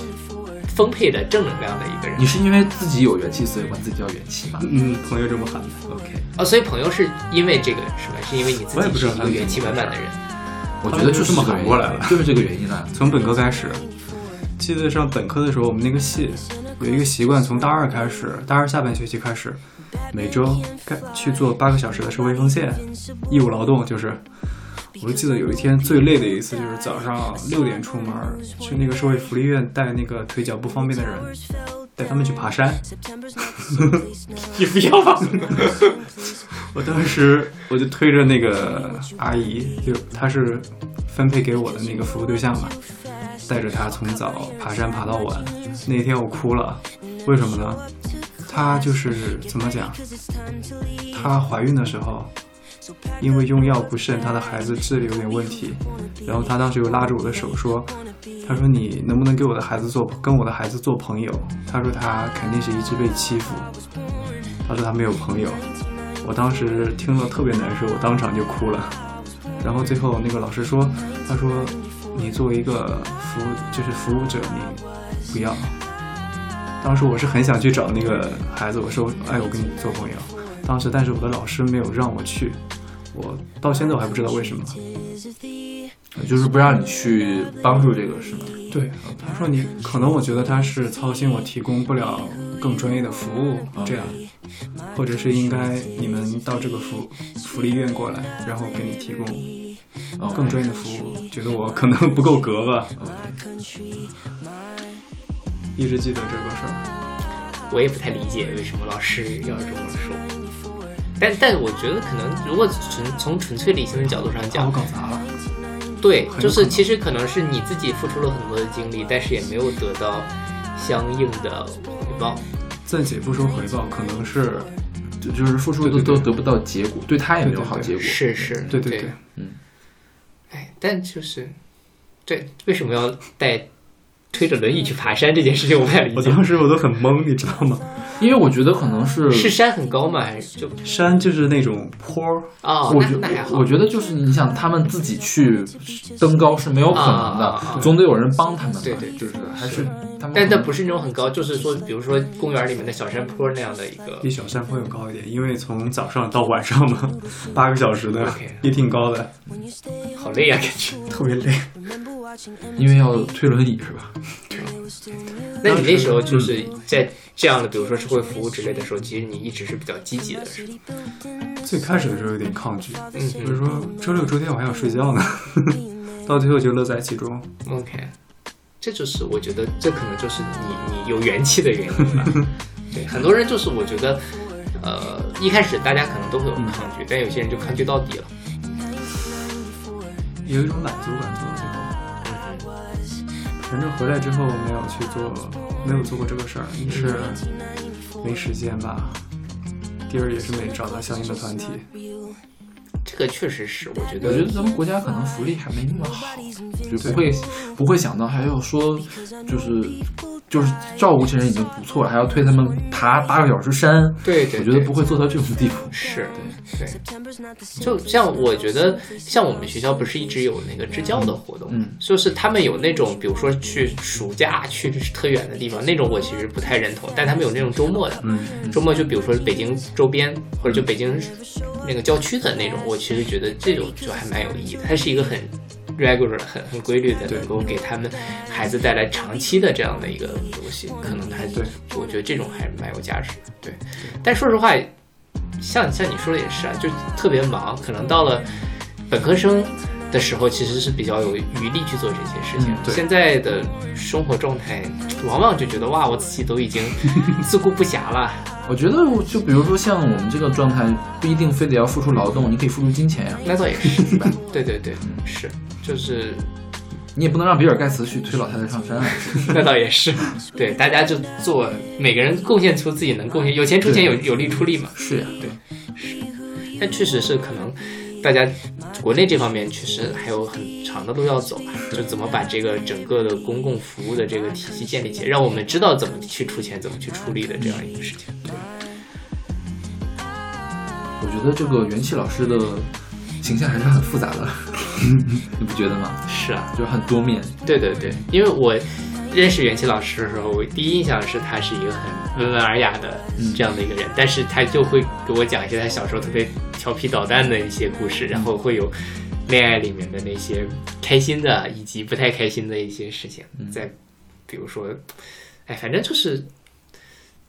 丰沛的正能量的一个人。
你是因为自己有元气，所以管自己叫元气吗？
嗯，朋友这么喊的。
OK。哦，所以朋友是因为这个是吧？是因为你自己是一个元气满满的人。
我觉得就
这么喊过来了，
就是这个原因啊。
从本科开始，记得上本科的时候，我们那个系有一个习惯，从大二开始，大二下半学期开始，每周该去做八个小时的社会奉献，义务劳动就是。我就记得有一天最累的一次，就是早上六点出门，去那个社会福利院带那个腿脚不方便的人，带他们去爬
(laughs)
山。
你不要！
(laughs) 我当时我就推着那个阿姨，就她是分配给我的那个服务对象嘛，带着她从早爬山爬到晚。那天我哭了，为什么呢？她就是怎么讲？她怀孕的时候。因为用药不慎，她的孩子智力有点问题，然后她当时又拉着我的手说：“她说你能不能给我的孩子做跟我的孩子做朋友？”她说她肯定是一直被欺负，她说她没有朋友。我当时听了特别难受，我当场就哭了。然后最后那个老师说：“他说你作为一个服务就是服务者，你不要。”当时我是很想去找那个孩子，我说：“哎，我跟你做朋友。”当时，但是我的老师没有让我去，我到现在我还不知道为什么，
就是不让你去帮助这个是吗？
对，他说你可能我觉得他是操心我提供不了更专业的服务，这样，或者是应该你们到这个福福利院过来，然后给你提供更专业的服务，觉得我可能不够格吧，一直记得这个事儿。
我也不太理解为什么老师要这么说。但但我觉得可能，如果纯从纯粹理性的角度上讲，
我搞砸了。
对，就是其实可能是你自己付出了很多的精力，但是也没有得到相应的回报。
暂且不说回报，可能是
就是付出都都得不到结果，对他也没有好结果。
是是，
对对对，
嗯。哎，但就是对，为什么要带推着轮椅去爬山这件事情，我不太理解。
我当时我都很懵，你知道吗？
因为我觉得可能是
是山很高吗？还是就
山就是那种坡儿
啊、哦？
我觉
那还好。
我觉得就是你想他们自己去登高是没有可能的，
啊、
总得有人帮他们吧。
对对，
就是还是他们。
但那不是那种很高，就是说，比如说公园里面的小山坡那样的一个。
比小山坡要高一点，因为从早上到晚上嘛，八个小时的也挺高的。
好累呀、啊，感觉
特别累。
因为要推轮椅是吧？
对。那你那时候就是在这样的，比如说社会服务之类的时候，其实你一直是比较积极的，是吗？
最开始的时候有点抗拒，
嗯，
比如说周六周天我还想睡觉呢， (laughs) 到最后就乐在其中。
OK，这就是我觉得这可能就是你你有元气的原因吧。对，很多人就是我觉得，呃，一开始大家可能都会有抗拒，
嗯、
但有些人就抗拒到底了，
有一种满足感做到最后。反正回来之后没有去做，没有做过这个事儿，一是没时间吧，第二也是没找到相应的团体。
这个确实是，我觉
得我觉得咱们国家可能福利还没那么好，就不会不会想到还要说就是就是照顾这些人已经不错了，还要推他们爬八个小时山。
对,对对，
我觉得不会做到这种地步。
是，对对。就像我觉得，像我们学校不是一直有那个支教的活动，
嗯，
就是他们有那种，比如说去暑假去特远的地方，那种我其实不太认同，但他们有那种周末的，
嗯，
周末就比如说北京周边或者就北京那个郊区的那种。我其实觉得这种就还蛮有意义的，它是一个很 regular、很很规律的，能够给他们孩子带来长期的这样的一个东西，可能还
对，
我觉得这种还是蛮有价值的。对，但说实话，像像你说的也是啊，就特别忙，可能到了本科生的时候，其实是比较有余力去做这些事情。
嗯、
现在的生活状态，往往就觉得哇，我自己都已经 (laughs) 自顾不暇了。
我觉得，就比如说像我们这个状态，不一定非得要付出劳动，你可以付出金钱呀、啊。
那倒也是， (laughs) 是吧？对对对，是，就是
你也不能让比尔盖茨去推老太太上山啊。
那倒也是，对，大家就做，每个人贡献出自己能贡献，有钱出钱，有有力出力嘛。
是呀、啊，
对，是。但确实是可能大家国内这方面确实还有很长的路要走，就怎么把这个整个的公共服务的这个体系建立起来，让我们知道怎么去出钱、怎么去出力的这样一个事情。
我觉得这个元气老师的形象还是很复杂的，你不觉得吗？
是啊，
就是很多面。
对对对，因为我认识元气老师的时候，我第一印象是他是一个很温文尔雅的这样的一个人，但是他就会给我讲一些他小时候特别调皮捣蛋的一些故事，然后会有恋爱里面的那些开心的以及不太开心的一些事情，再比如说，哎，反正就是。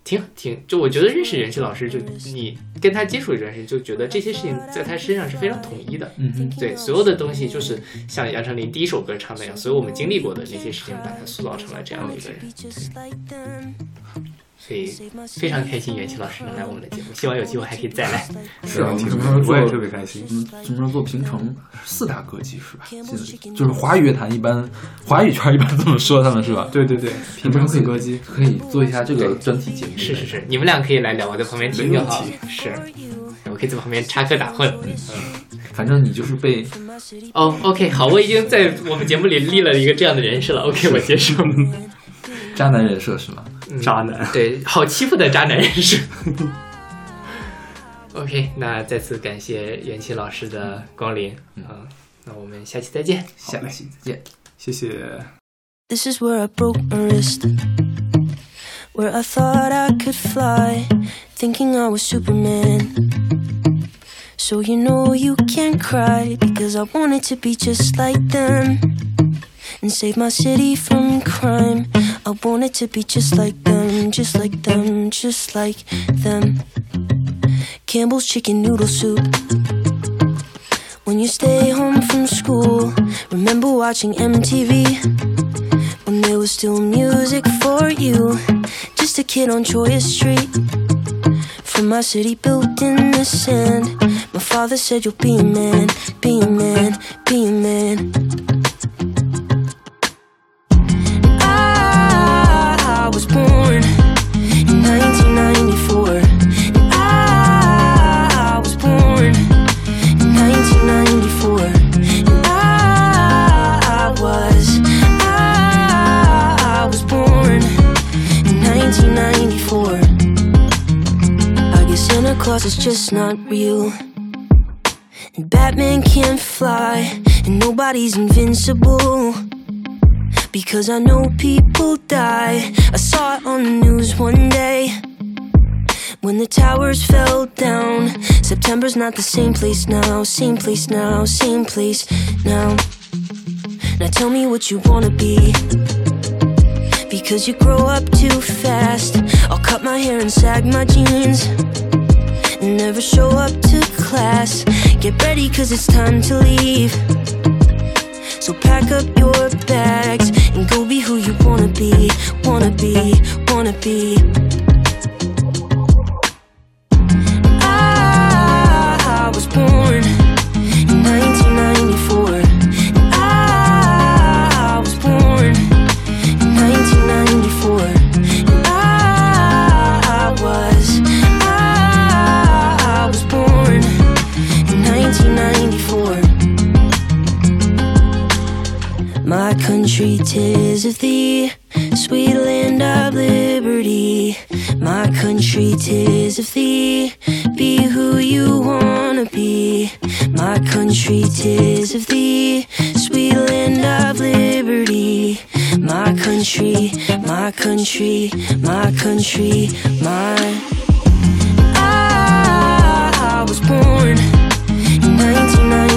挺挺，就我觉得认识元气老师，就你跟他接触一段时间，就觉得这些事情在他身上是非常统一的。
嗯哼，
对，所有的东西就是像杨丞琳第一首歌唱那样，所有我们经历过的那些事情，把他塑造成了这样的一个人。所以非常开心，元气老师能来我们的节目，希望有机会还可以再来。
是啊，我们什么时候做？我们什么时候做平成四大歌姬是吧？现在就是华语乐坛一般，华语圈一般这么说他们是吧？
对对对，平
什么
常
时
四
候可
歌
以
姬，
可以做一下这个专题节目。
是是是，你们俩可以来聊，我在旁边听就好。是，我可以在旁边插科打诨。嗯
反正你就是被
哦、o k 好，我已经在我们节目里立了一个这样的人设了。OK，我嗯接受。
(laughs) 渣男人设是吗？
渣男。
对，好欺负的渣男人士。OK，那再次感谢元气老师的光临啊、那我们下期再见。
下期再见。
谢谢。
This is where I broke my wrist. Where I thought I could fly, thinking I was Superman. So you know you can't cry, because I wanted to be just like them. And save my city from crime. I wanted to be just like them, just like them, just like them. Campbell's chicken noodle soup. When you stay home from school, remember watching MTV when there was still music for you. Just a kid on Troy Street. From my city built in the sand. My father said, You'll be a man, be a man, be a man. I was born in 1994. And I was born in 1994. And I was, I was born in 1994. I guess Santa Claus is just not real. And Batman can't fly, and nobody's invincible. Because I know people die. I saw it on the news one day. When the towers fell down, September's not the same place now, same place now, same place now. Now tell me what you wanna be. Because you grow up too fast. I'll cut my hair and sag my jeans. And never show up to class. Get ready, cause it's time to leave. So pack up your bags and go be who you wanna be, wanna be, wanna be. I was born in 1994. I was born in 1994. I was, I was born in 1994. My country, tis of thee, sweet land of liberty. My country, tis of thee, be who you wanna be. My country, tis of thee, sweet land of liberty. My country, my country, my country, my. Ah, I was born in 1994. Ah,